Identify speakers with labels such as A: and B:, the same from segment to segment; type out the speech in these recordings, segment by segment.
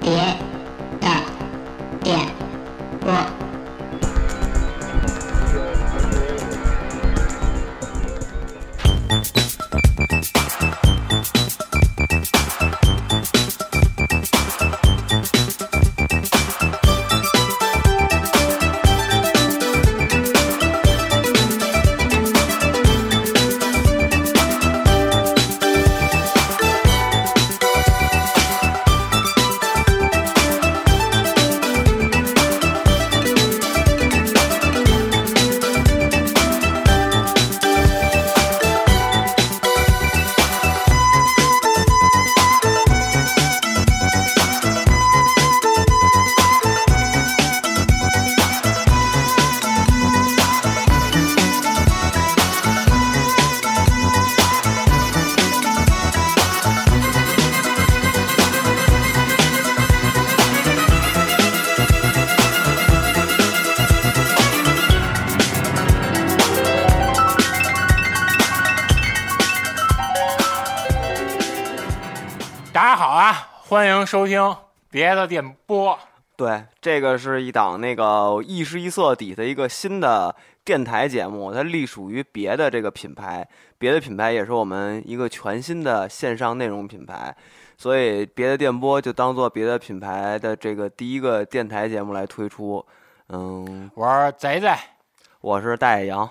A: 别的点播。
B: 大家好啊，欢迎收听别的电波。
C: 对，这个是一档那个一时一色底的一个新的电台节目，它隶属于别的这个品牌，别的品牌也是我们一个全新的线上内容品牌，所以别的电波就当做别的品牌的这个第一个电台节目来推出。嗯，
B: 我是贼贼，
C: 我是大野羊，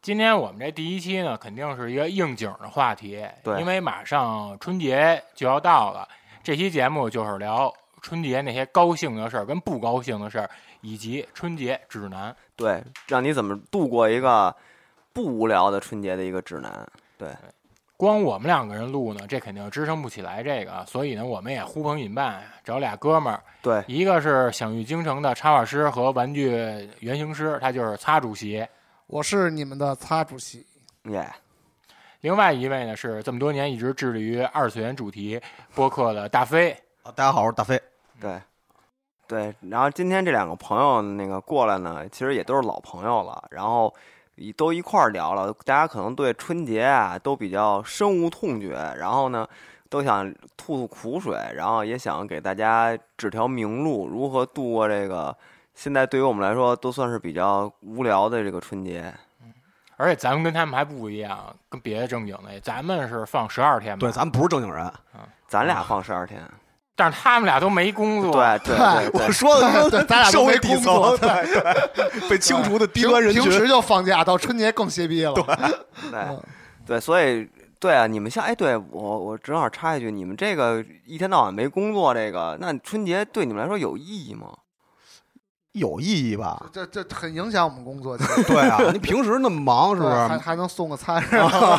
B: 今天我们这第一期呢，肯定是一个应景的话题，
C: 对
B: 因为马上春节就要到了，这期节目就是聊春节那些高兴的事儿跟不高兴的事儿，以及春节指南。
C: 对，让你怎么度过一个不无聊的春节的一个指南。对，
B: 光我们两个人录呢，这肯定支撑不起来这个，所以呢，我们也呼朋引伴，找俩哥们儿，
C: 对，
B: 一个是享誉京城的插画师和玩具原型师，他就是擦主席；
D: 我是你们的擦主席，
C: 耶、
B: 另外一位呢是这么多年一直致力于二次元主题播客的大飞。
E: 啊，大家好，我是大飞。
C: 对，对。然后今天这两个朋友那个过来呢，其实也都是老朋友了，然后一都一块儿聊了。大家可能对春节啊都比较深恶痛绝，然后呢都想吐吐苦水，然后也想给大家指条明路，如何度过这个现在对于我们来说都算是比较无聊的这个春节。
B: 而且咱们跟他们还不一样，跟别的正经的，哎咱们是放十二天吧，
D: 哎
E: 对，咱们不是正经人。
C: 咱俩放十二天，
B: 但是他们俩都没工
C: 对
B: 作，
C: 对对
E: 我
C: 对
E: 说的
D: 对
E: 跟
D: 咱俩都没
E: 哦社会底
D: 工作
E: 层，对对，被 清除的低
D: 平
E: 端人群
D: 平。时就放假，到春节更歇逼了。
C: 对对，所以对啊，你们像哎，对我我正好插一句，你们这个一天到晚没工作，这个那春节对你们来说有意义吗？
E: 有意义吧？
D: 这这很影响我们工作，其实
E: 对啊，你平时那么忙，是不啊
D: 对还
E: 是？
D: 还能送个 餐，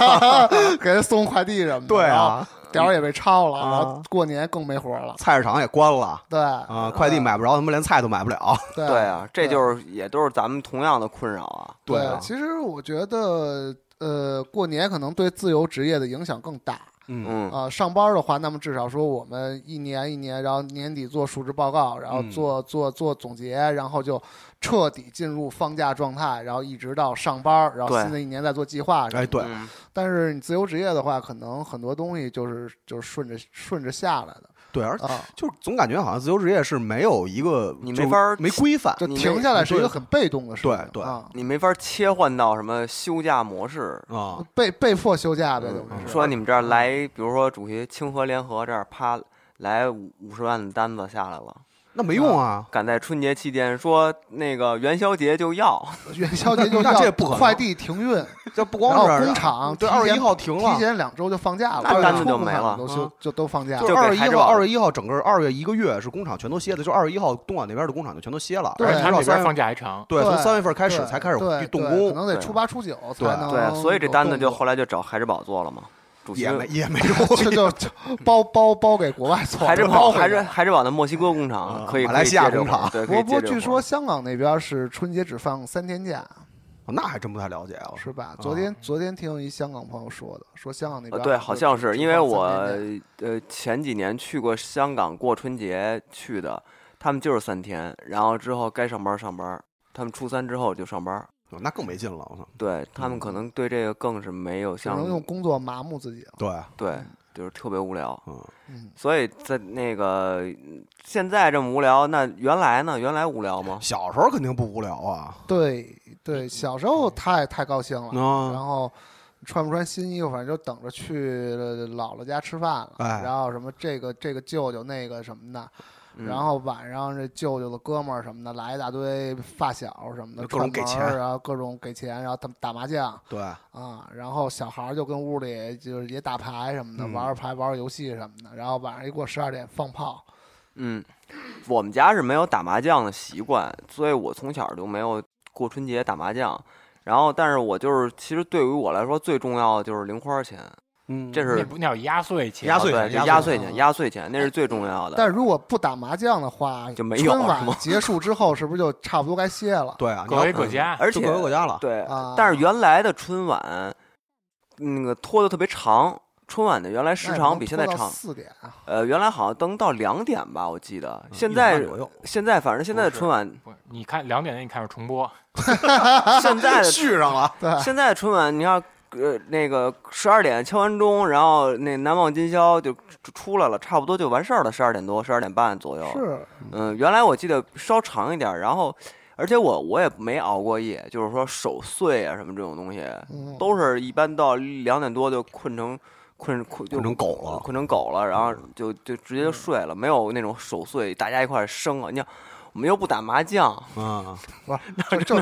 D: 给人送快递什么的。
E: 对，啊，
D: 点儿也被抄了，
E: 啊
D: 然后过年更没活了。
E: 菜市场也关了
D: 对
E: 啊，快递买不着，他妈连菜都买不了。
D: 对
C: 对啊，这就是也都是咱们同样的困扰啊。
D: 对
E: 啊，
D: 其实我觉得，呃，过年可能对自由职业的影响更大。
E: 嗯，
C: 嗯，
D: 啊、上班的话，那么至少说我们一年一年，然后年底做述职报告，然后
E: 嗯
D: 做、做做总结，然后就彻底进入放假状态，然后一直到上班，然后
C: 对
D: 新的一年再做计划。
E: 哎，对，
C: 嗯
D: 但是你自由职业的话，可能很多东西就是就是顺着顺着下来的
E: 对，而
D: 啊，
E: 就是总感觉好像自由职业是没有一个
C: 你
E: 就
C: 没法儿
E: 没规范。
D: 就
C: 你那
D: 停下来是一
E: 对
D: 个很被动的事情。
E: 对对
D: 啊，
C: 你没法切换到什么休假模式。
E: 啊，
D: 被被迫休假呗，
C: 嗯
D: 等于是。
C: 说你们这儿来，比如说主席清河联合这儿啪来五五十万的单子下来了，
E: 那没用啊。
C: 赶在春节期间说那个元宵节就要，
D: 元宵节就
E: 那这
D: 要
E: 不可能
D: 快递停运，
E: 这不
D: 嗯然
E: 光
D: 后
E: 是
D: 工厂啊
E: 对，
D: 提
E: 二
D: 前
E: 月一号停了
D: 提，前两周就放假了，
C: 那单
D: 初
C: 子就
D: 工
C: 没
D: 厂
C: 了
D: 都休
E: 啊
D: 就都放假了
E: 就。是
C: 就
E: 二
C: 给
E: 月
C: 孩
E: 一
C: 子
E: 号，
C: 吧
E: 二月一号整个二月一个月是工厂全都歇的，就是二月一号东莞那边的工厂就全都歇了，
D: 对
E: 而且
B: 他们
E: 直到
B: 这边
E: 三
B: 放假还长。
E: 对，从
D: 对
E: 三月份开始
D: 对
E: 才开始
D: 对
E: 动
D: 对
E: 工
D: 可，能得
C: 对
D: 初八初九才
E: 对
D: 哦能有动作。，
C: 对，啊所以这单子就后来就找孩之宝做了嘛。主席
E: 也没也没用
D: 这 就就包包包给国 外做了，
C: 海之宝，
D: 包给
C: 海之海之宝的墨西哥工厂
E: 啊
C: 可以，
E: 马来西亚
C: 可以接这
E: 工厂
C: 活儿对，可以
D: 不过
C: 接这
D: 据
C: 活
D: 说
C: 儿
D: 香港那边是春节只放三天假，
E: 那还真不太了解
C: 哦
E: 啊。
D: 是吧？昨天昨天听一香港朋友说的，说香港那
C: 呃，
D: 边
C: 对，好像是因为我
D: 只
C: 呃前几年去过香港过春节去的，他们就是三天，然后之后该上班上班，他们初三之后就上班，
E: 哦那更没劲了，我操！
C: 对他们可能对这个更是没有
D: 只能
C: 像
D: 用工作麻木自己了。
E: 对，
C: 对就是特别无聊。
E: 嗯，
D: 嗯，
C: 所以在那个现在这么无聊，那原来呢？原来无聊吗？
E: 小时候肯定不无聊啊。
D: 对对，小时候太太高兴了，
E: 嗯
D: 然后穿不穿新衣服，反正就等着去姥姥家吃饭了，
E: 哎
D: 然后什么这个这个舅舅那个什么的，
C: 嗯
D: 然后晚上这舅舅的哥们儿什么的来一大堆发小什么的，
E: 各种
D: 串
E: 给
D: 门
E: 钱
D: 儿然后各种给钱，然后他们打麻将
E: 对，
D: 啊、然后小孩儿就跟屋里就是也打牌什么的，
E: 嗯
D: 玩玩牌，玩玩游戏什么的，然后晚上一过十二点放炮，
C: 嗯，我们家是没有打麻将的习惯，所以我从小就没有过春节打麻将。然后，但是我就是，其实对于我来说最重要的就是零花钱，
E: 嗯，
C: 这
B: 那
C: 是
B: 不那叫压岁钱，
E: 压岁
C: 对
E: 钱
C: 这
E: 压
C: 压
E: 岁
C: 岁
D: 钱
C: 钱，压岁钱那是最重要的。
D: 但如果不打麻将的话，
C: 就没有
D: 春
C: 了
D: 晚
C: 是吗
D: 结束之后，是不是就差不多该歇了？
E: 对啊，你
B: 各
E: 要
B: 为各家。
C: 嗯而
E: 就
C: 且
E: 各回各家了。
C: 对，
D: 啊，
C: 但是原来的春晚那个拖的特别长，春晚的原来时长比现在长，
D: 四点啊，
C: 呃，原来好像能到两点吧，我记得。
E: 嗯
C: 现
E: 一晚
C: 在
E: 左右
C: 现在反正现在的
B: 不是
C: 春晚，
B: 不是你看两点那你看是重播，
C: 现在的
E: 续 上了，
D: 对，
C: 现在春晚，你看，呃，那个十二点敲完钟，然后那难忘今宵就出出来了，差不多就完事儿了，十二点多、十二点半左右。
D: 是
C: 嗯，原来我记得稍长一点儿，然后，而且我我也没熬过夜，就是说守岁啊什么这种东西，
D: 嗯
C: 都是一般到两点多就困成困困就
E: 困成狗了
C: 困成狗了，然后就就直接就睡了，没有那种守岁大家一块儿生啊，你看我们又不打麻将，
E: 嗯，
D: 就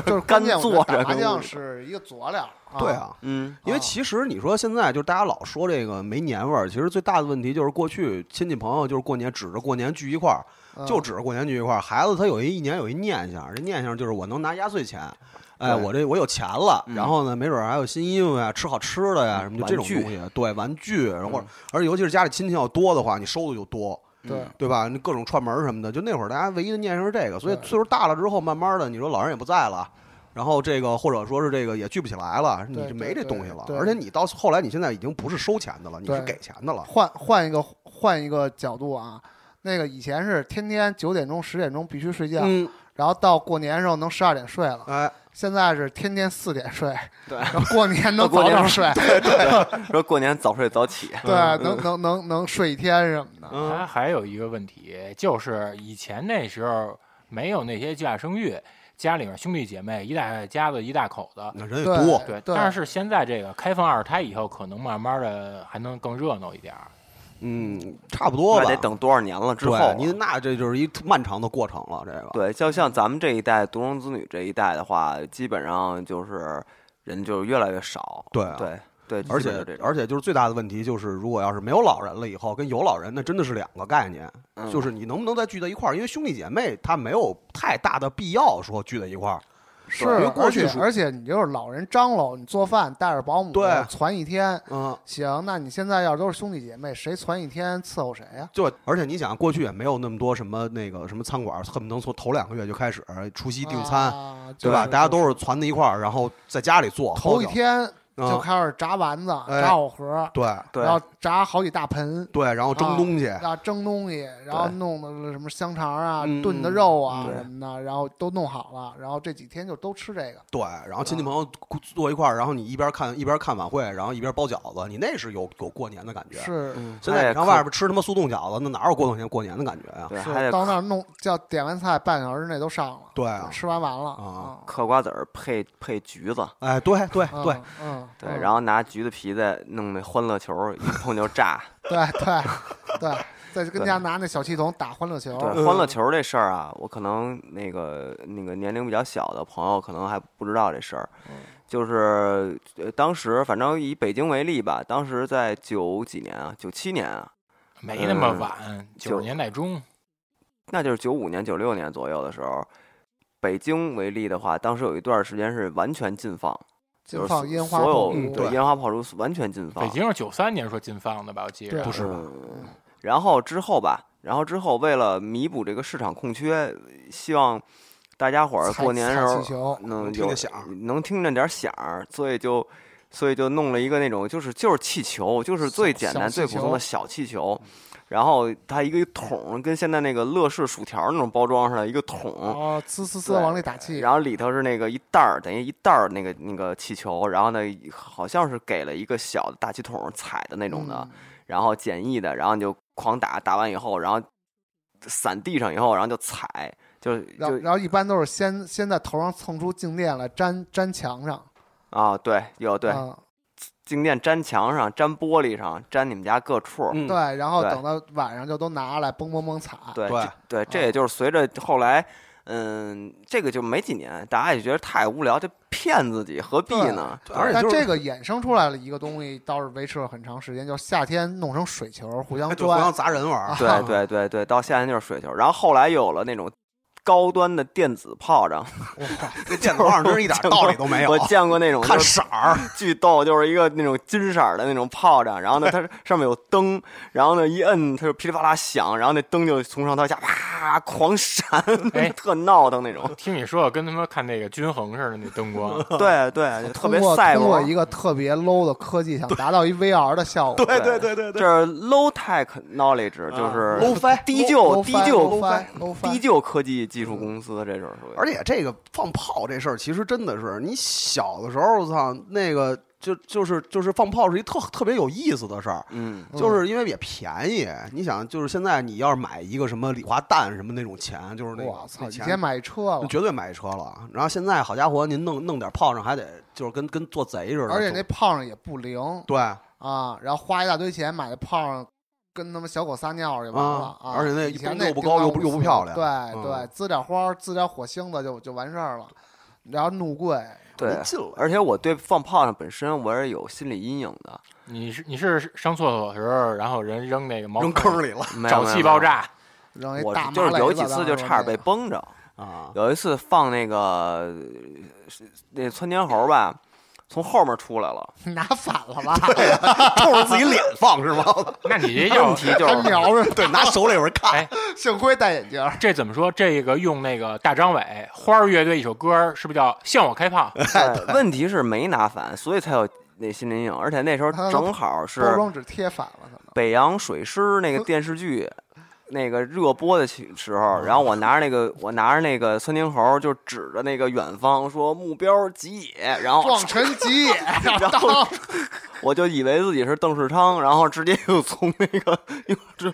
D: 就就是
C: 干
D: 关键，我觉
C: 坐
D: 得
C: 着
D: 打麻
C: 跟屋
D: 将
C: 里
D: 是一个佐料，
E: 对，啊。
C: 嗯
E: 因
D: 啊
E: 为其实你说现在就是大家老说这个没年味儿，其实最大的问题就是过去亲戚朋友就是过年指着过年聚一块儿，
D: 嗯
E: 就指着过年聚一块儿。孩子他有一一年有一念想，这念想就是我能拿压岁钱，哎，
C: 对
E: 我这我有钱了，
C: 嗯
E: 然后呢，没准儿还有新衣服呀，吃好吃的呀，什么就这种
C: 玩具
E: 东西，对，玩具，然后
D: 嗯
E: 或者而且尤其是家里亲戚要多的话，你收的就多。
C: 嗯
D: 对
E: 对吧？那各种串门儿什么的，就那会儿大家唯一的念想是这个，所以
D: 对
E: 岁数大了之后，慢慢的，你说老人也不在了，然后这个或者说是这个也聚不起来了，你
D: 对
E: 就没这
D: 对
E: 东西了。
D: 对
E: 而且你到后来，你现在已经不是收钱的了，你是
D: 对
E: 给钱的了。
D: 换换一个换一个角度啊。那个以前是天天九点钟十点钟必须睡觉，
E: 嗯，
D: 然后到过年的时候能十二点睡了。
E: 哎，
D: 现在是天天四点睡，
C: 对
D: 然后过 年能
C: 到过
D: 早
C: 年
D: 点睡，
C: 说过年早睡早起，
D: 对，能能能能睡一天什么的。
E: 嗯
B: 它还有一个问题，就是以前那时候没有那些计划生育，家里面兄弟姐妹一大家子一大口子，
E: 那人也
D: 对
E: 多，
B: 对。
D: 对
B: 但是现在这个开放二胎以后，可能慢慢的还能更热闹一点儿。
E: 嗯，差不多
C: 那
E: 吧。
C: 得等多少年了之
E: 对
C: 后，啊
E: 你那这就是一漫长的过程了。这个，
C: 对，就像咱们这一代独生子女这一代的话，基本上就是人就越来越少。
E: 对啊
C: 对对，
E: 而
C: 基
E: 且
C: 本就这种
E: 而且就是最大的问题就是，如果要是没有老人了以后，跟有老人那真的是两个概念。
C: 嗯
E: 就是你能不能再聚在一块儿？因为兄弟姐妹他没有太大的必要说聚在一块儿。
D: 是，
E: 因为
D: 而
E: 过去
D: 且
E: 是
D: 而且你就是老人张罗，你做饭带着保姆
E: 对
D: 攒一天，
E: 嗯，
D: 行，那你现在要都是兄弟姐妹，谁攒一天伺候谁呀、
E: 就而且你想，过去也没有那么多什么那个什么餐馆，恨不能从头两个月就开始除夕订餐，
D: 啊
E: 对吧？
D: 就是
E: 大家都是攒在一块儿，然后在家里做。
D: 头一
E: 后脚
D: 天就
E: 啊、
D: 开始炸丸子、
E: 哎
D: 炸藕盒，
E: 对
C: 对
D: 然后炸好几大盆，
E: 对，然后蒸东西，
D: 然后蒸东西，然后
C: 对
D: 弄的什么香肠啊、
E: 嗯
D: 炖的肉啊
C: 对
D: 什么的，然后都弄好了，然后这几天就都吃这个。
E: 对，然后亲戚朋友坐一块儿，然后你一边看一边看晚会，然后一边包饺子，你那是有有过年的感觉。
D: 是，
C: 嗯
E: 现
C: 还
E: 在
C: 得
E: 你上
C: 看
E: 外边吃他妈速冻饺子，那哪有过年过年的感觉啊？
C: 对，
D: 是
C: 还得
D: 到那儿弄叫点完菜，半小时内都上了，
E: 对啊，
D: 吃完完了
E: 啊
C: 嗑瓜子儿配配橘子，
E: 哎，对对
D: 嗯
E: 对，，
D: 嗯，
C: 对，
D: 嗯
C: 然后拿橘子皮再弄那欢乐球儿，一碰就 炸。
D: 对对对，再跟家拿那小气筒打欢乐球，
E: 嗯
C: 对，欢乐球儿这事儿啊，我可能那个那个年龄比较小的朋友可能还不知道这事儿。
E: 嗯
C: 就是呃，当时反正以北京为例吧，当时在九几年啊，九七年啊，
B: 没那么
C: 嗯
B: 晚，
C: 就
B: 九十年代中，
C: 那就是九五年、九六年左右的时候，北京为例的话，当时有一段时间是完全禁放，
D: 就
C: 就是
D: 放
C: 所
D: 烟花
C: 所
D: 爆
C: 有
D: 竹
E: 嗯，
C: 对烟花炮竹是完全禁放。
B: 北京是九三年说禁放的吧？我记
D: 对
B: 着
E: 不是吧？
C: 嗯然后之后吧，然后之后为了弥补这个市场空缺，希望大家伙儿
D: 踩
C: 过年时
D: 踩
C: 候
D: 气球，
C: 能
E: 能听
C: 有
E: 见响儿
C: 能听着点儿响儿，所以就所以就弄了一个那种就是就是气球，就是最
D: 小
C: 简
D: 小
C: 单
D: 气
C: 最普通的
D: 球
C: 小气球。然后它一个桶，跟现在那个乐事薯条那种包装似的，一个
D: 然
C: 桶，
D: 后呲呲呲
C: 对
D: 往里打气，
C: 然后里头是那个一袋儿，等于一袋儿那个那个气球，然后呢，好像是给了一个小的大气桶踩的那
D: 那
C: 种的，然后简易的，然后你就狂打，打完以后，然后散地上以后，然后就踩，就
D: 然后
C: 就
D: 然后一般都是先先在头上蹭出静电来粘粘墙上，
C: 啊，对，有对，
D: 嗯
C: 静电粘墙上，粘玻璃上，粘你们家各处，
E: 嗯，
D: 对，然后
C: 对
D: 等到晚上就都拿下来嘣嘣嘣擦，
C: 对嗯
E: 对
C: 这对，这也就是随着后来，嗯，这个就没几年，大家也觉得太无聊，这骗自己何必呢？
E: 对而且
D: 但
E: 就是
D: 这个衍生出来了一个东西，倒是维持了很长时间，就是夏天弄成水球互相
E: 哎就互
D: 抓
E: 相，砸人玩儿，啊
C: 对 对对对，到夏天就是水球，然后后来有了那种高端的电子炮仗，
E: 那电子炮上真是一点道理都没有
C: 我，见过那种
E: 哎看
C: 就是
E: 色儿，
C: 巨逗，就是一个那种金色儿的那种炮仗，然后呢，它是上面有灯，然后呢一摁它就噼里啪啦响，然后那灯就从上到下啪狂闪，
B: 哎
C: 特闹腾那种。
B: 听你说，跟他妈看那个均衡似的那灯 光，
C: 对对，就特
D: 通
C: 别
D: 过
C: 赛
D: 通过
C: 博。
D: 一个特别 low 的科技，想达到一 VR 的效果。
E: 对
C: 对
E: 对
C: 这
E: 对对，
C: 是 low tech knowledge，就
E: 啊
C: 是
E: low fi
C: 低就低就
D: low
C: 低就科技技术公司，这种属于。
E: 而且这个放炮这事儿，其实真的是你小的时候，我操，那个就就是就是放炮是一特特别有意思的事儿。
C: 嗯，
E: 就是因为也便宜，你想，就是现在你要是买一个什么礼花弹什么那种钱，就是那个
D: 我操，
E: 那
D: 以
E: 钱
D: 前买车了
E: 那，绝对买一车了。然后现在好家伙，您弄弄点炮仗还得就是跟跟做贼似的，
D: 而且那
E: 就
D: 炮上也不灵
E: 对
D: 啊，然后花一大堆钱买的炮上，跟他妈小狗撒尿就完了啊！
E: 而且那
D: 以前
E: 又不高又不又不漂亮
D: 对对，
E: 嗯
D: 滋点花儿，滋点火星子就就完事儿了。然后怒跪，
C: 对
E: 没劲了。
C: 而且我对放炮仗本身我是有心理阴影的，
B: 你是你是上厕所的时候，然后人扔那个毛
E: 扔坑里了
C: 没有
B: 沼气爆。炸，
D: 然后
C: 没
D: 一
C: 有没有
D: 大
C: 我
D: 麻
C: 就是有
D: 雷子
C: 几次就差点被崩着。
E: 啊！
C: 有一次放那个是那窜天猴吧，从后面出来 了，
D: 拿反了 吧？
E: 冲着自己脸放是吗？
B: 那你这
C: 问
B: 要
C: 题就
D: 还
C: 是
D: 瞄着，
E: 对，拿手里边看，
B: 哎，
D: 幸亏戴眼镜儿。
B: 这怎么说？这个用那个大张伟花儿乐队一首歌儿，是不是叫《向我开炮》？
C: 对问题是没拿反，所以才有那心理阴影。而且那时候
D: 他
C: 正好是
D: 啊包装纸贴反了，可能
C: 北洋水师那个电视剧，那个热播的起时候，然后我拿着那个，我拿着那个窜天猴，就指着那个远方说目标吉野，然后
D: 撞陈吉野，
C: 然后我就以为自己是邓世昌，然后直接就从那个又这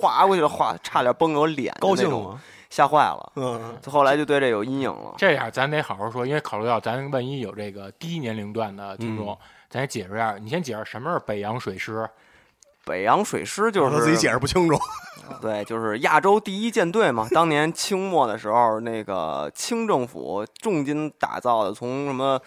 C: 滑过去了，滑差点崩着我脸，
E: 高兴？吗？
C: 吓坏了，
E: 嗯，
C: 后来就对这有阴影了。
B: 这样咱得好好说，因为考虑到咱万一有这个低年龄段的听
C: 嗯
B: 众，咱也解释一下。你先解释什么是北洋水师？
C: 北洋水师就
E: 我
C: 是
E: 自己解释不清楚。
C: 对，就是亚洲第一舰队嘛。当年清末的时候，那个清政府重金打造的，从什么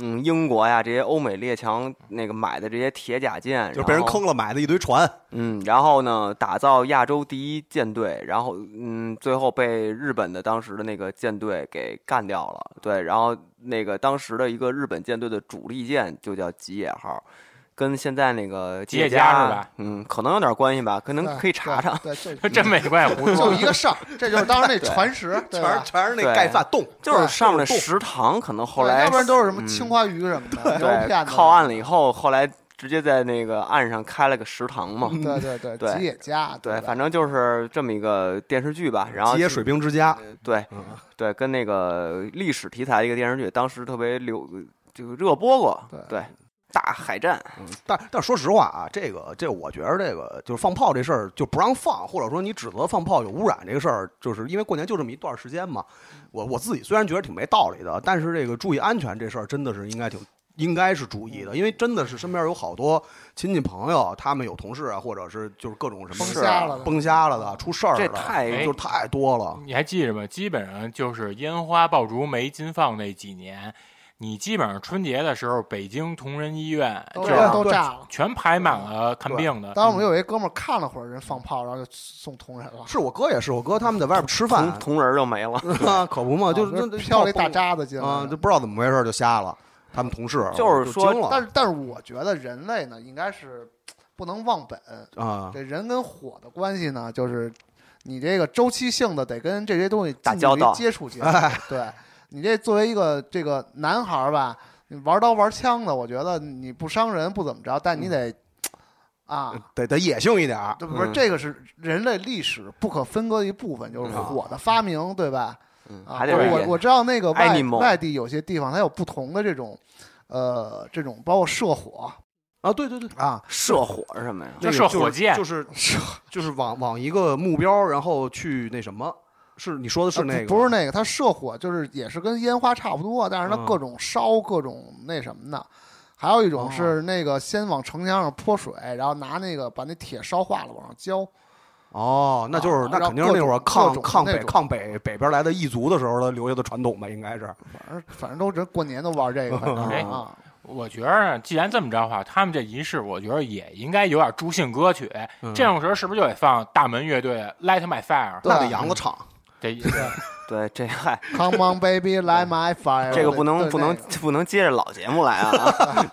C: 嗯英国呀这些欧美列强那个买的这些铁甲舰，
E: 就被
C: 然
E: 人
C: 后
E: 坑了，买的一堆船，
C: 嗯，然后呢，打造亚洲第一舰队，然后嗯，最后被日本的当时的那个舰队给干掉了。对，然后那个当时的一个日本舰队的主力舰就叫吉野号，跟现在那个
B: 吉野
C: 家
B: 家是吧？
C: 嗯，可能有点关系吧，可 能
D: 对
C: 可以查查。
D: 对， 对
B: 真没怪我胡
D: 就就
B: 说。
D: 一个事儿，这就是当时那传食，对
E: 全是
D: 吧？
E: 全是那
C: 对
E: 盖饭洞，
C: 就是上面的
E: 洞
C: 食堂，可能后
D: 对
C: 来
D: 要不然都是什么
C: 嗯
D: 青花鱼什么的，牛肉
C: 对
D: 片子
C: 靠岸了以后，后来直接在那个岸上开了个食堂嘛。
D: 嗯对对对，
C: 对
D: 吉野家，
C: 对，
D: 吧
C: 反正就是这么一个电视剧吧。然后
E: 吉野
C: 是
E: 水兵之家，
C: 对
E: 嗯
C: 对，跟那个历史题材的一个电视剧，当时特别流，这个热播过。
D: 对
C: 对，大海战，
E: 但但说实话啊，这个这我觉得这个就是放炮这事儿就不让放，或者说你指责放炮有污染这个事儿，就是因为过年就这么一段时间嘛。我我自己虽然觉得挺没道理的，但是这个注意安全这事儿真的是应该挺应该是注意的，因为真的是身边有好多亲戚朋友，他们有同事啊，或者是就是各种什么
D: 崩
C: 是啊
D: 瞎了的，
E: 崩瞎了的、出事儿
C: 这
E: 的，
C: 太
B: 哎
E: 就是太多了。
B: 你还记着吗？基本上就是烟花爆竹没禁放那几年，你基本上春节的时候，北京同仁医院
D: 都
B: 这
E: 对
B: 样
D: 都
E: 对
D: 炸了。
B: 全排满了看病的。
D: 当时我
C: 嗯
D: 们有一哥们儿看了会儿人放炮，然后就送同仁了，
E: 是我哥也是，我哥他们在外边吃
C: 同
E: 饭，
C: 同人就没了。
E: 啊， 可不嘛，就是
D: 啊
E: 那那
D: 飘了一大
E: 炮崩
D: 渣子进来
E: 啊，就
D: 了。
E: 不知道怎么回事儿就瞎了。他们同事
C: 就是
E: 我
C: 说
E: 惊了
D: 但是但是我觉得人类呢，应该是不能忘本，
E: 啊，
D: 这人跟火的关系呢，就是你这个周期性的得跟这些东西
C: 打
D: 近距
C: 交
D: 离
C: 道哎
D: 接触 接触。对你这作为一个这个男孩儿吧，你玩刀玩枪的，我觉得你不伤人不怎么着，但
C: 嗯
D: 你得、啊，
E: 得得野性一点儿。
D: 这不是、
C: 嗯
D: 这个是人类历史不可分割的一部分，就是
E: 嗯
D: 火的发明，对吧？
C: 嗯
D: 啊，
C: 还得是
D: 我
C: 演
D: 我知道那个外
C: Animal
D: 外地有些地方它有不同的这种，呃，这种包括社火，
E: 啊，对对对，
D: 啊，
C: 射火是什么呀？
E: 那个
B: 射
E: 就是
B: 火箭
E: 就是就是往往一个目标，然后去那什么。是你说的是
D: 啊
E: 那个？
D: 不不是，那个，它射火就是也是跟烟花差不多，但是它
E: 嗯
D: 各种烧，各种那什么的。还有一种
E: 哦
D: 是那个先往城墙上泼水，然后拿那个把那铁烧化了往上浇。
E: 哦，那就是
D: 啊
E: 那
D: 然后
E: 肯定是那会儿
D: 各种
E: 抗
D: 各种
E: 抗
D: 那
E: 北
D: 种
E: 抗北北边来的异族的时候他留下的传统吧，应该是。
D: 反正反正都这过年都玩这个，反正
B: 哎
D: 啊，
B: 我觉着既然这么着的话，他们这仪式，我觉着也应该有点助兴歌曲。
E: 嗯
B: 这种时候是不是就得放大门乐队《Light My Fire》？
D: 对
E: 那得扬子场，
B: 得
C: 对，这嗨，
D: Come on, baby, light my fire。
C: 这个不
D: 哎对
C: 能不能。不能接着老节目来 啊！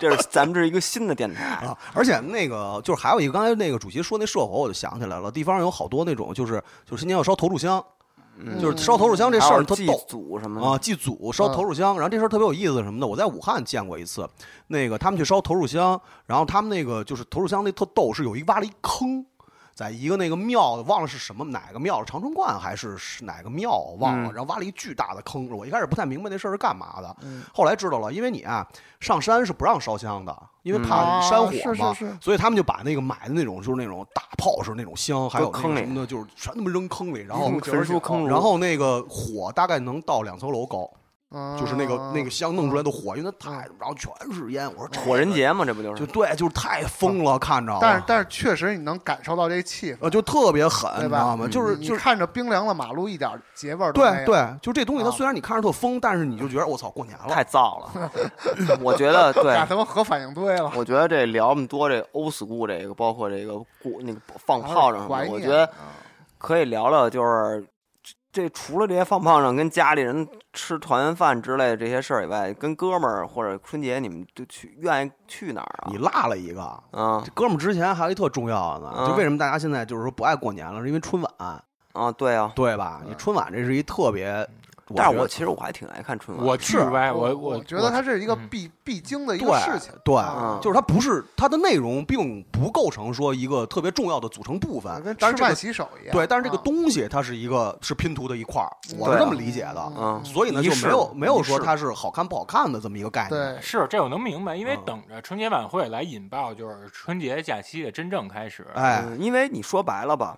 C: 这是咱们这是一个新的电
D: 嗯
C: 台，
E: 啊，而且那个就是还有一个，刚才那个主席说那社火，我就想起来了，地方有好多那种就是就是新年要烧投炷香，
C: 嗯
E: 就是烧投炷香这事
C: 还有
E: 儿特
C: 祭
E: 逗。
C: 祖
D: 嗯
C: 什么的
E: 啊，祭祖烧投炷香，然后这事儿特别有意思什么的，我在武汉见过一次，那个他们去烧投炷香，然后他们那个就是投炷香那特逗，是有一挖了一坑，在一个那个庙忘了是什么哪个庙了，长春观还是是哪个庙我忘了，
C: 嗯
E: 然后挖了一巨大的坑，我一开始不太明白那事儿是干嘛的，
D: 嗯
E: 后来知道了，因为你啊上山是不让烧香的，因为怕
D: 嗯
E: 山火
D: 啊是是
E: 嘛，
D: 是
E: 所以他们就把那个买的那种就是那种大炮式那种香，还有那
C: 坑
E: 个
C: 里
E: 什么的，就是全他妈扔坑里，然
C: 一
E: 后
C: 通焚书坑儒
E: 哦然后那个火大概能到两层楼高，
D: 嗯
E: 就是那个那个香弄出来的火，因为它太，然后全是烟，我说这
C: 火人节嘛，这不就？
E: 就是对，就是太疯了，看着，啊
D: 但是但是确实你能感受到这气氛，
E: 呃就特别狠，你
D: 对
E: 知
D: 吧
C: 嗯
E: 道吗？就是
D: 你
E: 就是。
D: 看着冰凉的马路一点结味儿都没
E: 对
D: 有。
E: 对，就这东西，它
D: 啊
E: 虽然你看着特疯，但是你就觉得我操，过年了，
C: 太燥了， 我觉 得对
D: 打。他妈核反应堆了。
C: 我觉得这聊那么多这 old school 这个，包括这个过那个放炮仗什么
D: 怀
C: 的，
D: 念
C: 我觉得可以聊聊，就是这除了这些放炮仗跟家里人吃团圆饭之类的这些事儿以外，跟哥们儿或者春节你们就去愿意去哪儿啊？
E: 你落了一个。
C: 啊
E: 这哥们儿之前还有一特重要的呢，就
C: 嗯
E: 为什么大家现在就是说不爱过年了，是因为春晚，
C: 啊，对啊，
E: 对吧？
D: 嗯
E: 你春晚这是一特别，
C: 但是
E: 觉
C: 我
E: 得
C: 其实我还挺爱看春晚，
B: 我巨
E: 是
B: 歪，
D: 我
B: 我
D: 觉得它是一个
B: 嗯
D: 必必经的一个事
E: 对
D: 情。
E: 对
D: 啊，
E: 就是它不是它的内容并不构成说一个特别重要的组成部分，
D: 啊跟
E: 但
D: 吃
E: 是这
D: 饭
E: 个
D: 洗手一样。
E: 对，但是这个
D: 啊
E: 东西它是一个是拼图的一块儿，我
C: 对
E: 是
C: 啊
E: 这么理解的。
C: 嗯
E: 所以呢，
C: 仪
E: 就
C: 式
E: 没有没有
C: 仪
E: 说
C: 式
E: 它是好看不好看的这么一个概念。
D: 对
B: 是这我能明白，因为
E: 嗯
B: 等着春节晚会来引爆，就是春节假期的真正开始。
E: 哎，
C: 嗯，因为你说白了吧，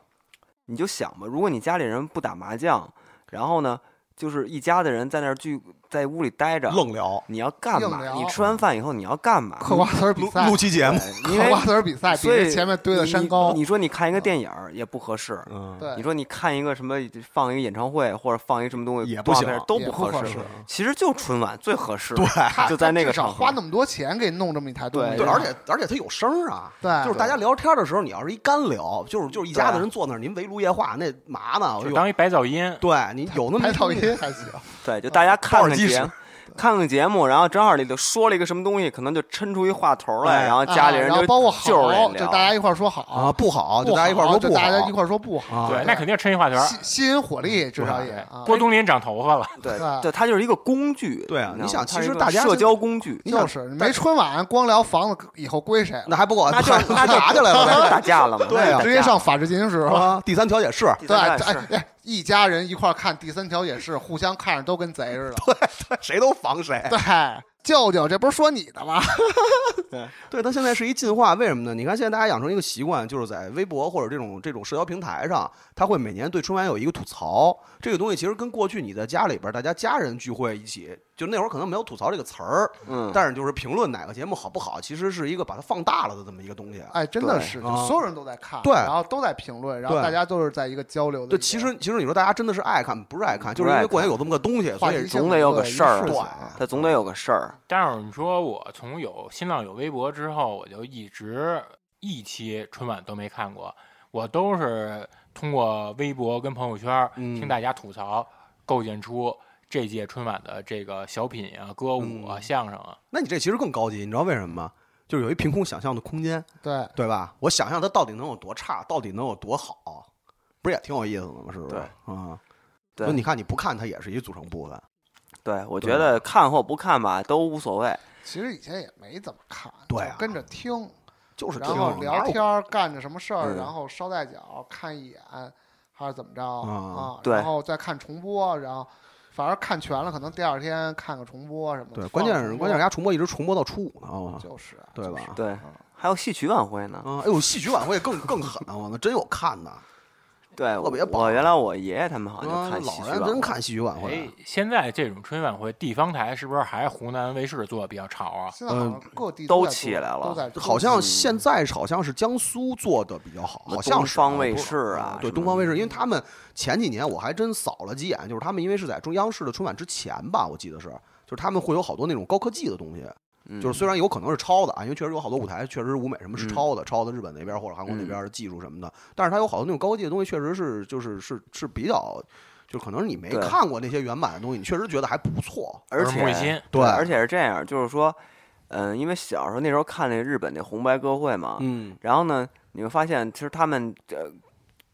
C: 你就想吧，如果你家里人不打麻将，然后呢，就是一家子人在那儿聚，在屋里待着，
E: 愣聊，
C: 你要干
D: 硬
C: 嘛？
D: 聊
C: 你吃完饭以后你要干嘛？
D: 嗑瓜子儿比
E: 录
D: 赛
E: 录，期节目，
C: 对因
D: 嗑
C: 为
D: 瓜子儿比赛比
C: 所以
D: 这前面堆的
C: 你
D: 山
C: 你
D: 高。
C: 你说你看一个电影儿也不合适，
E: 嗯，
D: 对
C: 你说你看一个什么放一个演唱会或者放一什么东西
E: 也不行
C: 放在
E: 啊
C: 这儿都
D: 也
C: 不
D: 不合
C: 合
D: 适啊
C: 适。其实就春晚最合适，
E: 对
D: 他
C: 就在那
D: 他
C: 个
D: 至少
C: 场合
D: 花那么多钱给弄这么一台东西，
C: 对
E: 对，而且而且它有声儿啊，
D: 啊哎对啊
E: 就是大家聊天的时候，你要是一干聊，就是就是一家子人坐那儿，您围炉夜话，那麻呢？
B: 就
E: 有
B: 当一白噪音，
E: 对你有那么
D: 拍
E: 一
D: 照
E: 东西
D: 音还 行。
C: 对，
E: 啊
C: 就大家看
E: 耳
C: 看
E: 机
C: 节
E: 使
C: 目，看看节目，然后正好里头说了一个什么东西，可能就抻出一话头来，
E: 哎
C: 然后家里
D: 啊
C: 人
D: 然后
C: 就
D: 包括
C: 就是
D: 好，
C: 得
D: 就
C: 聊
D: 大家一块儿说好
E: 啊，，不好，就
D: 不
E: 大家一块儿
D: 好
E: 说
D: 就
E: 不好，
D: 大家一块儿说不好，
E: 啊
B: 对，那肯定抻一话头。
D: 吸吸引火力至少也
B: 对
D: 啊。
B: 郭冬临长头发了，
C: 对
D: 对
C: 对，它就是一个工具。
E: 啊对啊
C: 知道吗
E: 你想
C: 它是
E: 其实
C: 一个
E: 大家
C: 社
E: 现
C: 交工具，
E: 你
D: 哎就
E: 想
D: 是没春晚，光聊房子以后归谁了？
E: 那还不够，
C: 那就那
E: 那打起来
C: 那 就
E: 了
C: 打架了嘛，
E: 对啊
C: 那就打架
D: 直接上法制进行时
E: 呗
D: 了。
E: 啊！第三调解啊是
C: 第
D: 对，
C: 三
D: 哎
C: 站是
D: 哎，一家人一块儿看第三条也是，互相看着都跟贼似的。
E: 谁都防谁，
D: 对，舅舅，这不是说你的吗？
E: 对，它现在是一进化，为什么呢？你看现在大家养成一个习惯，就是在微博或者这种这种社交平台上，他会每年对春晚有一个吐槽。这个东西其实跟过去你在家里边儿大家家人聚会一起，就那会儿可能没有吐槽这个词儿，
C: 嗯，
E: 但是就是评论哪个节目好不好，其实是一个把它放大了的这么一个东西。
D: 哎，真的是，
E: 对
D: 就
E: 啊
D: 所有人都在看，
E: 对
D: 然后都在评论，然后
E: 对
D: 大家都是在一个交流的一个。
E: 对，其实其实你说大家真的是爱看不是爱看，就是因
C: 不是爱
E: 为过年有这么个东西，
D: 话
E: 所
D: 题
E: 以
D: 性
C: 总得有
D: 对
C: 个事儿
D: 一个情
E: 对
C: 它总得有个事儿。
B: 但是你说我从有新浪有微博之后，我就一直一期春晚都没看过，我都是通过微博跟朋友圈
E: 嗯
B: 听大家吐槽，构建出这届春晚的这个小品啊、歌舞啊、
E: 嗯
B: 相声啊。
E: 那你这其实更高级，你知道为什么吗？就是有一凭空想象的空间，
D: 对，
E: 对吧？我想象它到底能有多差，到底能有多好，不是也挺有意思的吗？是不是？
C: 对
E: 啊、
C: 对
E: 那你看你不看它也是一组成部分，
C: 对，我
E: 对
C: 觉得看或不看吧都无所谓。
D: 其实以前也没怎么看，
E: 对啊
D: 就跟着听，
E: 就是
D: 然
E: 这
D: 后
E: 样
D: 聊天儿，干着什么事儿，
C: 嗯
D: 然后捎带脚看一眼，还是怎么着
E: 啊
D: 啊？
C: 对
D: 然后再看重播，然后反而看全了，可能第二天看个重播什么的。
E: 对，
D: 放
E: 关键
D: 重
E: 是
D: 播
E: 关键是人家重播一直重播到初五呢，我操！
D: 就是啊
E: 对吧
D: 就是
C: 对
D: 嗯
C: 还有戏曲晚会呢。
E: 啊，哎呦，戏曲晚会更更狠啊！我操，真有看的，
C: 对，
E: 特别棒
C: 我原来我爷爷他们好像就
E: 啊
C: 看戏
E: 老
C: 曲
E: 人
C: 晚
E: 真
C: 会。
E: 看戏曲晚
B: 哎
E: 啊会，，
B: 现在这种春运晚会，地方台是不是还湖南卫视做的比较潮啊？
D: 现在好像各地
C: 都
D: 在
C: 起
D: 做
C: 来了
D: 都在做
E: 好像现在是好像是江苏做的比较好，好像是
C: 东
E: 啊
C: 方卫
E: 不
C: 视啊什
E: 对
C: 么
E: 东方卫视，
C: 的
E: 因为他们前几年我还真扫了几眼，就是他们因为是在中央视的春晚之前吧，我记得是，就是他们会有好多那种高科技的东西，
C: 嗯
E: 就是虽然有可能是抄的啊，因为确实有好多舞台确实是舞美什么是
C: 嗯
E: 抄的，抄的日本那边或者韩国那边的技术什么的，但是它有好多那种高科技的东西，确实是就是是是比较，就可能你没
C: 对
E: 看过那些原版的东西，你确实觉得还不错。
C: 而
B: 耳目一
C: 且
B: 新，
E: 对
C: 而且是这样，就是说，嗯，因为小时候那时候看那日本那红白歌会嘛，
E: 嗯，
C: 然后呢，你会发现其实他们呃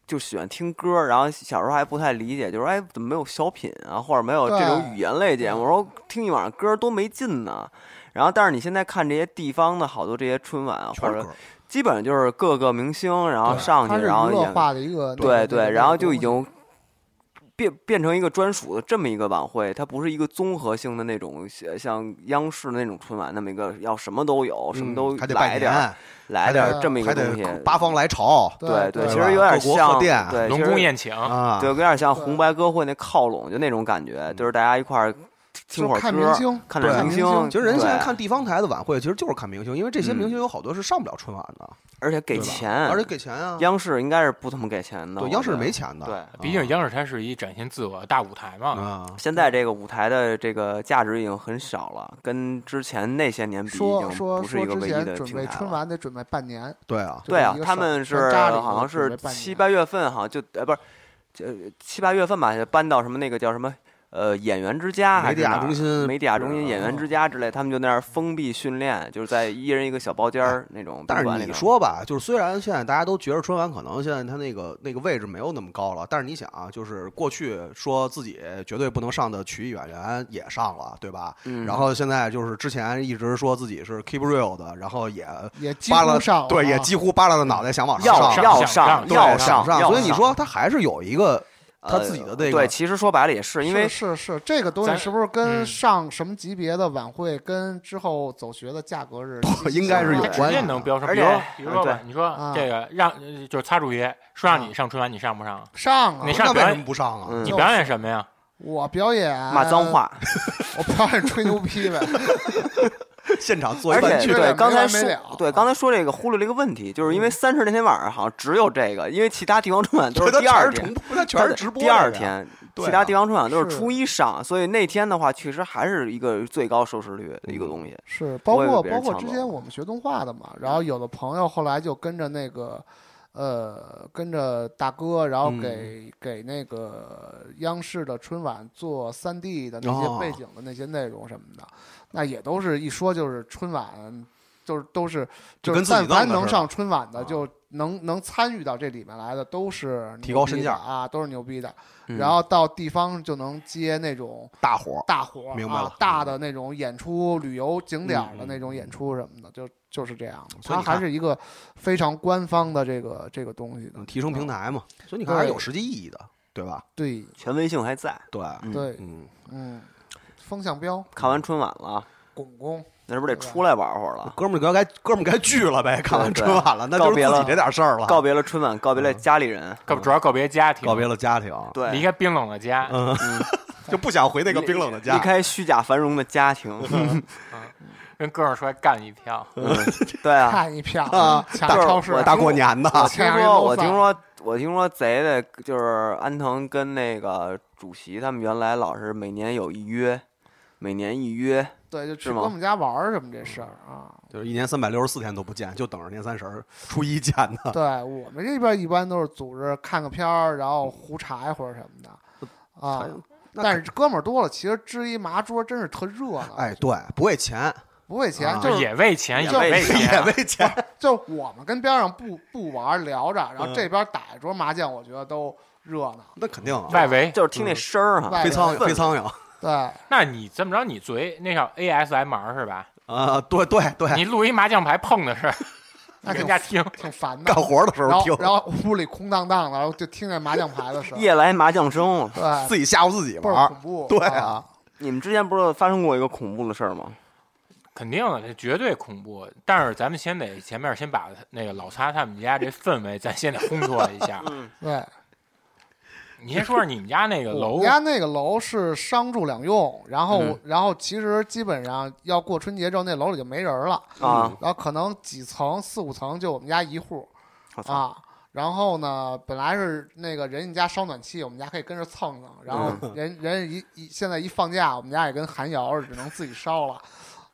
C: 就喜欢听歌，然后小时候还不太理解，就是哎怎么没有小品啊，或者没有这种
D: 对
C: 语言类节目，我说听一晚上歌多没劲呢。然后，但是你现在看这些地方的好多这些春晚啊，或
E: 全是
C: 者
E: 歌儿
C: 基本上就是各个明星，然后
E: 对
C: 上
D: 它
C: 去，
D: 是娱
C: 然后
D: 乐
C: 演，
D: 化的一个
C: 对对，然后就已
D: 已经。
C: 经变变成一个专属的这么一个晚会，它不是一个综合性的那种像像央视那种春晚那么一个要什么都有，什么
E: 嗯
C: 都
E: 还得
C: 来
E: 拜
C: 点儿，
E: 年，
C: 来点儿这么一个
E: 还
C: 东
E: 得
C: 西，
E: 八方来朝
C: 对
D: 对
E: 吧
C: 其实有点
E: 各国贺
C: 像
E: 电
C: 对
B: 龙
C: 其实
B: 宫宴请，
E: 啊，嗯
C: 对，有点像红白歌会那靠拢，就那种感觉，就是大家一块儿听会儿
D: 就看
C: 歌
D: 明星，
C: 看点
E: 对
C: 明
D: 看明星
E: 其实人现在
C: 对
E: 看地方台的晚会，其实就是看明星，因为这些
C: 嗯
E: 明星有好多是上不了春晚的，
C: 而且给
E: 对吧
C: 钱，
E: 而且给钱啊，
C: 央视应该是不怎么给钱的，我
E: 对，央视
C: 觉得
E: 是没钱的，
C: 对。
B: 毕竟央视它是一展现自我的大舞台嘛。
E: 啊，
C: 现在这个舞台的这个价值已经很少了，跟之前那些年比已
D: 说
C: 经
D: 说
C: 不是
D: 说
C: 一个
D: 之
C: 唯一
D: 前
C: 的
D: 准备
C: 平台
D: 春
C: 了。
D: 晚得准备半年，
E: 对啊，
C: 对啊
D: 就这么一，个
C: 他
D: 事儿
C: 们是
D: 山楂里头
C: 好像
D: 准备
C: 是
D: 半年
C: 七八月份，好像就呃不是，就七八月份吧，就搬到什么那个叫什么呃演员之家还是
E: 媒体亚
C: 哪
E: 中
C: 儿？
E: 心，
C: 媒体亚中心、
E: 啊
C: 演员之家之类，他们就那儿封闭训练，就是在一人一个小包间儿那种。
E: 但
C: 宾馆
E: 是
C: 里
E: 你
C: 头，
E: 说吧，就是虽然现在大家都觉得春晚可能现在它那个那个位置没有那么高了，但是你想啊，就是过去说自己绝对不能上的曲艺演员也上了，对吧？
C: 嗯
E: 然后现在就是之前一直说自己是 keep real 的，然后也
B: 哦
D: 也几
E: 扒拉
D: 乎上了啊，
E: 对，也几乎扒拉着脑袋想往
C: 要
E: 上
C: 要
B: 上
E: 对
C: 要
E: 上
C: 上，
E: 所以你说他还是有一个他自己的那
C: 呃
E: 个
C: 对，其实说白了也是因为
D: 是是是这个东西
B: 咱
D: 是不是
B: 嗯
D: 跟上什么级别的晚会跟之后走学的价格是
E: 应该是有
B: 它直
E: 关
B: 接
E: 系
B: 能标上，
C: 而
B: 比
C: 且
B: 如比如说吧
C: 对，
B: 你说这个让呃就是擦主席说让你上春晚，你上不上？
D: 上啊
B: 你？
E: 那
B: 上
E: 为
B: 表
E: 什
B: 演
E: 么不上啊？
C: 嗯
B: 你表演什么呀？
D: 我表演
C: 骂脏，话，
D: 我表演吹牛逼呗，
E: 现场做
C: 而
E: 一番
C: 且
E: 剧
D: 没，完
C: 对刚才
D: 没
C: 说
D: 了
C: 对刚才说这个忽略了一个问题，就是因为三十那天晚上好像只有这个，因为其他地方春晚都是
E: 他
C: 第二
E: 全是
C: 天，
E: 重播，他
C: 它
E: 全是
C: 得
E: 直播
C: 第
E: 来
C: 二
E: 着。
C: 天，
E: 对
C: 其他
E: 啊
C: 地方春晚都是
D: 是
C: 初一上，所以那天的话确实还是一个最高收视率的一个东西。
D: 是包
C: 我以为
D: 括
C: 别
D: 包
C: 人
D: 括
C: 抢
D: 之
C: 走
D: 前
C: 了
D: 我们学动画的嘛，然后
E: 嗯
D: 有的朋友后来就跟着那个。呃，跟着大哥，然后
E: 嗯
D: 给、给那个央视的春晚做三 D 的那些
E: 哦
D: 背景的那些内容什么的，那也都是一说就是春晚，就是都是就
E: 就跟
D: 是
E: 自己
D: 但凡
E: 弄的
D: 能
E: 似
D: 上春晚的，
E: 啊
D: 就能能参与到这里面来的都是
E: 提
D: 牛
E: 高
D: 逼
E: 身
D: 的
E: 价
D: 啊，都是牛逼的。
C: 嗯
D: 然后到地方就能接那种
E: 大伙儿
D: 大活儿，
E: 明白了
D: 啊，大的那种演出、旅游景点儿
E: 嗯
D: 的
E: 嗯
D: 那种演出什么的，就就是这样的。
E: 所以
D: 它
E: 你看
D: 还是一个非常官方的这个这个东西的
E: 嗯提升平
D: 台。
E: 台嘛，所以你看还是
D: 对
E: 有实际意义的，对吧？
D: 对
C: 权威性还在。
E: 对，
C: 嗯
D: 对，
E: 嗯，
D: 嗯，风向标，
C: 看完春晚了，
D: 拱拱，
C: 那是不是得出来玩会儿了？
E: 哥们儿该哥们儿该聚了呗，看完春晚了，那就是
C: 告别
E: 自己
C: 了
E: 这点事儿了，
C: 告别了春晚，告别了家里人，
B: 告主要告别家庭，
E: 告别了家庭，
C: 对，
B: 离开冰冷的家。
E: 嗯，就不想回那个冰冷的
C: 离
E: 家。
C: 开虚假繁荣的家庭。
B: 跟哥们儿出来干一票，
C: 嗯对啊，
D: 看一票
E: 啊
D: 抢
C: 就是
D: 超市
C: 我，
E: 大过年的，
C: 我
D: 我
C: 听
D: 天上一
C: 说，
D: 楼
C: 我
D: 饭
C: 听说，我听说贼的，就是安藤跟那个主席他们原来老是每年有一约，每年一约，
D: 对，就去
C: 是吗
D: 跟我们家玩儿什么这事儿
E: 嗯
D: 啊。
E: 就是一年三百六十四天都不见，就等着年三十儿初一见的。
D: 对我们这边一般都是组织看个片儿，然
E: 嗯
D: 后胡茶一会儿什么的啊。
E: 呃那
D: 但是哥们儿多了，其实支一麻桌真是特热闹，
E: 哎，对，不为钱，
D: 不为钱，
E: 啊
D: 就是
B: 也为钱，
C: 也
B: 也
C: 为
B: 为
C: 钱
E: 也
B: 钱，啊
E: 为钱，
D: 就是我们跟边上不不玩儿聊着，然后
E: 嗯
D: 这边打一桌麻将，我觉得都热闹。
E: 那肯定啊。
B: 外围。
C: 就是听那声儿啊哈
D: 嗯外，
E: 飞苍
C: 围
E: 蝇，飞苍蝇
D: 对，
B: 那你这么着，你嘴那叫 ASMR 是吧？
E: 啊，对对对，
B: 你录一麻将牌碰的是
D: 那
B: 人
D: 挺
B: 家听，
D: 挺烦的
E: 干。活的时
D: 然
E: 候
D: 后
E: 听，
D: 然后屋里空荡荡的，然后就听见麻将牌的声，
C: 夜来麻将声。啊
D: 对，
E: 自己吓唬自己
D: 倍
E: 玩
D: 儿
E: 儿
D: 恐。怖。
E: 对
D: 啊
E: 啊，，
C: 你们之前不是发生过一个恐怖的事儿吗？
B: 肯定的，这绝对恐怖。但是咱们先得前面先把那个老擦他们家这氛围，咱先得烘托一下。
D: 对，
B: 你先说说你们家那个
D: 我
B: 呃楼
D: 们，家那个楼是商住两用，然后、
B: 嗯
D: 然后其实基本上要过春节之后，那楼里就没人了，
B: 嗯
C: 啊，
D: 然后可能几层四五层就我们家一户
C: 我操！
D: 啊。然后呢，本来是那个人家家烧暖气，我们家可以跟着蹭蹭。然后
C: 嗯
D: 人、人一一现在一放假，我们家也跟寒窑似的，只能自己烧了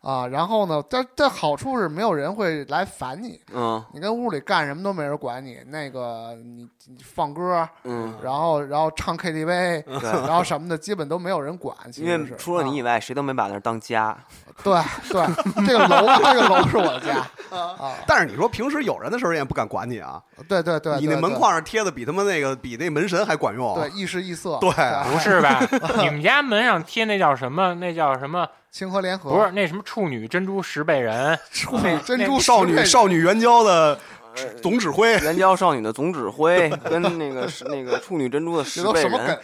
D: 啊。然后呢，但但好处是没有人会来烦你，
C: 嗯
D: 你跟屋里干什么都没人管你。那个你你放歌，
C: 嗯，
D: 然后然后唱 KTV，
C: 对，
D: 然后什么的，基本都没有人管。其
C: 因
D: 实是
C: 为除了你以
D: 啊
C: 外，谁都没把那儿当家。
D: 对对，这个楼这个楼是我 的家啊，
E: 但是你说平时有人的时候，人也不敢管你啊。
D: 对对对，
E: 你
D: 对
E: 那门
D: 对
E: 框上贴的比他妈那个比那门神还管用。
C: 啊
D: 对，一时一色，
E: 对
B: 不是吧？你们家门上贴那叫什么？那叫什么？
D: 清河联合
B: 不是那什么处女珍珠十倍人，
D: 处女 珍珠
B: 那
E: 少女
D: 十倍呃
E: 少女援交的指总指挥，
C: 援交少女的总指挥跟那个是那个处女珍珠的十
D: 这都
C: 倍
D: 什么梗
C: 人，？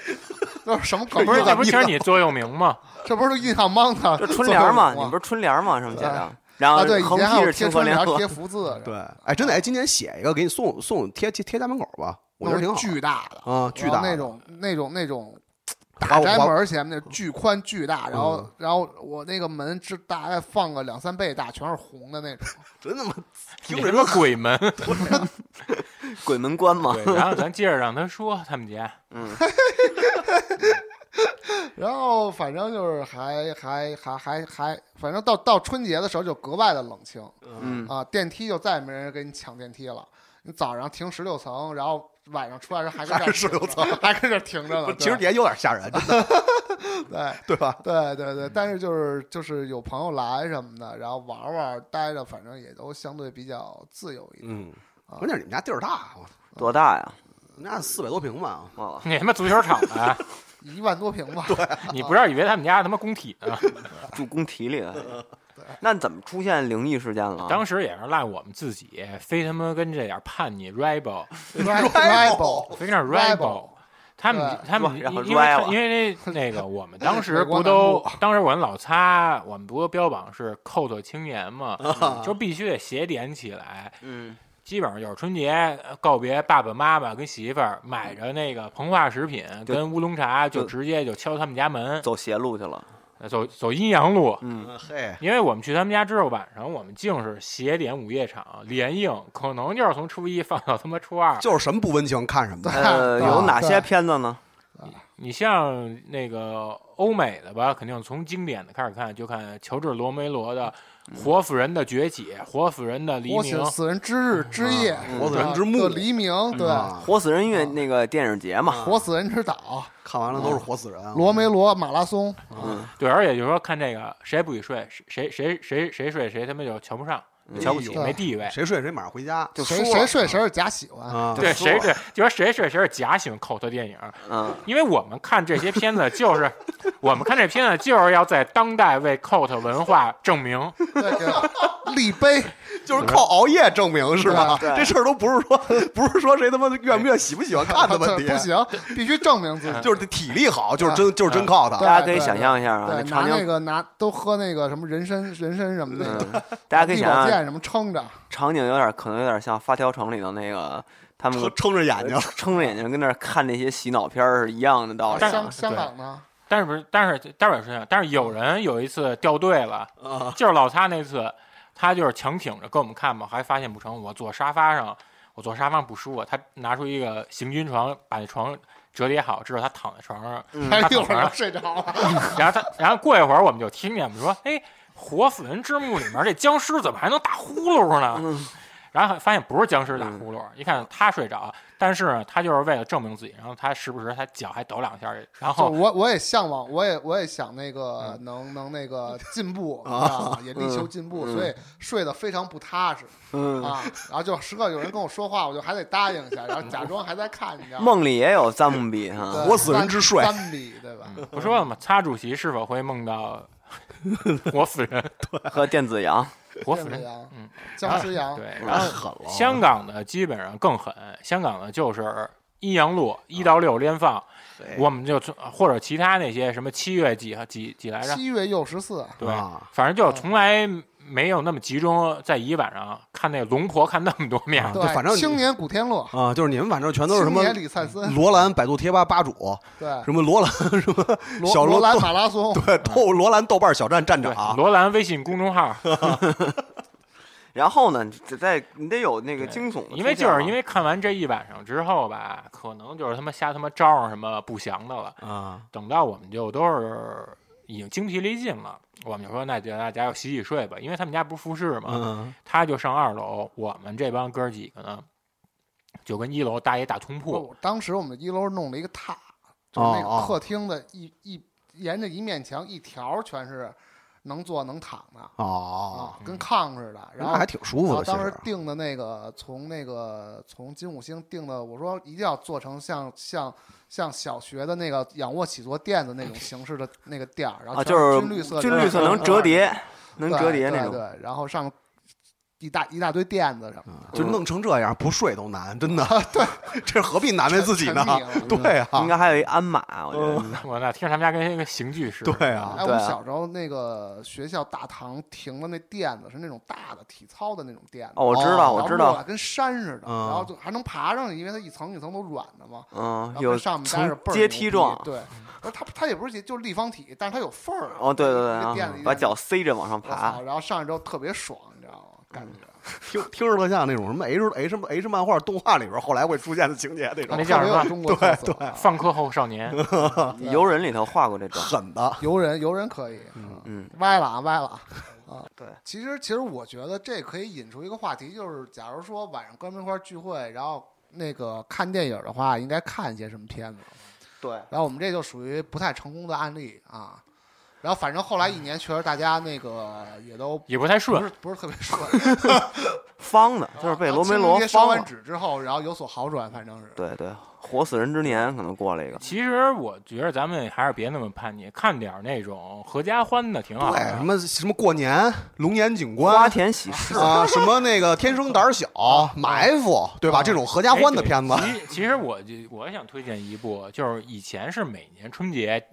D: 都是什么 梗？
B: 不是
D: 这
B: 这不是全是你座右铭 吗？
D: 这不是印象帮的？
C: 这春联嘛，
D: 做
C: 你
D: 梦
C: 不是春联嘛，上面写
D: 啊
C: 着，然
D: 啊？
C: 后
D: 对，以
C: 横
D: 前还
C: 批
D: 有
C: 是
D: 贴
C: 清河
D: 春
C: 联
D: 联、
C: 合，
D: 贴福字，
E: 对，哎，真的，哎，今年写一个给你送送贴贴贴家门口吧，我
D: 那
E: 觉得挺好
D: 巨大的，
E: 啊， 巨大
D: 然后那种那种那种
E: 打
D: 宅门
E: 我嗯
D: 儿前面那巨宽巨大，然后然后我那个门只大概放个两三倍大，全是红的那种。
E: 真他妈听
B: 你
E: 着
B: 什
E: 就
B: 么鬼门？
C: 鬼门关嘛，
B: 对，然后咱接着让他说他们家，
C: 嗯，
D: 然后反正就是还还还还还，反正到到春节的时候就格外的冷清
C: 嗯
D: 啊，电梯就再也没人跟你抢电梯了。你早上停十六层，然后晚上出来时候还跟这儿
E: 还是
D: 停着
E: 16
D: 呢，还跟这儿停着
E: 不
D: 呢。
E: 其实
D: 对
E: 也有点吓人，真的
D: 对
E: 对 吧？
D: 对对
E: 嗯
D: 对，但是就是就是有朋友来什么的，然后玩玩待着，反正也都相对比较自由一点。
E: 嗯，
D: 啊
E: 关键是你们家地儿大，我操
C: 多大呀？
E: 你们家四百多平吧？
C: 忘了，
B: 你他妈足球场 啊！
E: 嗯
D: 一万多平吧，
B: 你不要以为他们家他妈工体呢，
C: 住工体里
D: 嗯
C: 了。那怎么出现灵异事件了？啊
B: 当时也是赖我们自己，非他妈跟这点叛逆 rebel，
D: rival
B: 非让
D: rival
B: rebel。他们他们
C: 然后
B: 因因为
C: rival
B: 因为那那个我们当
D: 美
B: 时不
D: 国南
B: 都
D: 部
B: 当时我跟老擦，我们不都标榜是扣扣青年嘛，
E: 啊
B: 就必须得写点起来。
C: 嗯
B: 基本上就是春节呃告别爸爸妈妈跟媳妇儿，买着那个膨化食品
C: 就
B: 跟乌龙茶，就
C: 就
B: 直接就敲他们家门，
C: 走邪路去 了。
B: 呃走走阴阳路。
C: 嗯，
E: 嘿，
B: 因为我们去他们家之后，晚上我们竟是斜点午夜场连映，可能就是从初一放到他妈初二。
E: 就是什么不温情看什么的，
C: 呃，
D: 对啊
C: 有哪
D: 对
C: 些片子呢？
B: 你像那个欧美的吧，肯定从经典的开始看，就看乔治·罗梅罗的《活死人的崛起》《活死人的黎
D: 我
B: 明
D: 死》。死人之日之夜，
E: 嗯活死人之
D: 啊
E: 墓
D: 就黎明，对，
E: 啊
C: 活死人
D: 嗯
C: 乐那个电影节嘛，
D: 活死人之岛，
E: 看完了都是活死人。
D: 嗯
E: 啊
D: 罗梅罗马拉松，啊
C: 嗯，
B: 对，而且就是说看这个谁不许睡，谁谁谁谁睡谁他妈就瞧不上，
C: 嗯
B: 瞧不起，
D: 哎呦
B: 没地位。
E: 谁睡谁马上回家
C: 就
D: 谁
C: 说
D: 谁睡谁是假喜欢，
E: 啊！
B: 对，
C: 说
B: 谁对，就说谁睡谁是假喜欢口头电影，
C: 嗯，
B: 因为我们看这些片子就是，我们看这片子就是要在当代为 cult 文化证明，
D: 对给立碑，
E: 就是靠熬夜证明是吧？
C: 对对
E: 这事儿都不是说不是说谁他妈愿不愿 喜不喜欢看的问题，
D: 不行，必须证明自己。
E: 就是体力好，就是真就是真靠他
D: 对。
C: 大家可以想象一下啊，
D: 对，
C: 长
D: 拿那
C: 景，
D: 个拿都喝那个什么人参人参什么的，
C: 嗯，大家可以
D: 地
C: 想
D: 保
C: 象
D: 健什么撑着，
C: 场景有点可能有点像《发条城》里头那个他们呃
E: 撑撑着眼睛，
C: 撑着眼睛跟那儿看那些洗脑片儿是一样的道理
B: 但。
D: 香香港呢？
B: 但是不是？但是待会儿说一下，但是有人有一次掉队了，就是老擦那次，他就是强挺着跟我们看嘛，还发现不成，我坐沙发上，我坐沙发上不舒服，他拿出一个行军床，把那床折叠好，知道他躺在床上，
D: 还
B: 他躺
D: 一会
B: 床
D: 儿
B: 上
D: 要睡着 了，
B: 然后他，然后过一会儿我们就听见我们说，哎，活死人之墓里面这僵尸怎么还能打呼噜呢？然后发现不是僵尸打呼噜，一看他睡着，但是呢，他就是为了证明自己，然后他时不时他脚还抖两下，然
E: 哦
D: 就
B: 后
D: 我我也向往，我也我也想那个
E: 嗯
D: 能能那个进步，
E: 哦
D: 你知 道吗？也力求进步，
C: 嗯
D: 所以睡得非常不踏实
C: 嗯，
D: 啊。然后就时刻有人跟我说话，我就还得答应一下，然后假装还在看，你知道吗？
C: 梦里也有赞姆比哈，
D: 对
E: 活死人之睡嗯
D: 三三比对吧？
B: 不说了嘛，擦主席是否会梦到活死人，
C: 喝电子羊，
B: 活
D: 电
B: 死
D: 子
B: 人。
D: 羊
B: 嗯，
D: 僵尸羊，
B: 对，然
C: 啊
B: 后
E: 狠了
B: 香港的基本上更狠，香港的就是一阳路一到六连放，
E: 哎
B: 我们就从或者其他那些什么七月几几几来着，
D: 七月又十四，
B: 对，
E: 啊
B: 反正就从来没有那么集中在一晚上看那龙婆看那么多面。
D: 啊
E: 就反正
D: 对，青年古天乐，
E: 啊，就是你们反正全都是什
D: 青
E: 么嗯
D: 年李灿森，
E: 罗兰百度贴吧吧主，
D: 对，
E: 什么罗兰什么嗯
D: 罗
E: 小
D: 罗
E: 罗
D: 兰
E: 豆
D: 马拉松，
E: 对豆罗兰豆瓣小站站
B: 对，
E: 长，啊
B: 罗兰微信公众号，
C: 然后呢，得在你得有那个
B: 对
C: 惊悚的出现嘛，
B: 因为就是因为看完这一晚上之后吧，可能就是他妈瞎他妈招上什么不祥的了。
E: 啊
B: 等到我们就都是已经精疲力尽了，我们就说那就大家要洗洗睡吧，因为他们家不是复式嘛，
E: 嗯
B: 他就上二楼，我们这帮哥几个呢，就跟一楼搭一大通铺，
D: 不当时我们一楼弄了一个榻，就
E: 哦
D: 是那个
E: 哦
D: 客厅的一一沿着一面墙一条全是能坐能躺的
E: 哦
D: 啊，，跟炕似的。然
E: 那
D: 后
E: 还挺舒
D: 然
E: 服
D: 后
E: 的，其
D: 当时
E: 实
D: 定的那个从那个从金五星定的，我说一定要做成像像像小学的那个仰卧起坐垫的那种形式的那个垫儿，然后
C: 啊，
D: 全
C: 就是是
D: 军绿色
C: 军
D: 的嗯
C: 绿色能折叠，能折叠那
D: 对
C: 种。
D: 对对，然后上面一大一大堆垫子什么的，
E: 就弄成这样，不睡都难，真的。对，这何必难为自己呢
D: 沉迷了？
E: 对
C: 嗯应
E: 啊，
C: 该还有一鞍马，我觉
D: 嗯
C: 得。
B: 我那听着他们家跟一个刑具似的。
E: 嗯对啊
D: 哎，我们
C: 对啊
D: 小时候那个学校大堂停的那垫子是那种大的体操的那种垫子，
C: 哦，我知道，
D: 然
C: 我
D: 后啊
C: 知
D: 落
C: 道
D: 来，跟山似的，
E: 嗯
D: 然后就还能爬上去，因为它一层一层都软的嘛。
C: 嗯
D: 然，后
C: 有
D: 跟上面待着
C: 从
D: 倍儿
C: 阶
D: 牛
C: 梯
D: 逼
C: 状。
D: 对，不是它它也不是阶，就是立方体，但是它有缝儿。
C: 哦，对对对
D: 那
C: 啊
D: 垫子，
C: 把脚塞着往上
D: 我
C: 爬
D: 操，，然后上去之后特别爽，你知道吗？感觉
E: 听听着像那种什么 H H H 漫画动画里边后来会出现的情节那
B: 那
E: 种
B: 叫
D: 特
B: 什
D: 别
B: 么
D: 有中国特色。啊对
B: 放课后少年，
E: 嗯
C: 游人里头画过这种。
E: 狠的，
D: 游人游人可以，嗯
C: 嗯，
D: 歪了啊，歪了啊！ 啊，
C: 对，
D: 其实其实我觉得这可以引出一个话题，就是假如说晚上哥们一块儿聚会，然后那个看电影的话，应该看一些什么片子？啊
C: 对，
D: 然后我们这就属于不太成功的案例啊。然后反正后来一年确实大家那个也都
B: 也不太
D: 不
B: 顺
D: 是。不是特别 顺，
C: 方的，就是
D: 啊
C: 被罗梅罗
D: 烧
C: 方
D: 完
C: 了。
D: 纸之后，然后有所好转，反正是。
C: 对对，活死人之年可能过了一个。
B: 其实我觉得咱们还是别那么叛逆，看点儿那种合家欢的
D: 啊
B: 挺好
E: 对，啊什
B: 的。
E: 么什么过年龙岩警
C: 花
E: 官
C: 田喜事，
E: 啊，什么那个天生胆小、
D: 啊
E: 埋伏，对吧？这种合家欢的片子
B: 哎对其其实我就我想推荐一部，就是以前是每年春节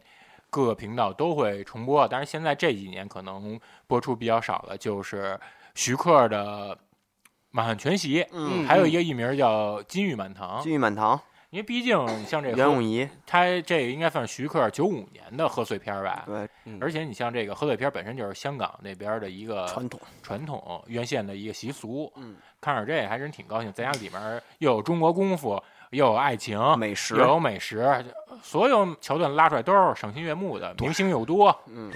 B: 各个频道都会重播，但是现在这几年可能播出比较少了，就是徐克的《满汉全席》，
C: 嗯
B: 还有一个艺名叫《金玉满堂》
D: 啊
C: 金玉满堂，
B: 因为毕竟你像这
C: 袁咏
B: 个，
C: 仪，
B: 他这应该算是徐克九五年的贺岁片儿吧。
C: 对，
B: 而且你像这个贺岁片儿本身就是香港那边儿的一个
C: 传统。
B: 传统院线的一个习俗，
C: 嗯，
B: 看着这还真挺高兴。再加上里面儿又有中国功夫，又有爱情，
C: 美食
B: 又啊有美食，所有桥段拉出来都是赏心悦目的，明星又多，
C: 嗯，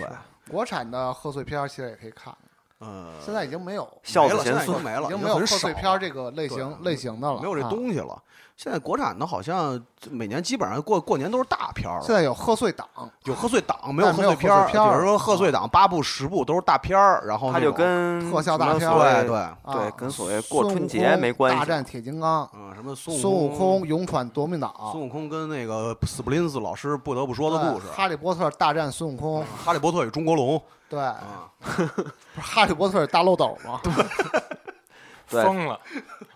D: 国产的贺岁片儿其实也可以看，
E: 嗯，
D: 现在已经没有，
C: 孝子
E: 没了现
C: 贤
E: 在已经
C: 孙，
E: 没了，
D: 已经没
E: 已
D: 有贺
E: 很少
D: 岁片儿这个类型
E: 对
D: 类型的了，
E: 没有这
D: 啊。
E: 东西了。现在国产的好像每年基本上过过年都是大片儿了
D: 现，在有贺岁档，
E: 有贺岁档，没有
D: 但
E: 贺
D: 没有
E: 岁片儿。
D: 贺岁片儿啊
E: 比如说贺岁档八部十部都是大片儿，然后
C: 他
E: 那
C: 就
E: 种
C: 跟
D: 特效大
C: 什么
D: 片
C: 所
E: 对
C: 谓
E: 对，
D: 啊
C: 对，跟所谓过
D: 孙悟
C: 春节
D: 空
C: 没关
D: 大
C: 系。
D: 战铁金刚，
E: 嗯，什么孙
D: 孙悟
E: 空、
D: 空勇闯夺命
E: 孙
D: 岛，
E: 悟空跟那个斯普林斯老师不得不说的
D: 对
E: 故事，
D: 哈利波特大战孙悟空，
C: 啊
E: 哈利波特与中国龙》
D: 对，
E: 啊，
D: 不是哈利波特是大漏斗 吗？
C: 对
B: 疯了！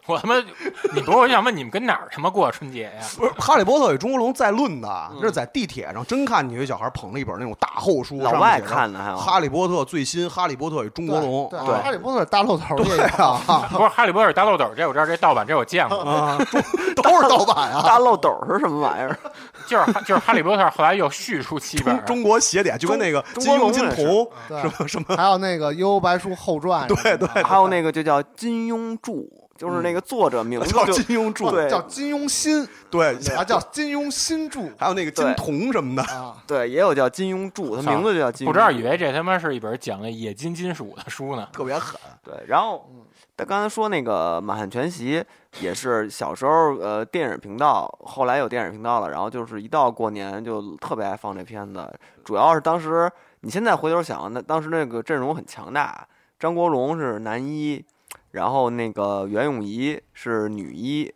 B: 我他妈，你不是我想问你们跟哪儿他妈过春节呀？
E: 不是《哈利波特与中国龙》在论的，那是在地铁上真看见有一小孩捧了一本那种大厚书，
C: 老
E: 上面
C: 外
E: 写着
C: 看的啊还有
E: 《哈利波特》最新《哈利波特与中国龙》
D: 对，
E: 啊
D: 哈利波特是大漏斗也有
E: 对啊，
B: 不是《哈利波特》大漏斗，这我知道，这盗版这我见过，
E: 啊，都都是盗 版啊。
C: 大漏斗儿是什么玩 意儿？
B: 就是就是《哈利波特》后来又续出七本
E: 中
B: 儿，
E: 中国邪典就跟那个
C: 中
E: 金庸、金
C: 中国
E: 童
D: 对
E: 什么什 么，
D: 还有那个《幽游白书后传》，对对，
C: 还有那个就叫金庸著，就是那个作者 名字
E: 叫
C: 就
E: 金庸著，
C: 对
D: 叫金庸新，
E: 对，
D: 啊叫金庸新著
E: 还有那个金
C: 对
E: 童什么的，
D: 啊，
C: 对，也有叫金庸著，他
B: 操
C: 名字就叫金庸。
B: 不知道以为这他妈是一本讲了冶金金属的书呢。
E: 特别狠。
C: 对，然后他刚才说那个《满汉全席》也是小时候呃电影频道，后来有电影频道了，然后就是一到过年就特别爱放这片子，主要是当时你现在回头想，那当时那个阵容很强大，张国荣是男一，然后那个袁咏仪是女一，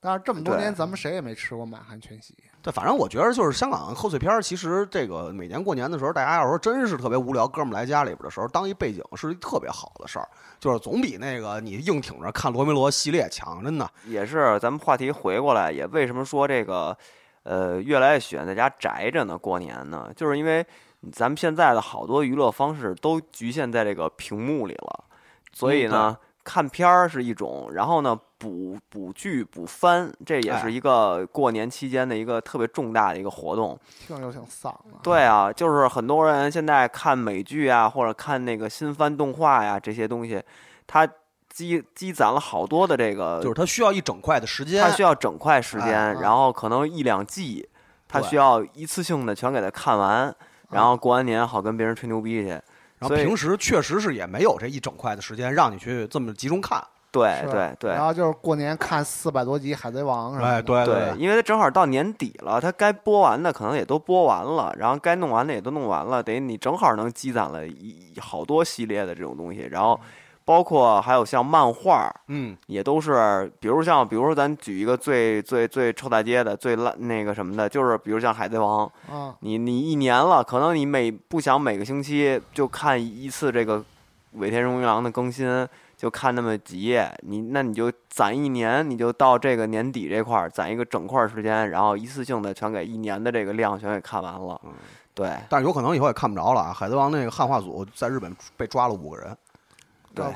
D: 但是这么多
C: 对
D: 年，咱们谁也没吃过满汉全席。
E: 对，反正我觉得就是香港贺岁片，儿，其实这个每年过年的时候，大家要说真是特别无聊，哥们儿来家里边的时候，当一背景是一特别好的事儿，就是总比那个你硬挺着看罗梅罗系列强，真的。
C: 也是，咱们话题回过来，也为什么说这个，呃，越来越喜欢在家宅着呢？过年呢，就是因为咱们现在的好多娱乐方式都局限在这个屏幕里了，所
E: 嗯
C: 以呢，看片儿是一种，然后呢，补补剧、补番，这也
E: 哎
C: 是一个过年期间的一个特别重大的一个活动。
D: 听着就挺丧的。
C: 对啊，就是很多人现在看美剧啊，或者看那个新番动画呀、这些东西，它积积攒了好多的这个
E: 就是它需要一整块的时间
C: 他，需要整块时间，
D: 哎嗯
C: 然后可能一两季，他
E: 对
C: 需要一次性的全给他看完，然后过完年好跟别人吹牛逼去。
E: 然后
C: 所以
E: 平时确实是也没有这一整块的时间让你去这么集中看。
C: 对
D: 是
C: 对对
D: 然后就是过年看四百多集《海贼王》什么的。
E: 哎，对
C: 对，因为他正好到年底了，他该播完的可能也都播完了，然后该弄完的也都弄完了，等于你正好能积攒了一一好多系列的这种东西，然后包括还有像漫画儿，
E: 嗯，
C: 也都是，比如像，比如说咱举一个最最最臭大街的、最烂那个什么的，就是比如像《海贼王》，
D: 嗯，
C: 你你一年了，可能你每不想每个星期就看一次这个尾田荣一郎的更新，就看那么几页，你那你就攒一年，你就到这个年底这块儿攒一个整块儿时间，然后一次性的全给一年的这个量全给看完了。对
E: 但是有可能以后也看不着了啊。海贼王那个汉化组在日本被抓了五个人，
C: 对
D: 啊，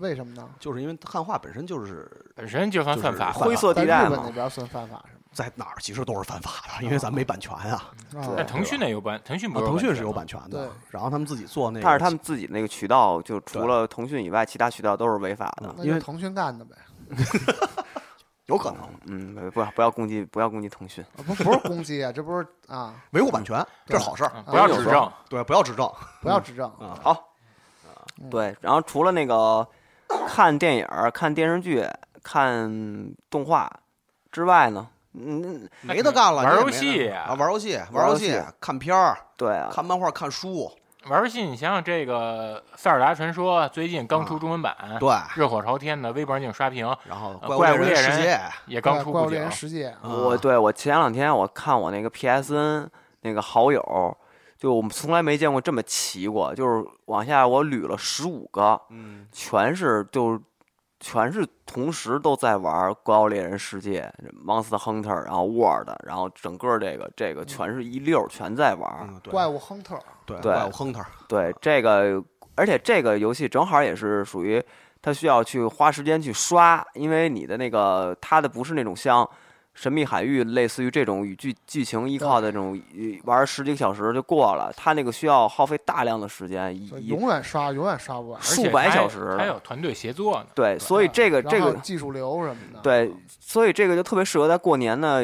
D: 为什么呢？
E: 就是因为汉化本身就是
B: 本身就算
E: 就是
B: 犯法
E: 会
B: 了。
C: 灰色
D: 在
C: 地
D: 日
C: 带
D: 本
C: 嘛
D: 那，边算犯法是
E: 在哪儿其实都是犯法的，因为咱没版权啊。
D: 吗？啊
C: 对
B: 但腾讯那有版，腾讯
E: 啊
B: 不是
E: 腾讯
B: 版
E: 是
B: 权
E: 有
B: 吗
E: 版权的
D: 对，
E: 然后他们自己做那个，
C: 但是他们自己那个渠道，就
E: 对
C: 除了腾讯以外，其他渠道都是违法的。
D: 那
E: 因
D: 就
E: 为
D: 腾讯干的呗，
E: 有可能
C: 嗯，不要不要攻击，不要攻击腾讯。
D: 啊不不是攻击啊，这不是啊，
E: 维护版权，这是好事儿
B: 嗯。不要
C: 啊有
B: 指
C: 时候
B: 正。
E: 对，不要指正。
D: 不
C: 嗯
D: 要执政。
E: 啊
C: 好，
E: 嗯
C: 对，然后除了那个看电影儿、看电视剧、看动画之外呢，嗯，
E: 没得干了，
B: 玩
E: 你也
B: 游
E: 没
B: 戏
E: 得干啊，玩游戏，
C: 玩
E: 玩游
C: 游
E: 戏
C: 戏，
E: 看片儿，
C: 对啊，
E: 看漫画，看书，
B: 玩游戏，你想想这个《塞尔达传说》最近刚出中文版，
E: 对，
B: 热火朝天的，微博上已经刷屏，
E: 然后
B: 嗯呃
E: 怪
B: 怪物
E: 人
B: 猎
E: 世
B: 人
E: 界，
B: 也
D: 怪
B: 刚出
D: 怪
B: 不
D: 物猎
B: 久。
D: 人世界，
E: 嗯
C: 我对我前两天我看我那个 PSN 那个好友，就我们从来没见过这么齐过，就是往下我捋了十五个，
E: 嗯，
C: 全是就是全是同时都在玩儿《怪物猎人世界》《Monster Hunter》，然后 Word，然后整个这个这个全是一溜儿全在玩儿。
E: 嗯嗯对
D: 怪物亨特，
E: 对
C: 对
E: 怪物亨特，
C: 对这个，而且这个游戏正好也是属于它需要去花时间去刷，因为你的那个它的不是那种像《神秘海域》类似于这种与剧剧情依靠的这种，呃玩儿十几个小时就过了，它那个需要耗费大量的时间，以
D: 就
C: 以
D: 永远刷，永远刷不完。啊
B: 而且
C: 数百
B: 它
C: 小
B: 有
C: 时
B: 它
C: 了
B: 有团队协作呢。
C: 对，所以这个
D: 然
C: 这
D: 后
C: 个
D: 技术流什么的，
C: 对，所以这个就特别适合在过年呢。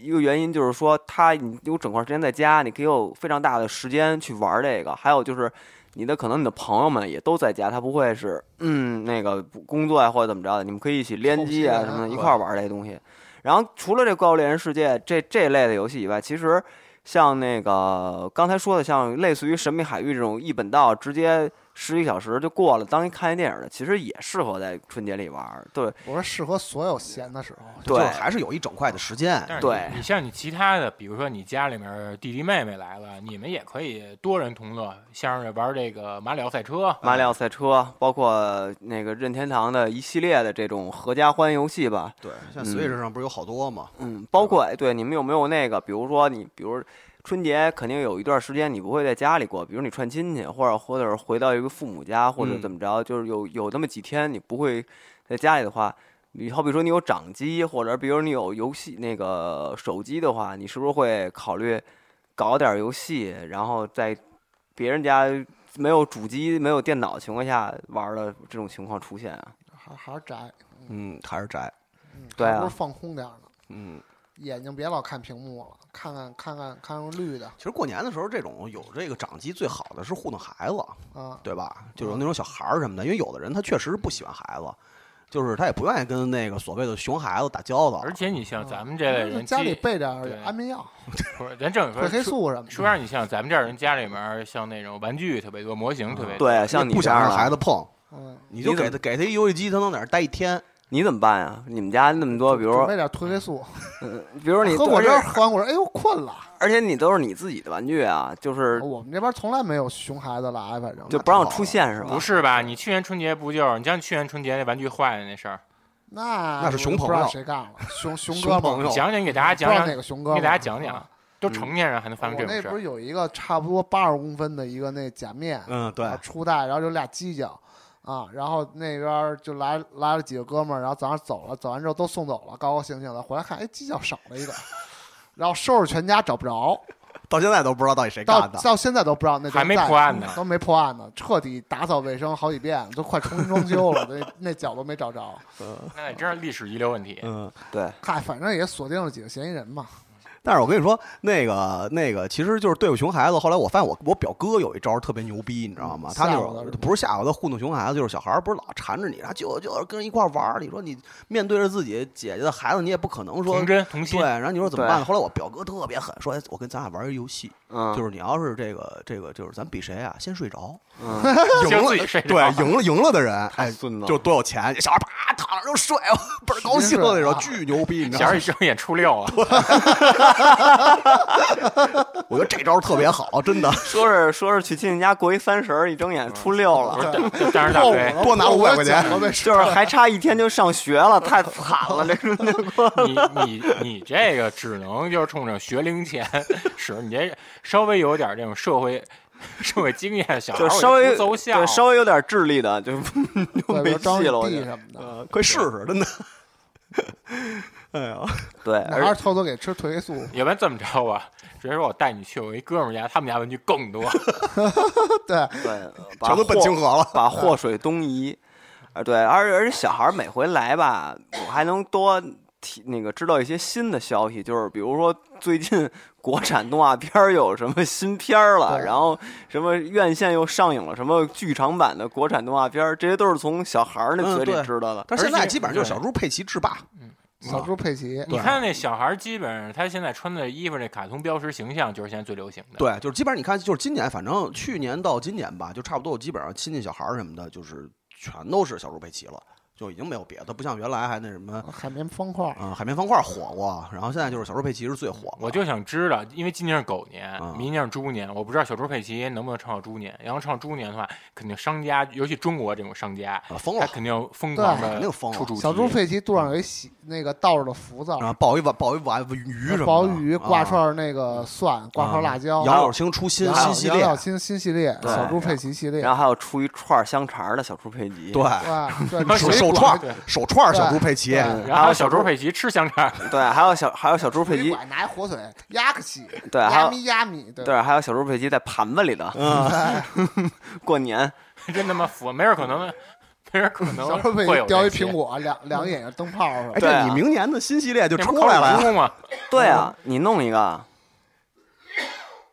C: 一个原因就是说，它你有整块时间在家，你可以有非常大的时间去玩这个。还有就是，你的可能你的朋友们也都在家，他不会是嗯那个不工作啊呀或者怎么着的，你们可以一起联机啊
D: 凑齐
C: 什
D: 人
C: 么的，一
E: 对
C: 块儿玩这些东西。然后除了这《怪物猎人世界》这这类的游戏以外，其实像那个刚才说的，像类似于《神秘海域》这种一本道直接十几小时就过了，当一看一电影的，其实也适合在春节里玩儿。对
D: 我说适合所有闲的时候。
E: 就
C: 对
E: 是还是有一整块的时间，
B: 但是
C: 对
B: 你你像你其他的，比如说你家里面弟弟妹妹来了，你们也可以多人同乐，像是玩这个马里奥赛车，
C: 马里奥赛车，包括那个任天堂的一系列的这种合家欢游戏吧，
E: 对，像
C: 嗯
E: Switch 上不是有好多吗？
C: 嗯，包括哎，对你们有没有那个，比如说你，比如春节肯定有一段时间你不会在家里过，比如你串亲戚，或者或者是回到一个父母家，或者
E: 嗯
C: 怎么着，就是有有那么几天你不会在家里的话，你好比说你有掌机，或者比如你有游戏那个手机的话，你是不是会考虑搞点儿游戏，然后在别人家没有主机、没有电脑的情况下玩儿的这种情况出现啊？
D: 还还是宅，
E: 嗯，还是宅，
D: 嗯，
C: 对啊
D: 还不如放空点儿呢，
E: 嗯。
D: 眼睛别老看屏幕了，看看看看看看绿的
E: 其实过年的时候，这种有这个掌机最好的是糊弄孩子，
D: 啊，
E: 对吧？就是有那种小孩儿什么的，因为有的人他确实不喜欢孩子，就是他也不愿意跟那个所谓的熊孩子打交道。
B: 而且你像咱们这类
D: 啊那
B: 人，
D: 家
B: 既
D: 里备点儿
B: 对
D: 安眠药、
B: 不是咱正
D: 褪
B: 说
D: 黑素什么
B: 说
D: 的。
B: 让你像咱们这儿人家里面像那种玩具特别
C: 啊
B: 多，模型特别多，
C: 对，像
E: 你
C: 你
E: 不
C: 这
E: 想
C: 样
E: 让
C: 的
E: 孩子碰，
D: 嗯，
E: 你就给他给他一游戏机，他能在那儿待一天。
C: 你怎么办呀？你们家那么多，比如
D: 准
C: 说，
D: 备点褪黑素，
C: 比如说你
D: 喝果
C: 而且
D: 汁儿，喝完果汁儿，哎呦困了。
C: 而且你都是你自己的玩具啊，就是
D: 我们这边从来没有熊孩子来，反正
C: 就不让出现是吧？
B: 不是吧？你去年春节不就是你像去年春节那玩具坏了那事儿？
D: 那
E: 那是熊
D: 我
E: 朋
D: 不知道
E: 友
D: 谁干了，熊熊
E: 熊
D: 哥
E: 朋
D: 们
E: 友
D: 儿，
B: 讲讲，给大家讲
D: 不知道
B: 讲
D: 哪，个熊哥们儿，啊
B: 给大家讲讲，都成年人还能发生
D: 我
B: 这
D: 那
B: 种事
D: 不
B: 儿？
D: 是有一个差不多八十公分的一个那假面，
E: 嗯，对
D: 啊，初代，然后有俩犄角，啊，然后那边儿就来来了几个哥们儿，然后早上走了，走完之后都送走了，高高兴兴的回来看，哎，犄角少了一个，然后收拾全家找不着，
E: 到现在都不知道到底谁
D: 到
E: 干的。
D: 到现在都不知道那东西
B: 还没
D: 在
B: 破案呢
D: 都没破案呢，彻底打扫卫生好几遍，都快重新装修了，那那脚都没找着，
B: 那得真是历史遗留问题。
E: 嗯，
C: 对，
D: 嗨，反正也锁定了几个嫌疑人嘛，
E: 但是我跟你说，那个那个，其实就是对付熊孩子。后来我发现我我表哥有一招特别牛逼，你知道吗？他
D: 吓唬他
E: 就是是
D: 吧
E: 不是吓唬他糊弄熊孩子，就是小孩儿不是老缠着你，他就就是跟人一块儿玩儿。你说你面对着自己姐姐的孩子，你也不可能说
B: 童真童心
E: 对，，然后你说怎么
C: 对
E: 办呢？后来我表哥特别狠，说：“哎，我跟咱俩玩一个游戏，
C: 嗯，
E: 就是你要是这个这个，就是咱比谁啊先睡着，
C: 嗯，
E: 赢
B: 先
E: 了
B: 自己睡着
E: 对，赢了赢了 的人，哎，
C: 孙子
E: 就多有钱。小孩啪躺着就睡，我倍儿高
D: 真
E: 兴
D: 是啊
E: 那种，巨牛逼，你知
B: 小
E: 道
B: 孩
E: 吗
B: 一？睁眼初六啊，
E: 我觉得这招特别好，真的
C: 说是说是去亲戚家过一三十儿，一睁
D: 嗯
C: 眼初六
B: 不
C: 了，
B: 是就 当时 大飞，
E: 多拿500块钱
D: 我被
C: 就是还差一天就上学了，太惨了，这瞬间 过。
B: 你你你这个只能就是冲着学龄前使，你这稍微有点这种社会社会经验的小孩
C: 就
B: 儿，
C: 稍
B: 我
C: 微
B: 不奏效
C: 对，稍微有点智力的就 就
D: 对比
C: 没
D: 如张
C: 戏了，我觉
D: 地
C: 得。
D: 什么的，
E: 快试试，真的。哎呀，
C: 对，
D: 哪
C: 而
D: 儿偷偷给吃褪黑素？
B: 要不然这么着吧，直接说我带你去我一哥们儿家，他们家文具更多，
D: 对，
C: 对，呃把
E: 全都奔
C: 祸
E: 清河了。
C: 把祸水东移。啊，对，而而且小孩儿每回来吧，我还能多提那个知道一些新的消息，就是比如说最近 国产动画片儿有什么新片儿了，
D: 对
C: 然后什么院线又上映了什么剧场版的国产动画片儿，这些都是从小孩儿那
E: 嗯
C: 嘴里
E: 对
C: 知道的。
E: 但是现在
B: 而且
E: 基本上就是小猪佩奇制霸，
D: 小猪佩奇，
B: 你看那小孩儿，基本上他现在穿的衣服，这卡通标识形象就是现在最流行的。，
E: 对，就是基本上你看，就是今年，反正去年到今年吧，就差不多，我基本上亲戚小孩儿什么的，就是全都是小猪佩奇了，就已经没有别的，不像原来还那什么，
D: 海绵方块儿，
E: 嗯、海绵方块儿火过，然后现在就是小猪佩奇是最火的。
B: 我就想知道，因为今年是狗年，
E: 嗯
B: 明年是猪年，我不知道小猪佩奇能不能唱到猪年。要能唱猪年的话，肯定商家，尤其中国这种商家，
E: 啊疯
B: 他
E: 了，
B: 肯定疯狂
D: 对
B: 的
E: 啊肯定疯
B: 嗯
E: 了
B: 出主题。
D: 小猪佩奇肚上有一喜那个倒着的浮子，
E: 然后抱一碗抱一碗鱼啊什么的，
D: 鲍鱼挂
E: 啊
D: 串儿那个蒜，挂串儿辣椒，
E: 杨柳青出新
D: 杨
E: 新系列
D: 杨，柳青新系列，
E: 对
D: 小猪佩奇系列
C: 然，后还有出一串儿香肠儿的小猪佩奇，
E: 对，
D: 哇，啊对，
B: 手
D: 水
E: 手
D: 管
E: 串
B: 对
E: 儿手串儿小猪佩奇，哎
D: 对
B: 然后小猪佩奇吃香肠，
C: 对，还有小还有小猪佩
D: 水
C: 奇，
D: 管拿一火腿压个起，
C: 对，还
D: 压
C: 有
D: 米压米，对，
C: 对，还有小猪佩奇在盘子里的，
E: 嗯
C: 过年
B: 真他妈服，没人可能，没人可
D: 小
B: 能
D: 猪佩
B: 会有
D: 奇叼一
B: 这些
D: 苹。果，两两个眼睛灯泡儿是吧？
E: 哎，这
C: 对啊
E: 你明年的新系列就
B: 那不
E: 出
B: 烤乳
E: 来了呀，
B: 猪吗？
C: 对啊，
E: 嗯
C: 你弄一个，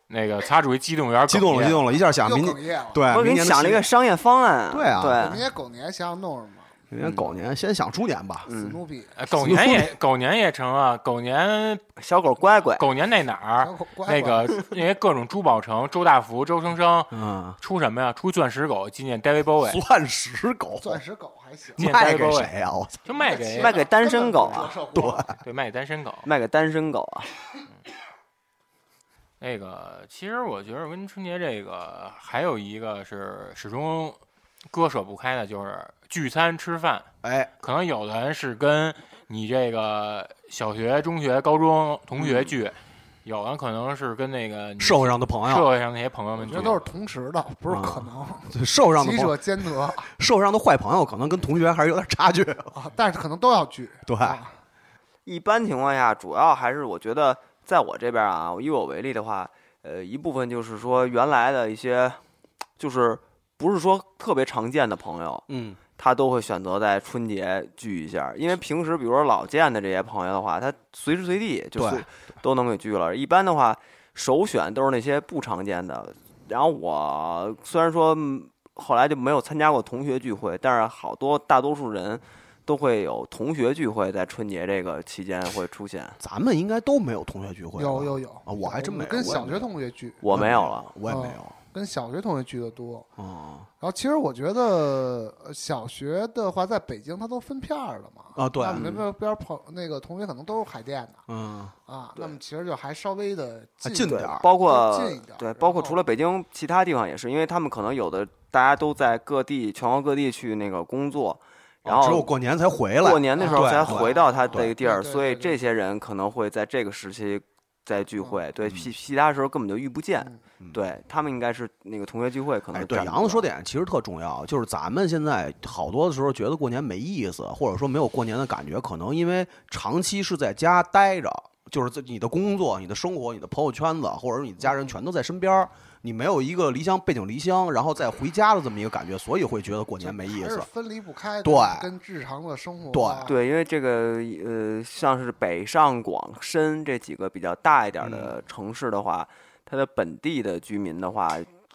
B: 那个擦主席激动有点
E: 激动了，激
B: 了。
E: 动了，一下想
D: 又
E: 明
D: 哽咽了，
E: 哎对，
C: 我给
E: 呃明
C: 你
E: 年
C: 想了一个，商业方案，
E: 对啊
D: 明年狗年想想弄什么？
E: 明年狗年先想猪年吧，
D: 史努比，
B: 呃狗年也狗年也成啊，狗年
C: 小狗乖乖，
B: 狗年那哪儿
D: 小狗乖乖
B: 那个那些各种珠宝城，周大福、周生生
E: 嗯，
B: 出什么呀？出钻石狗纪念 David Bowie，
E: 钻石狗
D: 钻石狗还行，
B: 纪念
E: 卖
B: David
E: 给
B: Bowie，
E: 谁呀？我操，
B: 就卖给
C: 卖给单身狗 啊，
D: 对，
B: 对卖给单身狗。
C: 卖给单身狗啊，
B: 那个其实我觉得跟春节这个还有一个是始终割舍不开的，就是嗯聚餐吃饭。
E: 哎，
B: 可能有的人是跟你这个小学、中学、高中同学聚，有的可能是跟那个你
E: 社会上的朋
B: 社
E: 友，
B: 会上那些朋友
D: 我
B: 们聚
D: 觉得，都是同时的，不是
E: 嗯
D: 可能，
E: 对社会上的
D: 几
E: 朋友
D: 者，兼得，
E: 社会上的坏朋友，可能跟同学还是有点差距，
D: 啊但是可能都要聚。
E: 对，嗯
D: 啊
C: 一般情况下，主要还是我觉得，在我这边啊，以我为例的话，呃，一部分就是说原来的一些，就是不是说特别常见的朋友，
E: 嗯，
C: 他都会选择在春节聚一下，因为平时比如说老见的这些朋友的话，他随时随地就
E: 对
C: 是都能给聚了。一般的话，首选都是那些不常见的。然后我虽然说嗯后来就没有参加过同学聚会，但是好多大多数人都会有同学聚会，在春节这个期间会出现。
E: 咱们应该都没有同学聚会吧，
D: 有有有
E: 啊我还真没有
D: 跟
E: 我也
D: 小
E: 没
D: 学
E: 有
D: 同学聚，
C: 我没有了，
E: 我也没
D: 哦
E: 有，
D: 跟小学同学聚的多。
E: 哦
D: 然后其实我觉得呃小学的话，在北京它都分片儿了嘛。
E: 啊对
D: 那你们那边朋那个同学可能都是海淀的
E: 嗯，
D: 啊，
C: 对
D: 那么其实就还稍微的
E: 还
D: 近
E: 近
D: 一
C: 对
E: 点儿，
C: 包括
D: 近一点儿
C: 对，
D: 然
C: 包括除
D: 后
C: 了北京，其他地方也是，因为他们可能有的大家都在各地全国各地去那个工作，然
D: 哦
C: 后
E: 哦只有过年才回哎来，啊
C: 过年的时候
E: 对
C: 才
E: 对
C: 回到他
E: 对
C: 这个地儿，
D: 对对
C: 所以
D: 对对
C: 这些人可能会在这个时期再聚会，对，
E: 嗯
C: 其其他时候根本就遇不见
D: 嗯，
E: 嗯
C: 对他们应该是那个同学聚会可能
E: 哎，对，
C: 占
E: 杨子
C: 不
E: 说
C: 到
E: 点其实特重要，就是咱们现在好多的时候觉得过年没意思，或者说没有过年的感觉，可能因为长期是在家待着，就是在你的工作、你的生活、你的朋友圈子，或者说你的家人全都在身边儿，你没有一个离乡背井离乡，然后再回家的这么一个感觉，所以会觉得过年没意
D: 还是
E: 思。
D: 分离不开的，
E: 对
D: 跟日常的生活
E: 对
D: 啊
C: 对，因为这个呃，像是北上广深这几个比较大一点儿
E: 嗯
C: 的城市的话，它的本地的居民的话，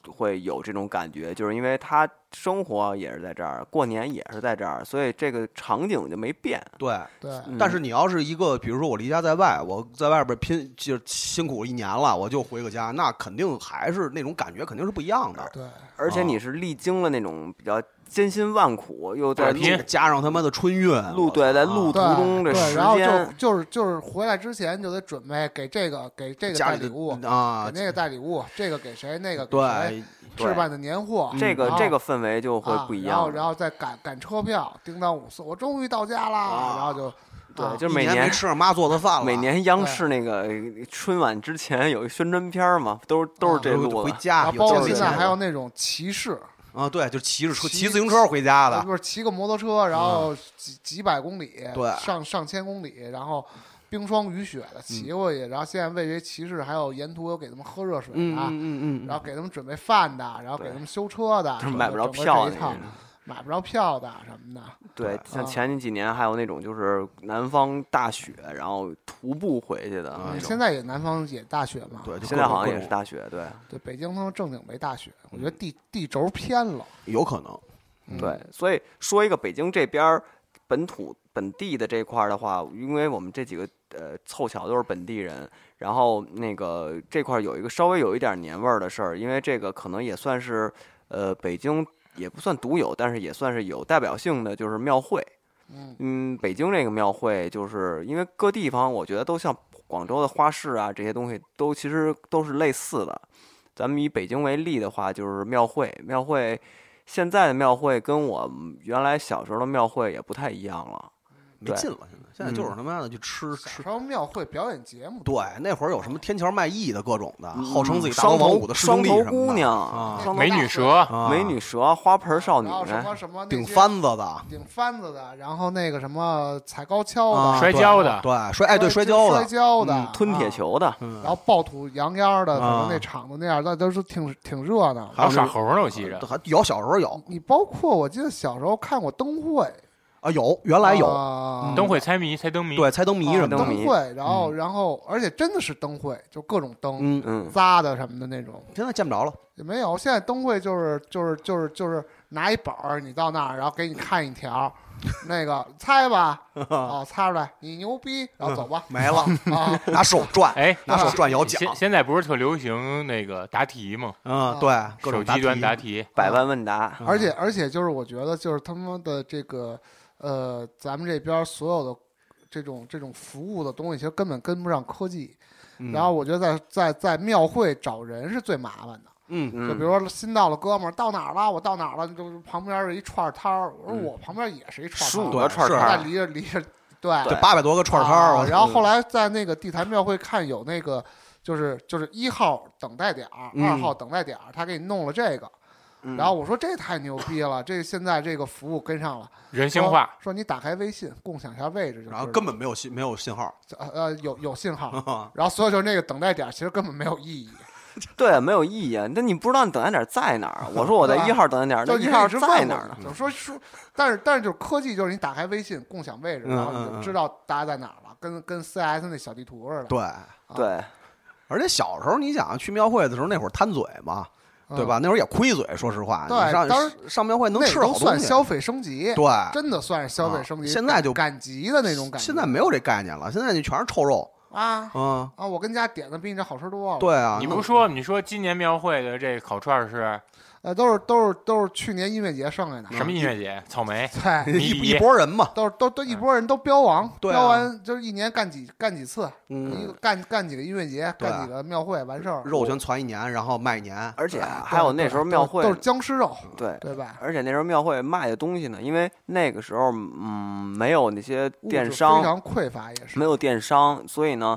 C: 会有这种感觉，就是因为他生活也是在这儿，过年也是在这儿，所以这个场景就没变。
E: 对，
D: 对
C: 嗯
E: 但是你要是一个，比如说我离家在外，我在外边拼就辛苦一年了，我就回个家，那肯定还是那种感觉，肯定是不一样的。
D: 对
C: 而且你是历经了那种比较艰辛万苦，又在
B: 打
C: 路
B: 拼
E: 加上他妈的春运，
C: 路对在路途
D: 对
C: 中的
D: 对，
C: 时
D: 然后就
C: 间
D: 就是就是回来之前就得准备给这个给这个
E: 家
D: 带
E: 里的
D: 礼物，给
E: 啊，
D: 那个带礼物，这个给谁，那个给谁，
E: 对，
D: 置办的年货，
C: 这个
D: 然后
C: 这个氛围就会
D: 嗯啊
C: 不一
D: 然后
C: 样
D: 然
C: 了。
D: 后再赶赶车票，叮当五四，我终于到家啦，
E: 啊
D: 然后就啊
C: 对，就是
E: 一
C: 每
E: 年没
C: 年
E: 吃上妈做的饭了，
C: 每年央视那个春晚之前有一宣传片儿嘛，都是都是
D: 啊
C: 这
E: 都
C: 路
E: 回
C: 子。
E: 家
D: 然后包括
C: 就是
D: 现
C: 这
D: 在
C: 个
D: 还有那种骑士，
E: 啊，对，就骑着车
D: 骑
E: 骑自行车回家的，
D: 呃就是骑个摩托车，然后几几百公里，
E: 对
D: 上上千公里，然后冰霜雨雪的骑过去，然后现在为这骑士还有沿途有给他们喝热水
E: 嗯
D: 的，
E: 嗯嗯
D: 然后给他们准备饭的，然后给
C: 对
D: 他们修车的，
C: 是买不着
D: 整个
C: 票
D: 这
C: 的
D: 一
C: 那
D: 套
C: 种，
D: 买不着票的什么的，
C: 对，像
D: 啊
C: 前几年还有那种就是南方大雪，然后徒步回去的
E: 啊
C: 那
E: 嗯
C: 种。
D: 现在也南方也大雪嘛，
E: 对，就
C: 现在
E: 各种
C: 好像
E: 各
C: 也是
E: 种
C: 大雪，对
D: 对，北京他们正经没大雪，我觉得地地轴偏了，
E: 有可能，
D: 嗯
C: 对，所以说一个北京这边儿本土本地的这块儿的话，因为我们这几个呃凑巧都是本地人，然后那个这块儿有一个稍微有一点年味儿的事儿，因为这个可能也算是呃北京也不算独有，但是也算是有代表性的，就是庙会。
D: 嗯，
C: 嗯，北京这个庙会，就是因为各地方我觉得都像广州的花市啊，这些东西都其实都是类似的。咱们以北京为例的话，就是庙会，庙会现在的庙会跟我们原来小时候的庙会也不太一样了。
E: 没
C: 对嗯
E: 劲了，现在现在就是他妈的就吃吃。
D: 然后庙会表演节目，
E: 对，那会儿有什么天桥卖艺的各种的，号称自己
C: 嗯
E: 大
C: 双
E: 龙王
C: 头
E: 谷的师
C: 双
E: 兄弟
C: 头
E: 什么
C: 姑
E: 的
C: 娘、
E: 啊
C: 双头
B: 美
D: 大
B: 女
D: 蛇
B: 蛇，
E: 啊
C: 美女蛇、花盆少女
D: 然，后什么什么那
E: 顶
D: 些
E: 翻子的，
D: 顶翻子的，然后那个什么踩高跷的，
E: 啊
B: 摔
E: 对
B: 跤的
E: 对，摔哎对摔跤
D: 摔
E: 的，
D: 跤的，
C: 吞铁球的，
D: 啊，
E: 嗯
D: 然后暴土扬烟的，可
E: 啊
D: 能那场子那样，那都是挺挺热闹。
B: 还有耍猴呢，我记着。
E: 还有小时候有
D: 你包括我记得小时候看过灯会，
E: 啊有，原来有，
D: 啊
E: 嗯
B: 灯会猜谜，猜灯谜。
E: 对，猜灯谜什么
D: 啊
E: 的
C: 灯。谜
D: 灯会，然后然后而且真的是灯会，就各种灯
E: 嗯，
C: 嗯，
D: 扎的什么的那种，
E: 现在见不着了，
D: 也没有。现在灯会就是就是就是就是拿一本儿，你到那儿，然后给你看一条，那个猜 吧，哦，猜出来你牛逼，然后走吧，
E: 没了，
D: 啊，
E: 拿手转，
B: 哎，
E: 拿手转摇
B: 现
E: 奖，
B: 现在不是特流行那个答题吗？
E: 嗯，对，各
B: 手
E: 种
B: 机端答
E: 答题，
B: 题，
C: 百万问答，
D: 哦
E: 嗯
D: 而且而且就是我觉得就是他们的这个呃，咱们这边所有的这种这种服务的东西，其实根本跟不上科技。
E: 嗯
D: 然后我觉得在在在庙会找人是最麻烦的。
E: 嗯，
D: 就比
C: 嗯，
D: 如说新到了哥们儿到哪儿了，我到哪儿了，就是旁边是一串摊儿，我说我旁边也是一串
C: 十
D: 摊
C: 五
D: 儿，
E: 嗯对
C: 个串
E: 是
C: 摊
D: 那
C: 儿，
D: 离着离着对
E: 这八百多个串摊
D: 啊
E: 儿，我嗯
D: 然后后来在那个地坛庙会看有那个就是就是一号等待点儿，
E: 嗯
D: 二号等待点儿，他给你弄了这个，
C: 嗯
D: 然后我说这太牛逼了，这现在这个服务跟上了。
B: 人性
D: 说
B: 化。
D: 说你打开微信共享一下位置就知道，
E: 然后根本嗯没有信没有信号，
D: 呃呃有有信号， 然后所以就是那个等待点其实根本没有意义，
C: 对，没有意义啊。那你不知道你等待点在哪儿？我说我在
D: 对吧啊
C: 一号等待点儿，
D: 就
C: 那
D: 是
C: 一
D: 你
C: 号
D: 一直
C: 在
D: 问
C: 哪
D: 我
C: 儿呢？
D: 就说说，但是但是就是科技就是你打开微信共享位置，
E: 嗯
D: 然后你
E: 嗯嗯
D: 就知道大家在哪儿了，跟跟 CS 那小地图似的，
E: 对，
D: 啊
C: 对，
E: 而且小时候你想去庙会的时候，那会儿贪嘴嘛，
D: 嗯
E: 对吧？？那会儿也亏嘴，说实话，
D: 对
E: 你上
D: 当
E: 上庙会能
D: 那
E: 吃
D: 都
E: 好东
D: 算
E: 西，啊
D: 消费升级，
E: 对，
D: 真的算是消费升级。
E: 啊现在就
D: 赶集的那种感觉，
E: 现在没有这概念了，现在你全是臭肉，
D: 啊
E: 嗯，
D: 啊！我跟家点的比你这好吃多了。，
E: 对啊，
B: 你不说，你说今年庙会的这烤串儿是
D: 呃，都是都是都是去年音乐节剩下的。
B: 什么音乐节？草莓。
D: 对，
E: 一
B: 你
E: 一波人嘛，
D: 都是都
C: 嗯
D: 都一波人都标王，
E: 对啊
D: 标完就是一年干几干几次，一
E: 嗯，
D: 个干干几个音乐节，
C: 啊
E: 对
D: 干几个庙会，完事儿。
E: 肉全攒一年，然后卖一年，
C: 而且啊
D: 对
C: 还有那时候
D: 对
C: 庙
D: 都
C: 会
D: 都是僵尸肉，
C: 对，
D: 对吧？
C: 而且那时候庙会卖的东西呢，因为那个时候嗯没有那些
D: 物
C: 电
D: 质
C: 商
D: 非，常匮乏，也是
C: 没有电商，所以呢，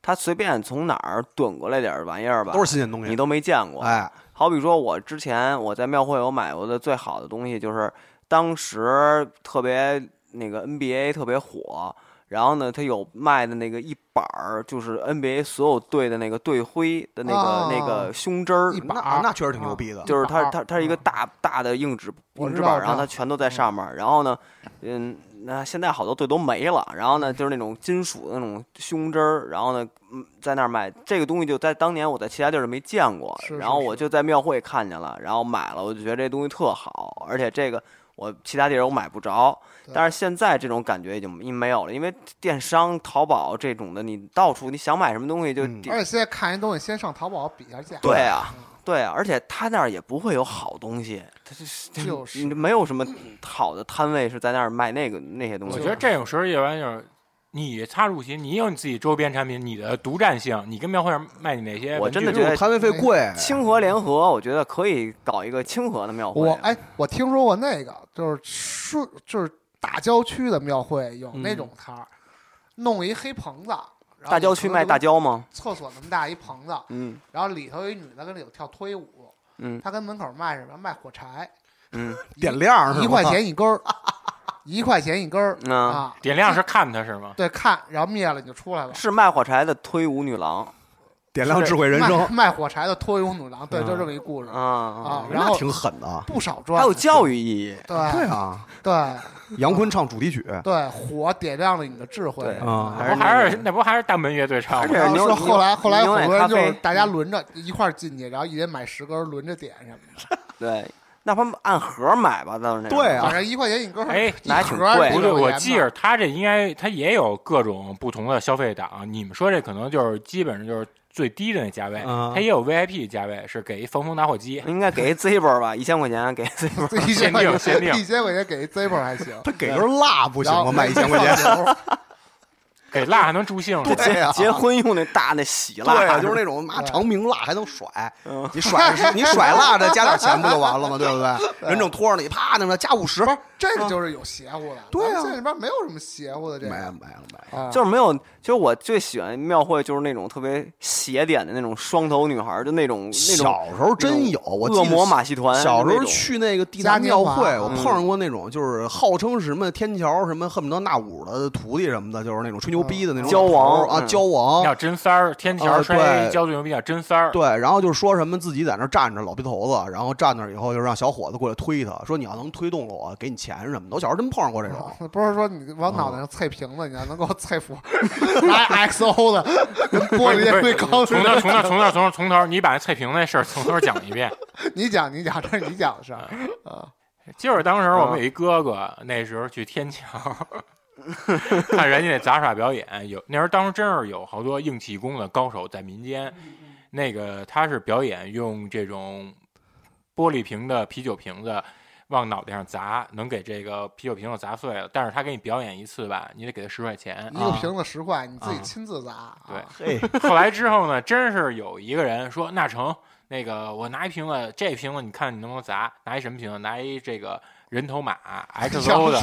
C: 他随便从哪儿怼过来点儿玩意儿吧，
E: 都是新鲜东西。
C: 你都没见过。
E: 哎，
C: 好比说，我之前我在庙会我买过的最好的东西，就是当时特别那个 NBA 特别火，然后呢，它有卖的那个一板儿，就是 NBA 所有队的那个队徽的那个、那个胸针儿
E: 一，把
D: 把
E: 那确实挺牛逼的，
C: 就是
D: 一
C: 它
D: 板儿
C: 它它是一个大大的硬纸
D: 啊嗯我
C: 硬
D: 知
C: 纸
D: 道
C: 板
D: 我
C: 儿，
D: 知
C: 然后它
D: 道
C: 全都在上面儿，然后呢，嗯，那现在好多队都没了，然后呢，就是那种金属的那种胸针儿，然后呢，嗯，在那儿卖这个东西，就在当年我在其他地儿没见过，
D: 是
C: 然后
D: 是
C: 我就在庙会看见了，然后买了，我就觉得这东西特好，而且这个我其他地儿我买不着，
D: 对
C: 但是现在这种感觉已经没没有了，因为电商、淘宝这种的，你到处你想买什么东西就
E: 嗯
C: 点
D: 而且现在看一东西，先上淘宝比一下价。
C: 对啊，对啊，而且他那儿也不会有好东西，他就是他
D: 就是
C: 没有什么好的摊位是在那儿卖那个那些东
B: 我
C: 西
B: 觉。得这种时候要不然就是你插入其，你有你自己周边产品，你的独占性，你跟庙会上卖你那些
C: 我
B: 文具
C: 真的
E: 这
C: 觉得
E: 种摊位
D: 嗯
E: 费贵，
C: 清河联合，我觉得可以搞一个清河的庙会。啊
D: 我哎，我听说过那个，就是顺就是大郊区的庙会有那种摊儿，弄一黑棚子，然
C: 嗯
D: 后
C: 大郊区卖大
D: 里头
C: 蕉吗？
E: 啊
D: 就跟厕所那么大一棚子，
C: 嗯
D: 然后里头有一女的跟里头跳脱衣舞，
C: 嗯
D: 她跟门口卖什么？卖火柴，
C: 嗯，
E: 点亮是吧
D: 一块，钱一根儿，一块钱一根儿
C: 那
D: 啊。
B: 点亮是看它是吗？
D: 对，看，然后灭了你就出来了。
C: 是卖火柴的推舞女郎
E: 点亮智慧人生
D: 卖卖火柴的脱衣舞女郎，对，就这么一故事，
C: 啊啊
D: 啊
E: 那
D: 然后
E: 挺狠的啊。
D: 不少赚。
C: 还有教育意义。
E: 对
D: 对
E: 啊，
D: 对
E: 杨坤唱主题曲
C: 哎
D: 对，火点亮了你的智慧
C: 对
E: 啊
B: 那不还是那不还是大门乐队唱
C: 而
B: 的？
C: 且
D: 然后
C: 牛
D: 说后来
C: 牛
D: 后来
C: 牛
D: 好
C: 奶
D: 多
C: 咖
D: 人就是
C: 啡，
D: 大家轮着一块儿进去，然后一人买十根儿轮着点什么的，
C: 对，那他们按盒买吧，到时候那个
E: 对啊
D: 反正一块钱一根儿，
B: 哎
D: 一
C: 那还挺
D: 盒儿
C: 贵
D: 几
B: 不
D: 百
B: 对，
D: 块
B: 我
D: 钱
B: 记
D: 吧
B: 着他这应该他也有各种不同的消费档，你们说这可能就是基本上就是最低的那价位，
E: 嗯
B: 他也有 VIP 价位，是给一缝缝打火机。
C: 应该给 Zippo 吧，一千块钱给 Zippo。
D: 一
B: 限
D: 千块
B: 定
D: 钱
B: 限定
D: 一千块钱给一 Zippo 还行，
E: 他给根蜡不行
D: 然
E: 吗？
D: 后
E: 卖一千 块钱，
D: 钱，
B: 给蜡还能助兴是吧？
C: 哦
E: 对啊
C: 结婚用那大那喜 蜡，嗯
E: 对啊，就是那种拿长明蜡还能甩，你甩 你甩蜡的加点钱不就完了吗？对不对？
C: 啊
E: 人正拖着你，啪，那么加五十，
D: 这个就是有邪乎的。
E: 对啊
D: 咱们这里边没有什么邪乎的这
E: 买了
D: 个，
E: 买了买了。
D: 啊
C: 就是没有，就是我最喜欢庙会，就是那种特别邪点的那种双头女孩儿，就那种那种
E: 小时候真有，我记得
C: 恶魔马戏团。
E: 小时
C: 就
E: 候
C: 那种
E: 去那个地坛庙
D: 嘉
E: 会，
D: 年华
E: 我碰上过那种就是号称是什么天桥什么恨不得那五的徒弟什么的，就是那种吹牛逼的那种
C: 胶王
E: 老头儿啊，
C: 嗯
E: 胶王
B: 要。真三儿，天桥
E: 啊
B: 摔
E: 对
B: 交最牛逼叫真三儿。
E: 对，然后就说什么自己在那儿站着老逼头子，然后站那儿以后就让小伙子过来推他，说你要能推动了我，给你钱什么的。我小时候真碰上过这种，
D: 不是说你往脑袋上啐瓶子，你要能给我啐服，拿 XO 的跟玻璃烟灰缸似
B: 从头
D: 的。
B: 从头从头从头从头，你把翠屏那事儿从头讲一遍。
D: 你讲，你讲，这是你讲的事儿。
B: 就是当时我们有一哥哥，那时候去天桥看人家那杂耍表演，有那时候当时真是有好多硬气功的高手在民间。那个他是表演用这种玻璃瓶的啤酒瓶子往脑袋上砸，能给这个啤酒瓶子砸碎了。但是他给你表演一次吧，你得给他十块钱
D: 一。个瓶子十块，你自己
B: 啊
D: 亲自砸。啊
B: 对，
E: 嘿，
B: 后来之后呢，真是有一个人说：“那成，那个我拿一瓶子，这瓶子你看你能不能砸？拿一什么瓶子？拿一这个人头 马 XO 的，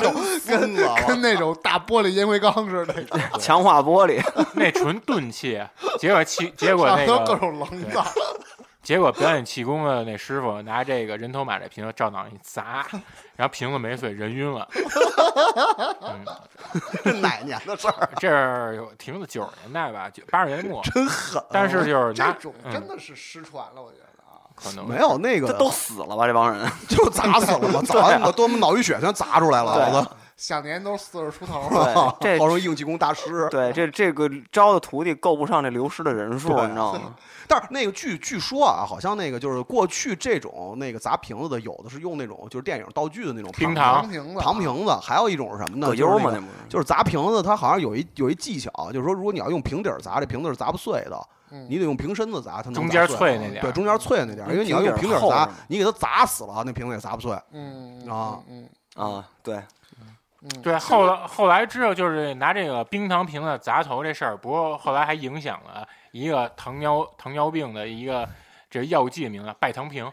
E: 跟
D: 跟那种大玻璃烟灰缸似的，
C: 强化玻璃，
B: 那纯钝器。结果气，结果
D: 上
B: 那
D: 头各
B: 个，
D: 种棱子。
B: 结果表演气功的那师傅拿这个人头马这瓶子照脑袋一砸， 然后瓶子没碎，人晕了。嗯，
E: 这哪年的事儿？
B: 这儿有停的九十年代吧，八十年代末，
E: 真狠！
B: 但是就是
D: 这
B: 拿
D: 种真
B: 嗯，
D: 的是失传了，我觉得啊。
B: 可能
E: 没有那个
C: 这都死了吧？这帮人，
E: 就砸死了嘛，砸他妈多么脑溢血全砸出来了，老子啊
D: 想年都是四十出头了。
C: 对，啊这
E: 号称硬气功大师。
C: 对这这个招的徒弟够不上这流失的人数，
E: 对
C: 你知道吗？
E: 但是那个据据说啊，好像那个就是过去这种那个砸瓶子的，有的是用那种就是电影道具的那种
B: 冰
E: 糖
B: 糖
D: 糖瓶子，
E: 糖瓶子，还有一种是什么呢？
C: 葛
E: 就是
C: 优
E: 那
C: 嘛，
E: 个
C: 那不是
E: 就是砸瓶子，它好像有一有一技巧，就是说，如果你要用平底儿砸，这瓶子是砸不碎的，
D: 嗯
E: 你得用瓶身子砸，它能
B: 中
E: 砸
B: 间
E: 碎
B: 脆那点儿
E: 对，中间脆那点儿，
C: 嗯
E: 因为你要用
C: 平底
E: 平底
C: 儿
E: 儿
C: 厚
E: 砸
C: 是吗，
E: 你给它砸死了，那瓶子也砸不碎。
D: 嗯嗯
E: 啊
D: 嗯
C: 啊，对，
D: 嗯嗯，
B: 对，后来后来之后就是拿这个冰糖瓶子砸头这事儿，不过后来还影响了一个糖尿糖尿病的一个这药剂名啊，拜糖平。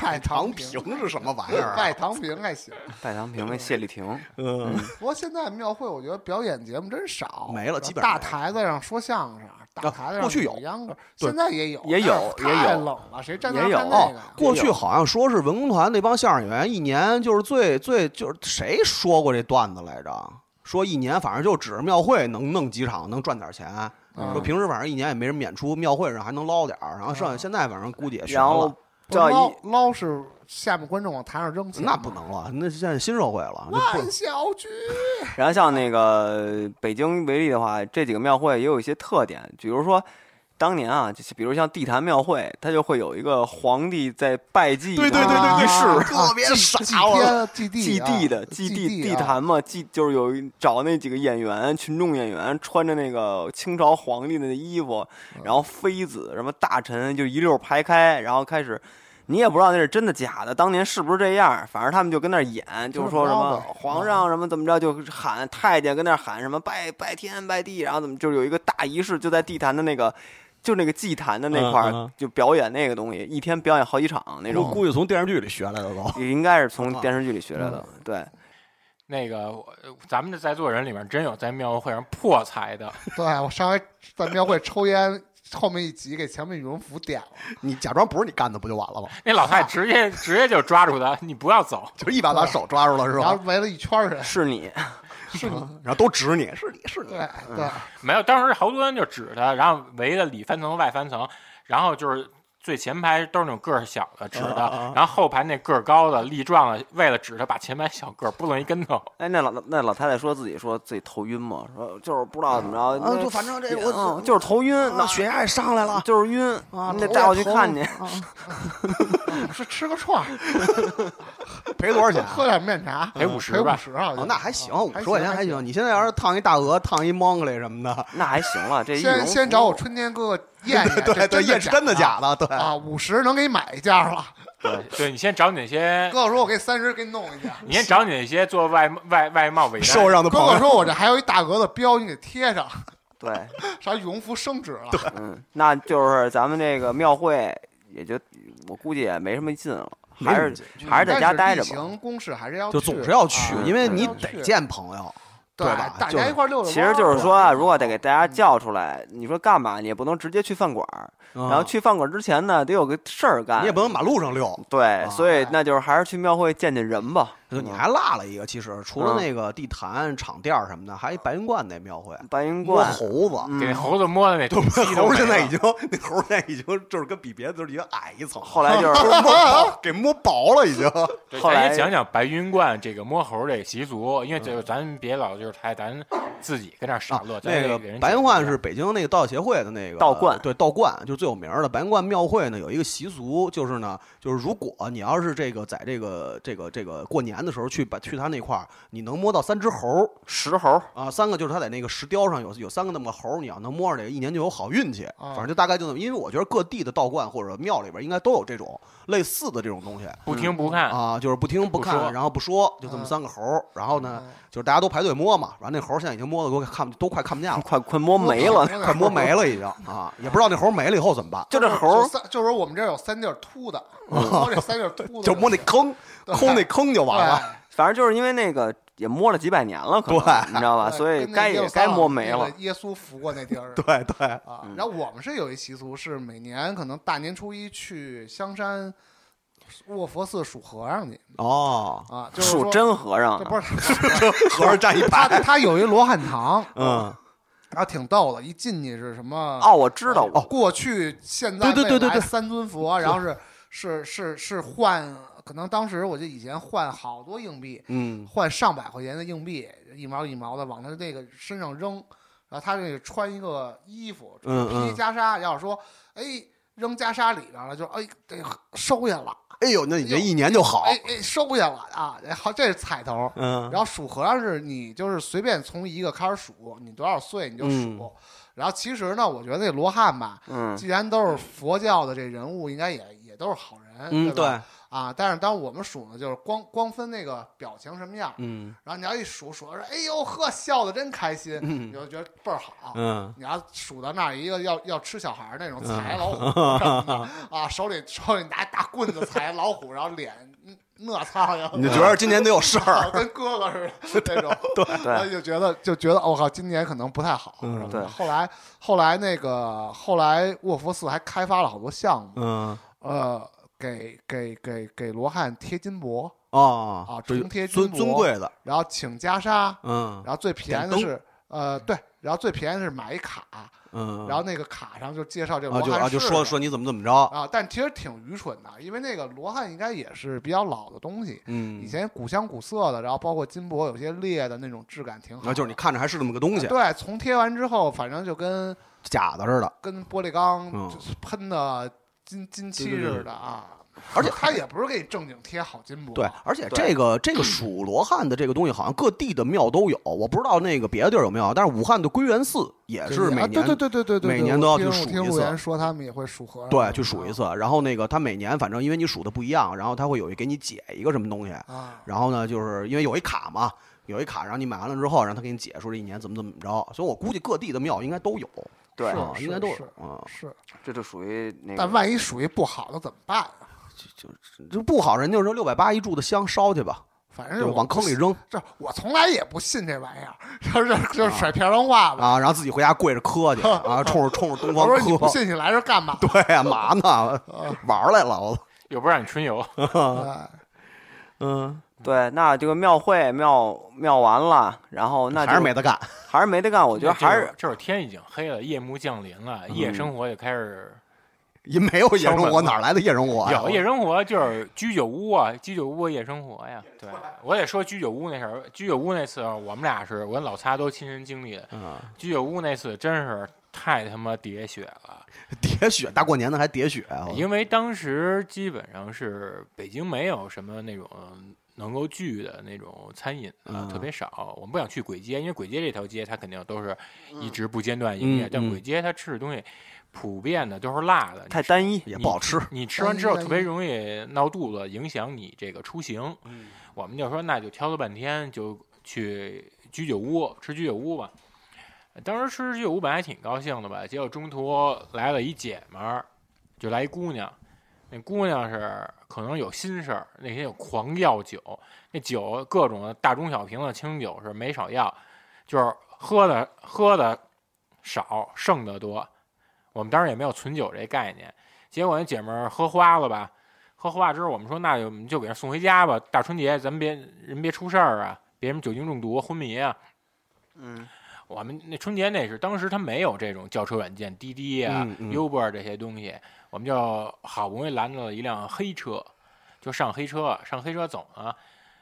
D: 拜
E: 糖
D: 糖
E: 瓶是什么玩意儿啊？
D: 拜糖瓶还行。
C: 拜堂平跟谢丽婷，
E: 嗯，
D: 不过现在庙会，我觉得表演节目真少，
E: 没了基本上
D: 大
E: 没了
D: 台子上说相声，大
E: 啊
D: 台子上
E: 过去有
D: 扭秧歌，
E: 对
D: 现在也有，
C: 也有
D: 但是
C: 也有
D: 太冷了，谁站那
C: 也有
D: 看那个呀？
E: 哦过去好像说是文工团那帮相声演员一年就是最最就是谁说过这段子来着？说一年反正就指着庙会能弄几场，能赚点钱。
D: 嗯
E: 说平时反正一年也没人演出，庙会上还能捞点儿，然后剩下现在反正估计也悬
C: 然
E: 了
C: 后。叫
D: 捞
C: 一
D: 捞是下面观众往台上扔钱，
E: 那不。能了，那现在新社会了，那
D: 万
E: 不
D: 小菊，
C: 然后像那个北京为例的话，这几个庙会也有一些特点，比如说当年啊，就是比如像地坛庙会，它就会有一个皇帝在拜祭，
D: 对对对
E: 啊
D: 是
E: 特别
D: 祭
E: 傻，我
D: 天祭地
C: 祭
D: 啊
C: 地的祭地
D: 地
C: 地
D: 啊
C: 坛嘛，祭就是有一找那几个演员，群众演员穿着那个清朝皇帝的衣服，然后妃子什么大臣就一溜排开，然后开始。你也不知道那是真的假的，当年是不是这样？反正他们就跟那儿演，就是说什么皇上什么怎么着，就喊太监跟那儿喊什么拜拜天拜地，然后怎么就是有一个大仪式，就在地坛的那个，就那个祭坛的那块
E: 嗯嗯
C: 儿
E: 嗯
C: 就表演那个东西，一天表演好几场那种。
E: 我估计从电视剧里学来的都。
C: 也应该是从电视剧里学来的，对。
B: 那个，我咱们这在座人里面真有在庙会上破财的，
D: 对我上回在庙会抽烟，后面一集给前面羽绒服点了，
E: 你假装不是你干的不就完了吗？
B: 那老太太直接 直接就抓住他，你不要走，
E: 就一把把手抓住了是
D: 然后
E: 吧？嗯
D: 围了一圈 人，
C: 是你，
D: 是吗？
E: 然后都指你，是你是你
D: 对，对，
E: 嗯
B: 没有，当时好多人就指他，然后围的里三层外三层，然后就是最前排都是那种个儿小的指
E: 啊啊
B: 的
E: 啊，
B: 然后后排那个儿高的力壮的，为了指他把前排小个儿拨了一跟头，
C: 哎，那老那老太太说自己说自己头晕嘛，说就是不知道怎么着，
E: 啊，
C: 那
E: 就反正这
C: 嗯
E: 我
C: 就是头晕，
E: 啊
C: 那
E: 血压也上来了，
C: 就是晕，
E: 啊
C: 你得带我去看去。
D: 是吃个串儿，
E: 赔多少钱啊？
D: 喝点面茶，
B: 赔50吧
D: 五十好
E: 哦
D: 像，，
E: 那还行，
D: 啊
E: 五十块钱还
D: 还
E: 行。。你现在要是烫一大鹅，烫一蒙格里什么的，
C: 那还行了，这一
D: 先
C: 绒
D: 先
C: 服
D: 找我春天哥哥验验，
E: 对对，验真的假
D: 的
E: 的，对。
D: 啊？五十能给你买一件儿了。
B: 对，对你先找你那些，
D: 哥哥说，我给三十给你弄一件。
B: 你先找你那些做外贸外外贸伪
E: 受
B: 单，
E: 让的
D: 哥
E: 朋
D: 哥
E: 友，
D: 说，我这还有一大额的标，你给贴上。
C: 对，
D: 啥羽绒服升值了？
C: 嗯，那就是咱们这个庙会，也就我估计也没什么劲了，还
E: 没
C: 是
E: 什么
C: 还是在家待着
D: 但是例
C: 吧。
D: 行公事还是要去，
E: 就总是要去
D: 啊，
E: 因为你
D: 还是要
E: 得
D: 去
E: 见朋友。
D: 对
E: 对吧
D: 大
E: 就是
D: 家一块儿溜溜弯儿。
C: 其实就是说啊，如果得给大家
E: 嗯
C: 叫出来，你说干嘛？你也不能直接去饭馆儿，
E: 然
C: 然后去饭馆儿之前呢，得有个事儿干。
E: 嗯你也不能马啊路上溜。
C: 对，所以
D: 哎
C: 那就是还是去庙会见见人吧。
E: 就你
C: 嗯
E: 还落了一个，其实除了那个地坛、场店儿什么的，还有一白云观那庙会，
C: 白云
E: 摸
C: 观，
E: 猴子。
B: 给
C: 嗯
B: 猴子摸的那东西都
E: 猴
B: 没
E: 儿现在
B: 了
E: 已经，那猴儿现在已经就是跟比别的就是已经矮一层，
C: 后来就是
E: 摸薄给摸薄了已经。
B: 对
C: 后
B: 咱
C: 来
B: 也讲讲白云观这个摸猴这个习俗，因为这个咱别老就是太咱自己跟那儿傻乐。咱
E: 啊那
B: 也
E: 个
B: 给人
E: 白云
B: 讲
E: 观
B: 讲
E: 是北京那个道教协会的那个
C: 道观
E: 对道观就是最有名儿的。白云观庙会呢有一个习俗，就是呢，就是如果你要是这个在这个这个这个过年的时候去把去他那块儿，你能摸到三只猴儿
C: 石猴，
E: 啊，三个就是他在那个石雕上有有三个那么个猴儿，你要能摸着这个，一年就有好运气。
D: 啊
E: 反正就大概就那么，因为我觉得各地的道观或者庙里边应该都有这种类似的这种东西
B: 不听不看，
E: 啊，就是不听不
B: 不
E: 看，
B: 说
E: 然后不说，就这么
D: 嗯
E: 三个猴儿，然后呢
D: 嗯
E: 就是大家都排队摸嘛，然后那猴儿现在已经摸的都快看不都快看不见了。
C: 快快摸没了，
E: 快摸没了已经啊，也不知道那猴没了以后怎么办，
C: 就这猴
D: 就
C: 儿，
D: 三，就是我们这儿有三地儿秃的，摸这三地儿秃的，
E: 嗯就摸那坑，
D: 对
E: 抠那坑就完了。
D: 对
C: 反正就是因为那个也摸了几百年了，可
E: 对
C: 能你知道吧？
D: 对
C: 啊所以
D: 跟那
C: 该
D: 耶
C: 也
D: 路撒
C: 该
D: 冷
C: 摸没
D: 那个
C: 了。
D: 耶稣扶过那地 儿，
E: 对对，
D: 啊。然后我们是有一习俗，是每年可能大年初一去香山卧佛寺数和尚去
E: 哦，
D: 啊，就是
C: 数
D: 说
C: 真和尚
D: 这，不是
E: 和尚站一
D: 他
E: 排，
D: 他有一罗汉堂，
E: 嗯，
D: 然后挺逗的，一进去是什么
C: 哦，我知道，我
D: 过去现在
E: 对对对对
D: 未来
E: 对
D: 三尊佛，然后是是是是换，可能当时我就以前换好多硬币，
C: 嗯
D: 换上百块钱的硬币，一毛一毛的往他那个身上扔，然后他这个穿一个衣服，
E: 嗯
D: 披
E: 嗯，
D: 袈裟，要是说哎扔袈裟里边了，就哎得收下了，
E: 哎呦，那你这一年就好，
D: 哎哎收下了啊，哎好这是彩头。
E: 嗯
D: 然后数和尚是你就是随便从一个开始数，你多少岁你就数。
E: 嗯
D: 然后其实呢，我觉得那罗汉吧，
C: 嗯
D: 既然都是佛教的这人物，应该也也都是好人，
E: 嗯，
D: 对吧
E: 对，
D: 啊。但是当我们数呢，就是光光分那个表情什么样，
E: 嗯
D: 然后你要一数数，说哎呦呵，笑的真开心，你
E: 嗯
D: 就觉得倍儿好。
E: 嗯，
D: 你要数到那儿一个要要吃小孩儿那种
E: 嗯
D: 踩 老虎什么的、啊，手里手里拿大棍子踩老虎，然后脸嗯那苍蝇，
E: 你就觉得今年得有事儿，
D: 跟哥哥似 的那种，然后
C: 对，
D: 就觉得就觉得我靠，今年可能不太好。
E: 嗯
D: 是吧
C: 对
D: 后来后来那个后来卧佛寺还开发了好多项目，
E: 嗯
D: 呃，给给给给罗汉贴金箔，
E: 哦
D: 啊
E: 这
D: 重贴金
E: 尊
D: 箔
E: 尊贵的，
D: 然后请袈裟，
E: 嗯
D: 然后最便宜的是呃对，然后最便宜的是买一卡，
E: 嗯，
D: 然后那个卡上就介绍这罗
E: 啊就
D: 汉
E: 啊就说
D: 是
E: 说你怎么怎么着，
D: 啊，但其实挺愚蠢的，因为那个罗汉应该也是比较老的东西。
E: 嗯
D: 以，前古香古色的，然后包括金箔有些裂的那种质感挺好
E: 然
D: 的。
E: 啊后就是你看着还是这么个东西，
D: 啊对，从贴完之后，反正就跟
E: 假的似的，
D: 跟玻璃缸
E: 嗯
D: 就是喷的金金漆
E: 对对对
D: 似的啊。
E: 而且
D: 它也不是给你正经贴好金箔，
E: 对，而且
C: 对
E: 这个这个属罗汉的这个东西，好像各地的庙都有，我不知道那个别的地儿有没啊有，但是武汉的归元寺也
D: 对，
E: 是
D: 啊
E: 每年、
D: 对对对对对对，
E: 每
D: 对
E: 年
D: 我
E: 都要
D: 听
E: 去
D: 我
E: 数
D: 听
E: 一
D: 陆
E: 次
D: 岩说他们也会数盒，
E: 对去数一
D: 啊
E: 次。然后那个他每年反正因为你数的不一样，然后他会有一给你解一个什么东西，
D: 啊。
E: 然后呢，就是因为有一卡嘛。有一卡，然后你买完了之后，让他给你解说这一年怎么怎么着，所以我估计各地的庙应该都有，
C: 对
D: 是
E: 啊，应该都有
D: 是
E: 啊。
D: 是，
C: 这就属于那个。
D: 但万一属于不好的怎么办啊？
E: 这不好，人家说六百八一柱的香烧去吧，
D: 反
E: 就
D: 正
E: 是
D: 是
E: 往坑里，扔
D: 这我从来也不信这玩意儿， 就是就是甩漂亮话吧。
E: 啊，然后自己回家跪着磕 去啊，冲着冲着东
D: 我
E: 方
D: 说你不
E: 磕。
D: 信你来这干 嘛？
E: 对呀、嘛呢？玩儿来了，我操
B: 又不让你春游，
D: 啊，
E: 嗯，
C: 对，那这个庙会庙庙完了，然后那就
E: 还是没得干。
C: 还是没得干。我觉得还
B: 这会
C: 是
B: 儿这会儿天已经黑了，夜幕降临了，
E: 嗯
B: 夜生活也开始
E: 也没有夜生
B: 成
E: 活，
B: 本
E: 哪儿来的夜啊生活呀？
B: 有夜生活就是居酒屋啊，居酒屋夜生活呀。 对，我得说居酒屋那事儿，居酒屋那次啊我们俩是我跟老擦都亲身经历的，
E: 嗯，
B: 居酒屋那次真是太他妈喋血了，
E: 喋血，大过年的还喋血，啊我
B: 因为当时基本上是北京没有什么那种能够聚的那种餐饮啊
E: 嗯，
B: 特别少。我们不想去簋街，因为簋街这条街它肯定都是一直不间断营业，
E: 嗯
B: 但
E: 嗯
B: 簋街它吃的东西普遍的都是辣的，
C: 太单一。
E: 也不好吃。
B: 你吃完之后特别容易闹肚子，影响你这个出行。我们就说那就挑了半天，就去居酒屋吃居酒屋吧。当时吃居酒屋本来挺高兴的吧，结果中途来了一姐们儿，就来一姑娘。那姑娘是可能有心事儿，那天有狂要酒，那酒各种的大中小瓶的清酒是没少要，就是喝的喝的少，剩的多。我们当时也没有存酒这概念，结果那姐们儿喝花了吧？喝花之后，我们说那就我们就给她送回家吧。大春节咱们别人别出事儿啊，别什么酒精中毒、昏迷啊。
C: 嗯，
B: 我们那春节那是当时他没有这种轿车软件，滴滴啊、
E: 嗯嗯
B: Uber 这些东西，我们就好不容易拦到了一辆黑车，就上黑车，上黑车走呢。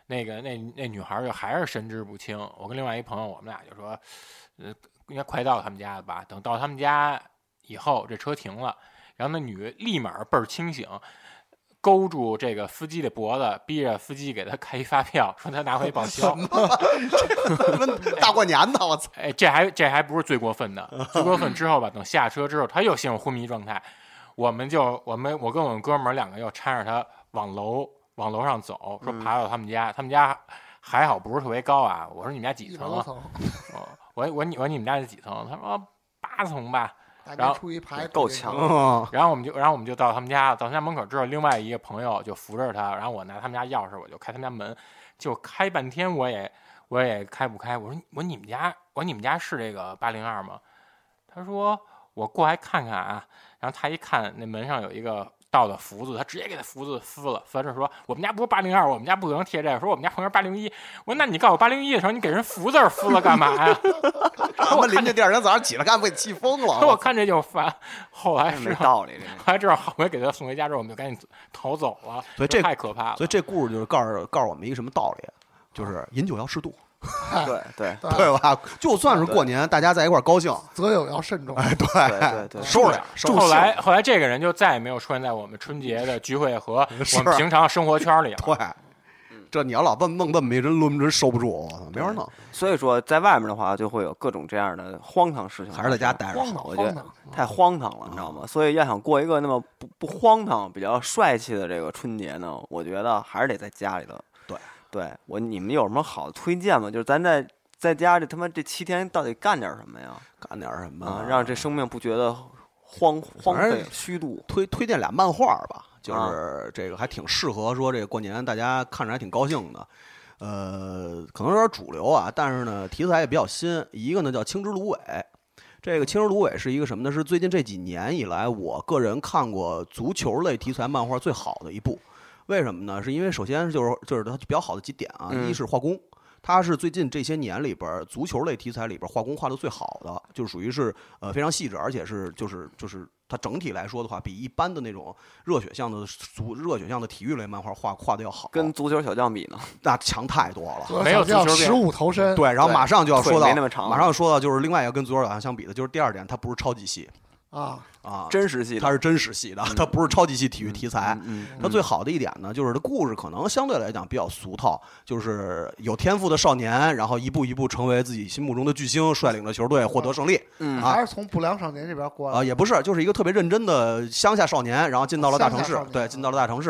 B: 那个那那女孩儿就还是神志不清。我跟另外一朋友，我们俩就说，呃，应该快到他们家了吧？等到他们家以后，这车停了，然后那女立马倍儿清醒，勾住这个司机的脖子，逼着司机给她开一发票，说她拿回报 销。
E: 大过年的，我操！
B: 哎，这还这还不是最过分的，最过分之后吧，等下车之后，他又陷入昏迷状态，我们就我们我跟我们哥们儿两个又搀着他往楼往楼上走，说爬到他们家，他们家还好不是特别高啊，我说你们家几
D: 一百
B: 层
D: 多
B: 啊？
D: 层，
B: 哦我我你我说你们家是几层？他说哦八层吧。
D: 大
B: 然后
D: 年初一排
C: 够
D: 队
C: 呛
E: 嗯
B: 然后我们就，然后我们就到他们家，到他家门口之后，另外一个朋友就扶着他，然后我拿他们家钥匙，我就开他们家门，就开半天，我也我也开不开。我说我说你们家，我说你们家是这个八零二吗？他说我过来看看啊。然后他一看那门上有一个倒的福字，他直接给那福字撕了，撕了之后说我们家不是八零二，我们家不可 能贴这个。说我们家旁边八零一。我说那你告诉我八零一的时候，你给人福字撕了干嘛呀？
E: 他妈邻居第二天早上起来干，被气疯了。
B: 我看这就烦。后来
C: 没
B: 是，后
C: 道理这个。
B: 来这好不容易给他送回家之后，我们就赶紧逃走了。
E: 所以这
B: 太可怕了。
E: 所以这故事就是告诉告诉我们一个什么道理，啊就是饮酒要适度，
C: 对对
D: 对
E: 对吧？就算是过年，大家在一块儿高兴，
D: 择友要慎重。
E: 哎，对
C: 对对
E: 收拾点儿，收拾
B: 后来，后来这个人就再也没有出现在我们春节的聚会和
E: 是
B: 我们平常生活圈里了。
E: 对。这你要老这么弄这么一人抡，真收不住，我操，没法弄，
C: 所以说在外面的话，就会有各种这样的荒唐事情发
E: 还
C: 生。
E: 是在家待着
D: 荒
E: 好。
D: 唐
C: 我觉
D: 荒
C: 得
D: 唐，
E: 啊
C: 太荒唐了，你知道吗？所以要想过一个那么不不荒唐、比较帅气的这个春节呢，我觉得还是得在家里头。
E: 对，
C: 对我你们有什么好的推荐吗？就是咱在在家这他妈这七天到底干点什么呀？
E: 干点什
C: 啊
E: 么，，
C: 让这生命不觉得荒荒
E: 反正
C: 废、虚度。
E: 推推荐俩漫画吧，就
C: 啊
E: 是这个还挺适合说这个过年大家看着还挺高兴的。呃，可能有点主流啊，但是呢题材也比较新。一个呢叫《青之芦苇》，这个《青之芦苇》是一个什么呢？是最近这几年以来我个人看过足球类题材漫画最好的一部。为什么呢？是因为首先就是就是它比较好的几点啊，
C: 嗯
E: 一是画工，它是最近这些年里边儿足球类题材里边儿画工画的最好的，就属于是呃非常细致，而且是就是就是它整体来说的话，比一般的那种热血向的足热血向的体育类漫画画画的要好，
C: 跟足球小将比呢？
E: 那强太多了。
B: 没有足球
D: 叫
B: 变
D: 十五头身，
E: 对，然后
C: 对
E: 马上就要
C: 腿
E: 说到，
C: 没那么长了
E: 马上要说到就是另外一个跟足球小将相比的，就是第二点，它不是超级系
D: 啊，
E: 啊，
C: 真实系的
E: 它是真实系的，它不是超级系体育题材。
C: 嗯，嗯
E: 它最好的一点呢，就是它故事可能相对来讲比较俗套，就是有天赋的少年，然后一步一步成为自己心目中的巨星，率领着球队获得胜利。
C: 嗯
E: 啊
D: 还是从不良少年这边过
E: 啊、
D: 来。
E: 也不是，就是一个特别认真的乡下少年，然后进到了大城
D: 乡下
E: 市
D: 少，年嗯
E: 对，进到了大城市。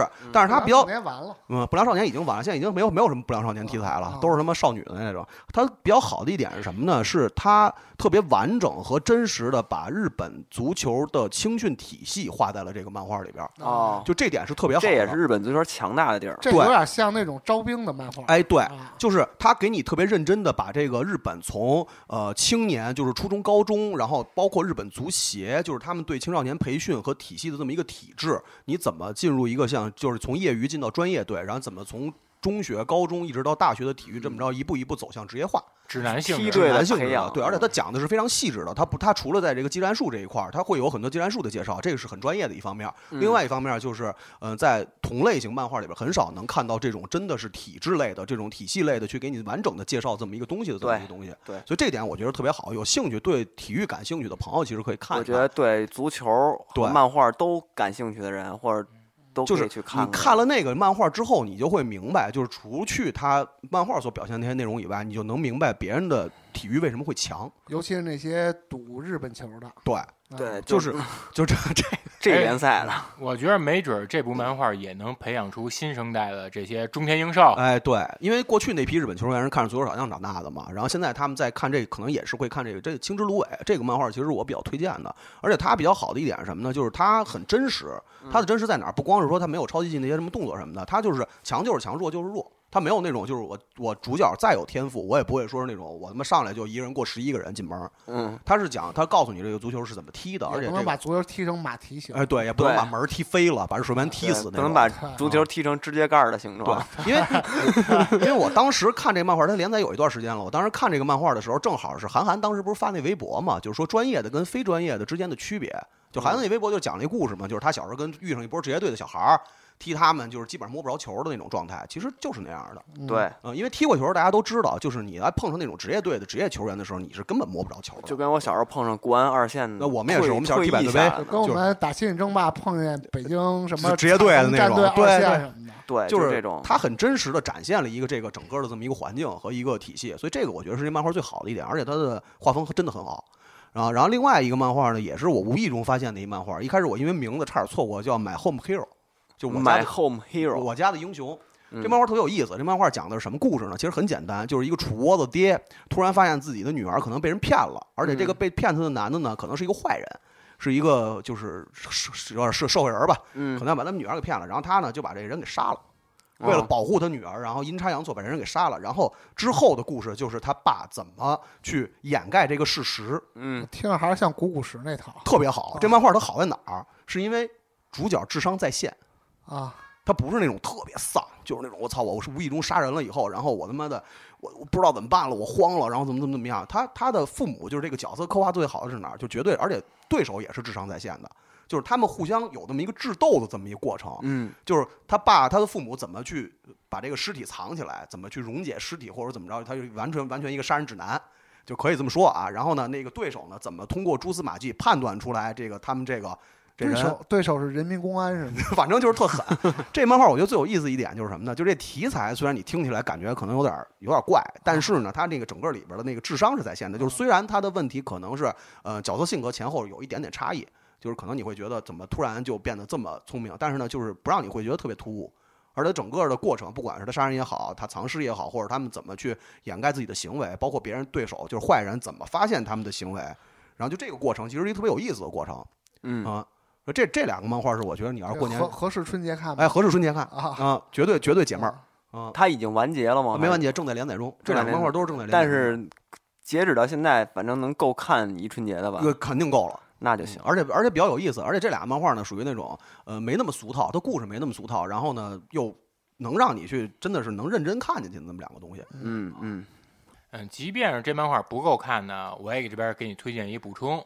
D: 但
E: 但是他比较
D: 年完了，
E: 嗯，不良少年已经晚了，现在已经没有没有什么不良少年题材了
D: 啊，
E: 都是他妈少女的那种。它比较好的一点是什么呢？是它特别完整和真实的把日本足球的青训体系画在了这个漫画里边儿，
C: 哦，
E: 就嗯这点是特别好的。
C: 这也是日本足球强大的地儿。
D: 这
E: 对
D: 有点像那种招兵的漫画。
E: 哎，对，
D: 啊，
E: 就是他给你特别认真的把这个日本从呃青年，就是初中、高中，然后包括日本足协，就是他们对青少年培训和体系的这么一个体制，你怎么进入一个像就是从业余进到专业队，然后怎么从中学、高中一直到大学的体育这么着一步一步走向职业化，
B: 指南性
C: 梯
B: 质
C: 队的
E: 男性质
C: 培
E: 的
C: 养，
E: 对，而且他讲的是非常细致的，他不，他除了在这个技战术这一块儿，他会有很多技战术的介绍，这个是很专业的一方面儿。另外一方面儿就是，嗯、在同类型漫画里边儿很少能看到这种真的是体制类的、这种体系类的去给你完整的介绍这么一个东西的这么一个东西。
C: 对对
E: 所以这点我觉得特别好。有兴趣对体育感兴趣的朋友，其实可以看一看。
C: 我觉得对足球
E: 对
C: 和漫画都感兴趣的人，或者都可
E: 就是
C: 以去看。
E: 你看了那个漫画之后，你就会明白，就是除去他漫画所表现的那些内容以外，你就能明白别人的体育为什么会强。
D: 尤其是那些赌日本球的，
E: 对，
D: 啊
C: 对，
E: 就是就这这
C: 这
B: 哎
C: 联赛的，
B: 我觉得没准儿这部漫画也能培养出新生代的这些中田英寿。
E: 哎，对，因为过去那批日本球员是看着足球小将长大的嘛，然后现在他们在看这，可能也是会看这个这个《青之芦苇》这个漫画，其实我比较推荐的。而且它比较好的一点是什么呢？就是它很真实，
C: 嗯
E: 它的真实在哪儿？不光是说它没有超级技那些什么动作什么的，它就是强就是强，弱就是弱。它没有那种就是我我主角再有天赋，我也不会说是那种我他妈上来就一个人过十一个人进门儿。
C: 嗯，
E: 它是讲它告诉你这个足球是怎么踢的，而
D: 也
E: 且
D: 不
E: 这
D: 能
E: 个
D: 把足球踢成马蹄形。
E: 哎对，也不能
C: 对
E: 把门儿踢飞了，把人水门踢
C: 对
E: 死那
C: 不
E: 种。
C: 能把
D: 太
C: 足球踢成指甲盖儿的
E: 啊
C: 形状。
E: 对，因为因为 我当时看这漫画，它连载有一段时间了。我当时看这个漫画的时候，正好是韩寒当时不是发那微博嘛，就是说专业的跟非专业的之间的区别。就韩寒那微博就讲了一故事嘛，就是他小时候跟遇上一波职业队的小孩儿，踢他们就是基本上摸不着球的那种状态，其实就是那样的。
C: 对，
E: 嗯，因为踢过球，大家都知道，就是你来碰上那种职业队的职业球员的时候，你是根本摸不着球的
C: 就。跟我小时候碰上国安二线的退，
E: 那我们也是我们小时候
C: 退
E: 踢百
C: 役
E: 队
C: 下
E: 杯
C: 来
D: 就
C: 的
D: 跟我们打心理争霸碰见北京什么
E: 职业队的那
D: 战
E: 种
D: 队
E: 对
D: 二
E: 对
D: 线什么的，
C: 对，
E: 就是是
C: 这种。
E: 它很真实的展现了一个这个整个的这么一个环境和一个体系，所以这个我觉得是这漫画最好的一点，而且它的画风真的很好。然后，然后另外一个漫画呢，也是我无意中发现的一漫画，一开始我因为名字差点错过，叫《My Home Hero》，就我家
C: My
E: 的
C: Home Hero，
E: 我家的英雄。
C: 嗯
E: 这漫画特别有意思，这漫画讲的是什么故事呢？其实很简单，就是一个杵窝子爹突然发现自己的女儿可能被人骗了，而且这个被骗他的男的呢，可能是一个坏人，是一个就是是是有点是社会人吧，
C: 嗯
E: 可，能要把他们女儿给骗了，然后他呢就把这人给杀了。为了保护他女儿，然后阴差阳错把人给杀了。然后之后的故事就是他爸怎么去掩盖这个事实，
C: 嗯，
D: 听着还是像古古石那套
E: 特别好。这漫画它好在哪儿？是因为主角智商在线，
D: 啊。
E: 他不是那种特别丧，就是那种我操，我是无意中杀人了以后，然后我他妈的我我不知道怎么办了，我慌了，然后怎么怎么怎么样。他他的父母就是这个角色刻画最好的是哪儿？就绝对，而且对手也是智商在线的，就是他们互相有那么一个智斗的这么一个过程。
C: 嗯，
E: 就是他爸他的父母怎么去把这个尸体藏起来，怎么去溶解尸体或者怎么着，他就完全完全一个杀人指南，就可以这么说啊。然后呢，那个对手呢，怎么通过蛛丝马迹判断出来这个他们这个这
D: 对
E: 人，
D: 手对手是人民公安是吗？
E: 反正就是特狠。这漫画我觉得最有意思一点就是什么呢？就这题材虽然你听起来感觉可能有点有点怪，但是呢，它那个整个里边的那个智商是在线的。就是虽然它的问题可能是呃角色性格前后有一点点差异，就是可能你会觉得怎么突然就变得这么聪明，但是呢，就是不让你会觉得特别突兀。而且整个的过程，不管是他杀人也好，他藏尸也好，或者他们怎么去掩盖自己的行为，包括别人对手就是坏人怎么发现他们的行为，然后就这个过程其实是一个特别有意思的过程
C: 嗯，
E: 啊。那这这两个漫画是我觉得你要啊是过年
D: 合合适春节看吧。
E: 哎，合适春节看
D: 啊
E: 啊，绝对绝对解闷儿啊，
C: 它已经完结了吗？
E: 没完
C: 结，
E: 结，正在连载中，这
C: 正在
E: 两个漫画都是正在连载
C: 但
E: 中的，
C: 是截止到现在，反正能够看一春节的吧？嗯
E: 呃肯定够了。
C: 那就行。
E: 而且而且比较有意思，而且这俩漫画呢属于那种呃没那么俗套，它故事没那么俗套，然后呢又能让你去真的是能认真看进去的那么两个东西。
C: 嗯嗯，
B: 嗯，即便是这漫画不够看呢，我也给这边给你推荐一补充，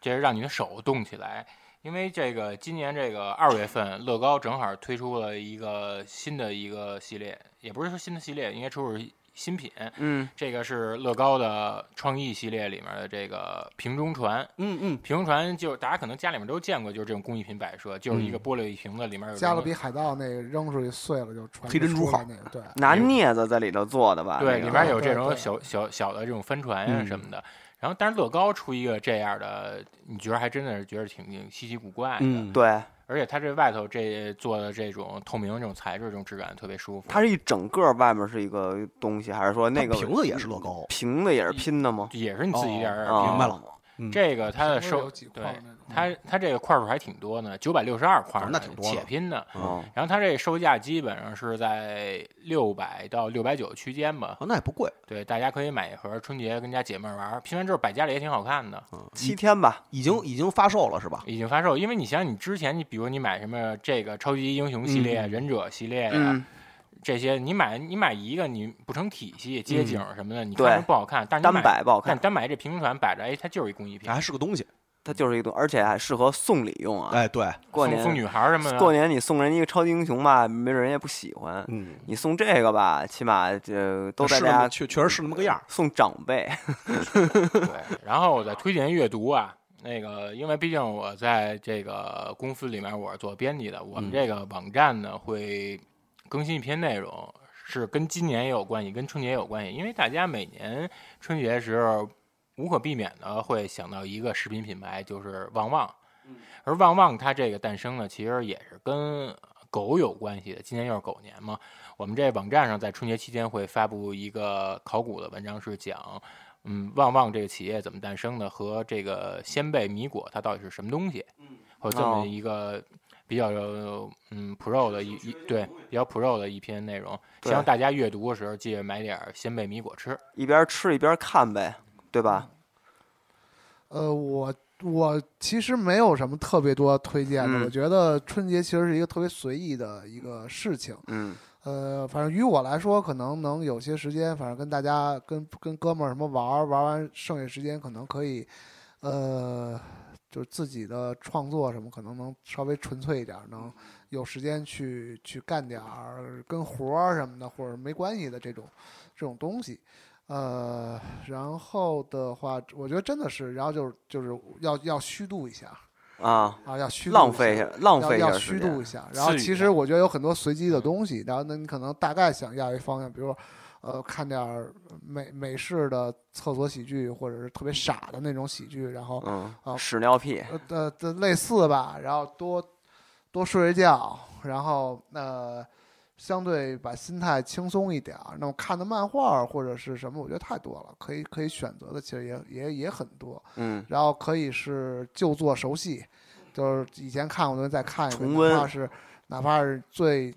B: 这是让你的手动起来。因为这个今年这个二月份，乐高正好推出了一个新的一个系列，也不是说新的系列，应该说是新品。
C: 嗯，
B: 这个是乐高的创意系列里面的这个瓶中船。
E: 嗯嗯，
B: 瓶中船就大家可能家里面都见过，就是这种工艺品摆设，就是一个
E: 嗯
B: 玻璃瓶子里面有
D: 加勒
B: 这
D: 比
B: 个
D: 海盗那个扔出去碎了就传
E: 黑珍珠号
D: 那个，对，
C: 拿镊子在里头做的吧？
B: 对，
C: 那
B: 里
C: 个
B: 面有这
D: 对
B: 种
D: 对
B: 小小小的这种帆船呀
E: 啊嗯
B: 什么的。然后，但是乐高出一个这样的，你觉得还真的是觉得挺挺稀奇古怪的。
E: 嗯，
C: 对，
B: 而且它这外头这做的这种透明这种材质，这种质感特别舒服。
C: 它是一整个外面是一个东西，还是说那个
E: 瓶子也是乐高，
C: 瓶子也是拼的吗？
B: 也是你自己点儿、
C: 哦
E: 明白了，嗯
B: 这个它的
D: 是不是
B: 收
D: 有几块
B: 对
D: 儿那种
B: 它它这个块数还挺多呢，九百六十二块
E: 哦
B: 呢，
E: 那挺多的
B: 且拼的。
D: 啊
C: 哦，
B: 然后它这售价基本上是在六百到六百九区间吧。
E: 啊，那也不贵，
B: 对，大家可以买一盒，春节跟家姐妹玩儿，拼完之后摆家里也挺好看的。
C: 七天吧，
E: 已经已经发售了是吧？
B: 已经发售，因为你想，你之前你比如你买什么这个超级英雄系列、
E: 嗯
B: 忍者系列呀、
D: 哎
C: 嗯，
B: 这些，你买你买一个你不成体系，街景什么的，你
C: 嗯对
B: 看着不好看，但是
C: 单
B: 你买
C: 摆不好
B: 但
C: 看，啊
B: 单买这平衡船摆着，哎，它就是一工
C: 嗯
B: 艺品，
E: 还是个东西，
C: 它就是一个，而且还适合送礼用啊。
E: 哎，对，
C: 过
B: 送送
C: 年
B: 女孩什么
D: 啊
B: 的，
C: 过年你送人一个超级英雄吧，没准人也不喜欢。
E: 嗯，
C: 你送这个吧，起码这都在
E: 是那
C: 家
E: 么确确实是那么个样儿，
C: 送长辈。
B: 对，然后我再推荐阅读啊，那个，因为毕竟我在这个公司里面我是做编辑的，我们
E: 嗯
B: 这个网站呢会更新一篇内容，是跟今年也有关系，跟春节也有关系，因为大家每年春节时候无可避免的会想到一个食品品牌，就是旺旺。而旺旺它这个诞生呢，其实也是跟狗有关系的。今年又是狗年嘛，我们这网站上在春节期间会发布一个考古的文章，是讲嗯，旺旺这个企业怎么诞生的，和这个鲜贝米果它到底是什么东西，嗯，或者这么
C: 哦
B: 一个比较嗯 pro 的一一对比较 pro 的一篇内容，希望
C: 对
B: 大家阅读的时候记得买点儿鲜贝米果吃。
C: 一边吃一边看呗，对吧？
D: 呃，我我其实没有什么特别多推荐的，
C: 嗯
D: 我觉得春节其实是一个特别随意的一个事情。
C: 嗯
D: 呃，反正于我来说，可能能有些时间，反正跟大家跟跟哥们儿什么玩儿，玩儿完剩下时间可能可以，呃，就是自己的创作什么，可能能稍微纯粹一点儿，能有时间去去干点儿跟活儿什么的，或者没关系的这种这种东西。呃，然后的话，我觉得真的是，然后就是就是要要虚度一下
C: 啊，
D: 啊，要虚度
C: 浪
D: 一
C: 费一
D: 下
C: 下，浪
D: 要
C: 费一
D: 要
C: 下时
D: 虚度
C: 间。
D: 一下。然后
B: 赐予
D: 其
B: 一
D: 实
B: 下
D: 我觉得有很多随机的东西，然后呢，你可能大概想要一方向，比如说，呃，看点儿美美式的厕所喜剧，或者是特别傻的那种喜剧，然后啊
C: 嗯，屎尿屁，
D: 呃的的类似吧，然后多多睡睡觉，然后呃。相对把心态轻松一点儿，那么看的漫画儿或者是什么，我觉得太多了，可以可以选择的其实也也也很多，
C: 嗯，
D: 然后可以是旧作熟悉，就是以前看过的再看一遍，
C: 重温
D: 哪怕是哪怕是最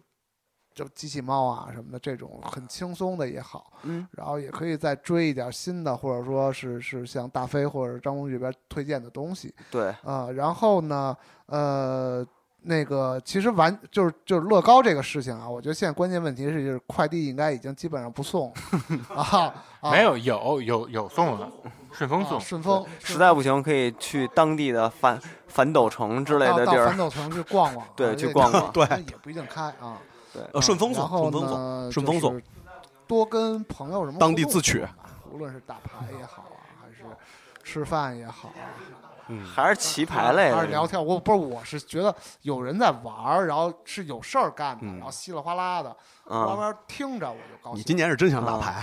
D: 就机器猫啊什么的这种很轻松的也好，
C: 嗯，
D: 然后也可以再追一点新的，或者说是是像大飞或者张工这边推荐的东西
C: 对，
D: 啊、呃然后呢，呃。那个其实完就是就是乐高这个事情啊，我觉得现在关键问题是就是快递应该已经基本上不送 啊，啊
B: 没有有有有送的，顺丰
D: 啊
B: 送。
D: 顺丰
C: 实在不行可以去当地的反反斗城之类
D: 到
C: 的地
D: 到
C: 儿
D: 反。斗城去 逛逛，
C: 对
D: 啊
C: 去逛逛，
E: 对
D: 那也不一定开啊。
C: 嗯
E: 呃，顺丰送，
D: 然后
E: 顺丰送，
D: 呢，
E: 顺丰送
D: 就是多跟朋友什么
E: 当地
D: 互动
E: 自取
D: 嘛，无论是打牌也好啊，还是吃饭也好啊，
C: 还是棋牌类
D: 还是聊
C: 的，
D: 天。我不是，我是觉得有人在玩儿，然后是有事儿干的，
E: 嗯
D: 然后稀里哗啦的，
C: 嗯
D: 慢慢听着我就高
E: 你
D: 兴。
E: 今年是真想打牌，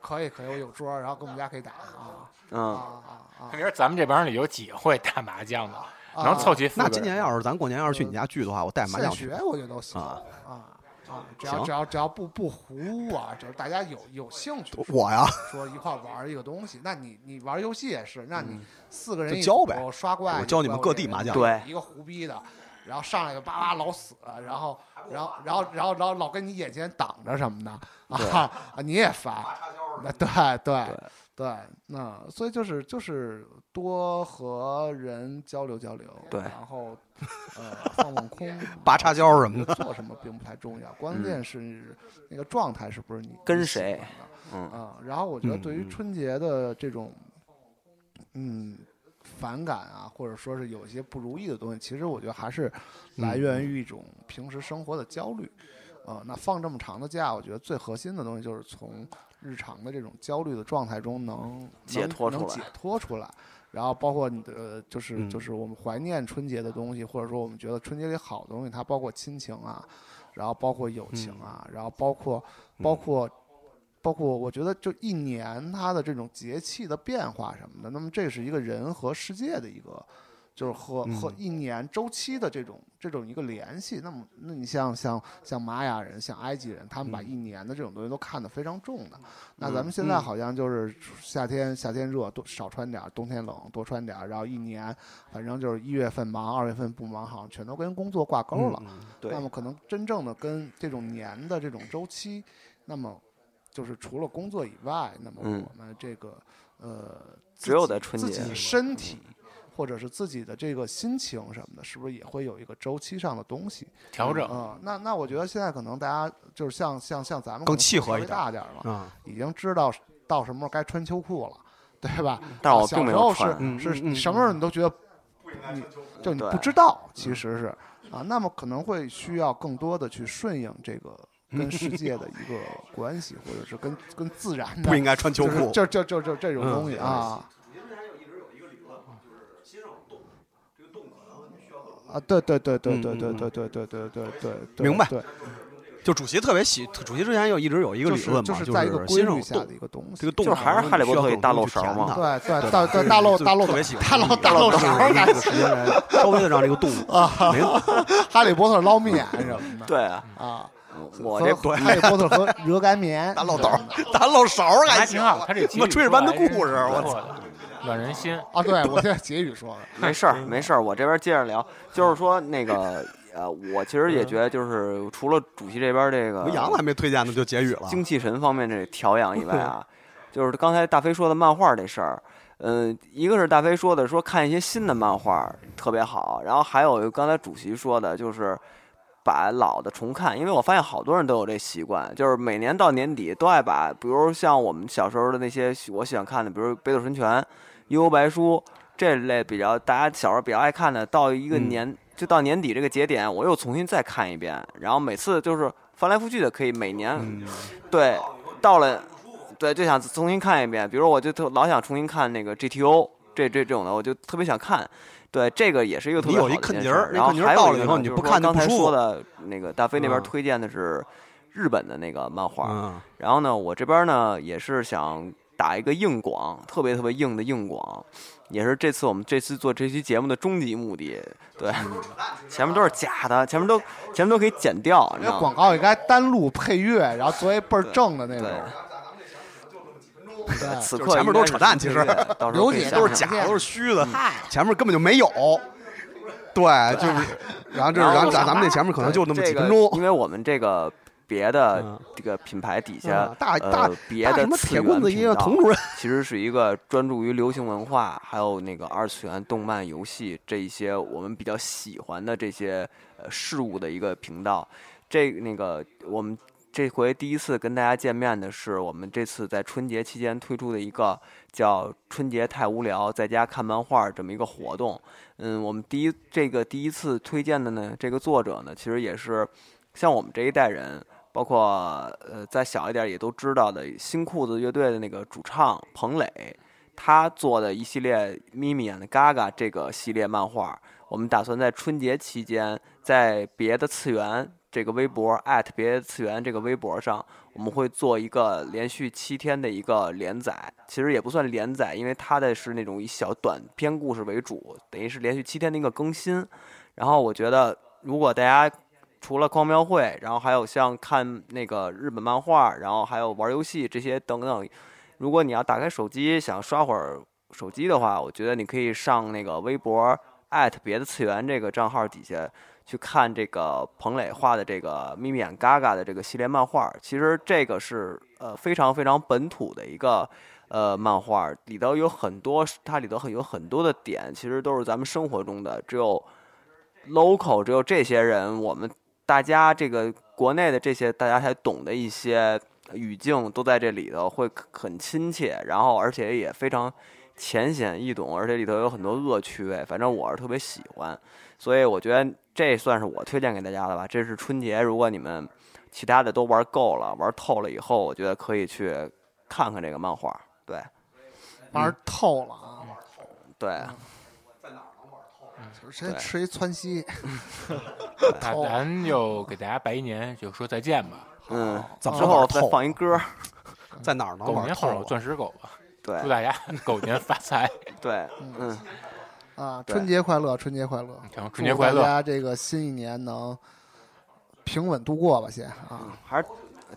D: 可以可以，我有桌儿，然后跟我们家可以打啊啊
C: 嗯，
D: 啊啊
B: 你说咱们这帮人里有几个会打麻将的，
D: 啊！
B: 能凑齐四个
E: 那
B: 人？
E: 今年要是咱过年要是去你家聚的话，我带麻
D: 现
E: 将去
D: 学，我觉得都行
E: 啊
D: 啊啊！只要
E: 行
D: 只要只要不不糊啊，只要大家有有兴趣，
E: 我呀，
D: 说一块儿玩儿一个东西，那你你玩儿游戏也是，那你四个人
E: 嗯就
D: 一
E: 教
D: 组
E: 呗
D: 刷怪，
E: 我教你们
D: 一块
E: 各
D: 儿
E: 地
D: 我也
E: 麻将。
C: 对
D: 一个胡逼的，然后上来就叭叭老死，然后然后然后然后然后老跟你眼前挡着什么的啊，啊你也烦，那对对对，那所以就是就是多和人交流交流，
C: 对
D: 然后呃放放空
E: 拔插销
D: 我
E: 什
D: 觉
E: 么
D: 得
E: 的，
D: 做什么并不太重要，关键是那个状态是不是你
C: 跟
D: 你喜
C: 谁
D: 欢的
C: 嗯
D: 啊，然后我觉得对于
E: 嗯嗯
D: 春节的这种，嗯，反感啊，或者说是有一些不如意的东西，其实我觉得还是
C: 嗯
D: 来源于一种平时生活的焦虑。啊、那放这么长的假，我觉得最核心的东西就是从日常的这种焦虑的状态中能
C: 解
D: 能
C: 脱
D: 能
C: 出来
D: 解脱出来。然后包括你的，呃就是
E: 嗯
D: 就是我们怀念春节的东西，或者说我们觉得春节里好的东西，它包括亲情啊，然后包括友情
C: 嗯
D: 啊，然后包括包括包括我觉得就一年它的这种节气的变化什么的，那么这是一个人和世界的一个，就是和和一年周期的这种这种一个联系。那么，那你像像像玛雅人、像埃及人，他们把一年的这种东西都看得非常重的。那咱们现在好像就是夏天夏天热多少穿点儿，冬天冷多穿点儿，然后一年反正就是一月份忙，二月份不忙，好像全都跟工作挂钩了。
C: 对
D: 那么可能真正的跟这种年的这种周期，那么就是除了工作以外，那么
C: 嗯
D: 我们这个、呃，
C: 只有在春
D: 自
C: 节嗯
D: 己的身体。或者是自己的这个心情什么的，是不是也会有一个周期上的东西？
B: 调整，
E: 嗯
D: 啊、那那我觉得现在可能大家就是像像像咱们可
E: 更
D: 能
E: 契合
D: 稍微
E: 一点
D: 大点儿了，
E: 啊，
D: 已经知道到什么时候该穿秋裤了，对吧？
C: 嗯
D: 啊
C: 但是我
D: 小
C: 并没
D: 时
C: 有
D: 候
C: 穿，
E: 嗯
D: 是是
E: 嗯嗯
D: 你什么时候你都觉得你嗯就你不
C: 对嗯
D: 知道，其实是啊，那么可能会需要更多的去顺应这个跟世界的一个关系，或者是跟跟自然的
E: 不应该穿秋裤，嗯
D: 就是就就就就这种东西啊。啊，对对对对对对对对对对对对对，
E: 嗯明白
D: 对，
E: 就主席特别喜，主席之前又一直有一个
D: 就
E: 理
D: 是
E: 论嘛，
D: 就是
E: 是
D: 在一个规
E: 心上
D: 律
E: 有
D: 下
E: 洞
D: 的，一个东西，
E: 这个洞
C: 就是还是哈利波特里大漏勺嘛
D: 对对，
E: 对
D: 大大大漏大漏
E: 特别喜欢
D: 大漏大漏勺儿
E: 这个时间来 稍微的让 这个洞
D: 啊
E: 没有
D: 哈利波特捞面什么的，
C: 对啊，
D: 啊，
C: 我
D: 和
C: 这
D: 和哈利波特 和热干棉，
E: 打 漏斗，打漏勺儿
B: 还
E: 还
B: 挺
E: 行，
B: 好。他这结
E: 我
B: 语
E: 炊事
B: 说
E: 班的
B: 还真
E: 故事啊
B: 是不
E: 我哦
B: 错的暖人心。
D: 啊，对我现在结语说的，
C: 没事儿，没事儿，我这边接着聊，就是说那个呃，我其实也觉得，就是除了主席这边这个
E: 杨子还没推荐呢，就结语了。
C: 精气神方面这调养以外啊，就是刚才大飞说的漫画这事儿，嗯，一个是大飞说的说看一些新的漫画特别好，然后还有刚才主席说的就是。把老的重看，因为我发现好多人都有这习惯，就是每年到年底都爱把，比如像我们小时候的那些喜我喜欢看的，比如《北斗神拳》《幽游白书》这类比较大家小时候比较爱看的，到一个
E: 嗯
C: 年、就到年底这个节点，我又重新再看一遍，然后每次就是翻来覆去的，可以每年
E: 嗯，
C: 对，到了，对，就想重新看一遍。比如我就特老想重新看那个 GTO 这这这种的，我就特别想看。对，这个也是一个特
E: 你
C: 别
E: 有
C: 好的
E: 一坑
C: 件
E: 节
C: 事
E: 儿
C: 儿
E: 那
C: 然后
E: 坑节儿
C: 还有
E: 到
C: 一
E: 了以
C: 个
E: 后
C: 呢
E: 你
C: 就是
E: 不
C: 说
E: 看就
C: 刚
E: 不
C: 才
E: 舒
C: 说
E: 服
C: 的那个大飞那边
E: 嗯
C: 推荐的是日本的那个漫画，
E: 嗯
C: 然后呢，我这边呢也是想打一个硬广，特别特别硬的硬广，也是这次我们这次做这期节目的终极目的。对，前面都是假的，前面都前面都可以剪掉，你知
D: 那
C: 道吗？
D: 广告应该单录配乐，然后作为倍儿正的那种
C: 对。
D: 对
C: 此
E: 就
C: 刻
E: 是前面
C: 应
E: 都
C: 该
E: 是扯淡其
C: 这
E: 实
C: 个 月 到时候
D: 刘
C: 可以
D: 姐
C: 想
E: 都是
C: 想
E: 假的，都是虚
C: 嗯
E: 的，前面根本就没有。对，就是，然后这，然后咱咱们那前面可能就那么
C: 这
E: 几
C: 个
E: 分钟
C: 因。为我们这个别的
E: 嗯
C: 这个品牌底下
E: 啊，大大
C: 呃，别
E: 大
C: 的
E: 什么
C: 次
E: 铁
C: 元
E: 棍子
C: 频
E: 一个
C: 道
E: 佟主任，
C: 其实是一个专注于流行文化，还有那个二次元、动漫、游戏这一些我们比较喜欢的这些呃事物的一个频道。这那个我们这回第一次跟大家见面的是我们这次在春节期间推出的一个叫“春节太无聊，在家看漫画”这么一个活动。嗯，我们第一这个第一次推荐的呢，这个作者呢，其实也是像我们这一代人，包括呃再小一点也都知道的新裤子乐队的那个主唱彭磊，他做的一系列《咪咪 and Gaga》这个系列漫画，我们打算在春节期间在别的次元这个微博别的次元这个微博上，我们会做一个连续七天的一个连载，其实也不算连载，因为它的是那种以小短篇故事为主，等于是连续七天的一个更新。然后我觉得，如果大家除了逛庙会，然后还有像看那个日本漫画，然后还有玩游戏这些等等，如果你要打开手机想刷会儿手机的话，我觉得你可以上那个微博艾特别的次元这个账号底下去看这个彭磊画的这个《咪咪眼嘎嘎》的这个系列漫画。其实这个是呃非常非常本土的一个呃漫画，里头有很多它里头很有很多的点，其实都是咱们生活中的，只有 local 只有这些人，我们大家这个国内的这些大家才懂的一些语境都在这里头，会很亲切，然后而且也非常浅显易懂，而且里头有很多恶趣味，反正我是特别喜欢，所以我觉得这算是我推荐给大家的吧。这是春节，如果你们其他的都玩够了、玩透了以后，我觉得可以去看看这个漫画。对嗯
D: 玩透了啊！
C: 对，
E: 嗯
D: 谁
C: 对
D: 吃一窜稀？
B: 那
D: 透
B: 咱就给大家拜一年，就说再见吧。
C: 嗯，
E: 怎么
C: 之后
E: 玩
C: 再
E: 透嗯
C: 放一歌。
E: 在哪儿能啊
B: 狗
E: 玩
B: 年
E: 透
B: 后有
E: 了？
B: 钻石狗吧，
C: 对
B: 祝大家 狗年发财，
C: 对，
D: 嗯
C: 嗯，
D: 啊，
C: 对
D: 春节快乐，春节快乐，
B: 行，
D: 祝
B: 春节快
D: 大
B: 乐，
D: 家这个新一年能平稳度过吧，先啊，
C: 还是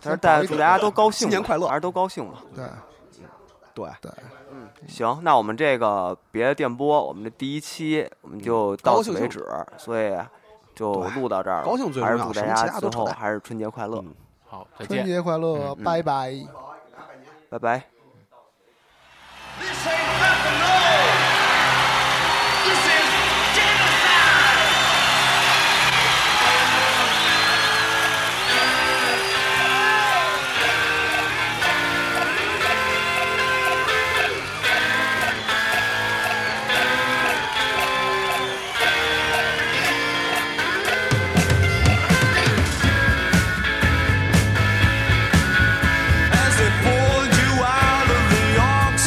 C: 还是
D: 先保
C: 大
D: 一
C: 祝大家都高兴吧，
E: 新年快乐
C: 还是都高兴吧。
D: 对
E: 对，
D: 对，
C: 行，那我们这个别的电波，我们的第一期我们就
E: 嗯
C: 到此为止，所以就录到这儿了。
E: 高兴最重
C: 还
E: 要
C: 是祝
E: 什
C: 大
E: 么其
C: 家
E: 他
C: 最
E: 都扯
C: 后
E: 淡
C: 还是春节快乐，
E: 嗯
B: 好，再
D: 春
B: 见。
D: 节快乐，
C: 嗯
D: 拜拜。
C: 拜拜。
F: This ain't nothing old. This is genocide. As they pulled you out.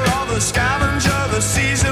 F: orange of the season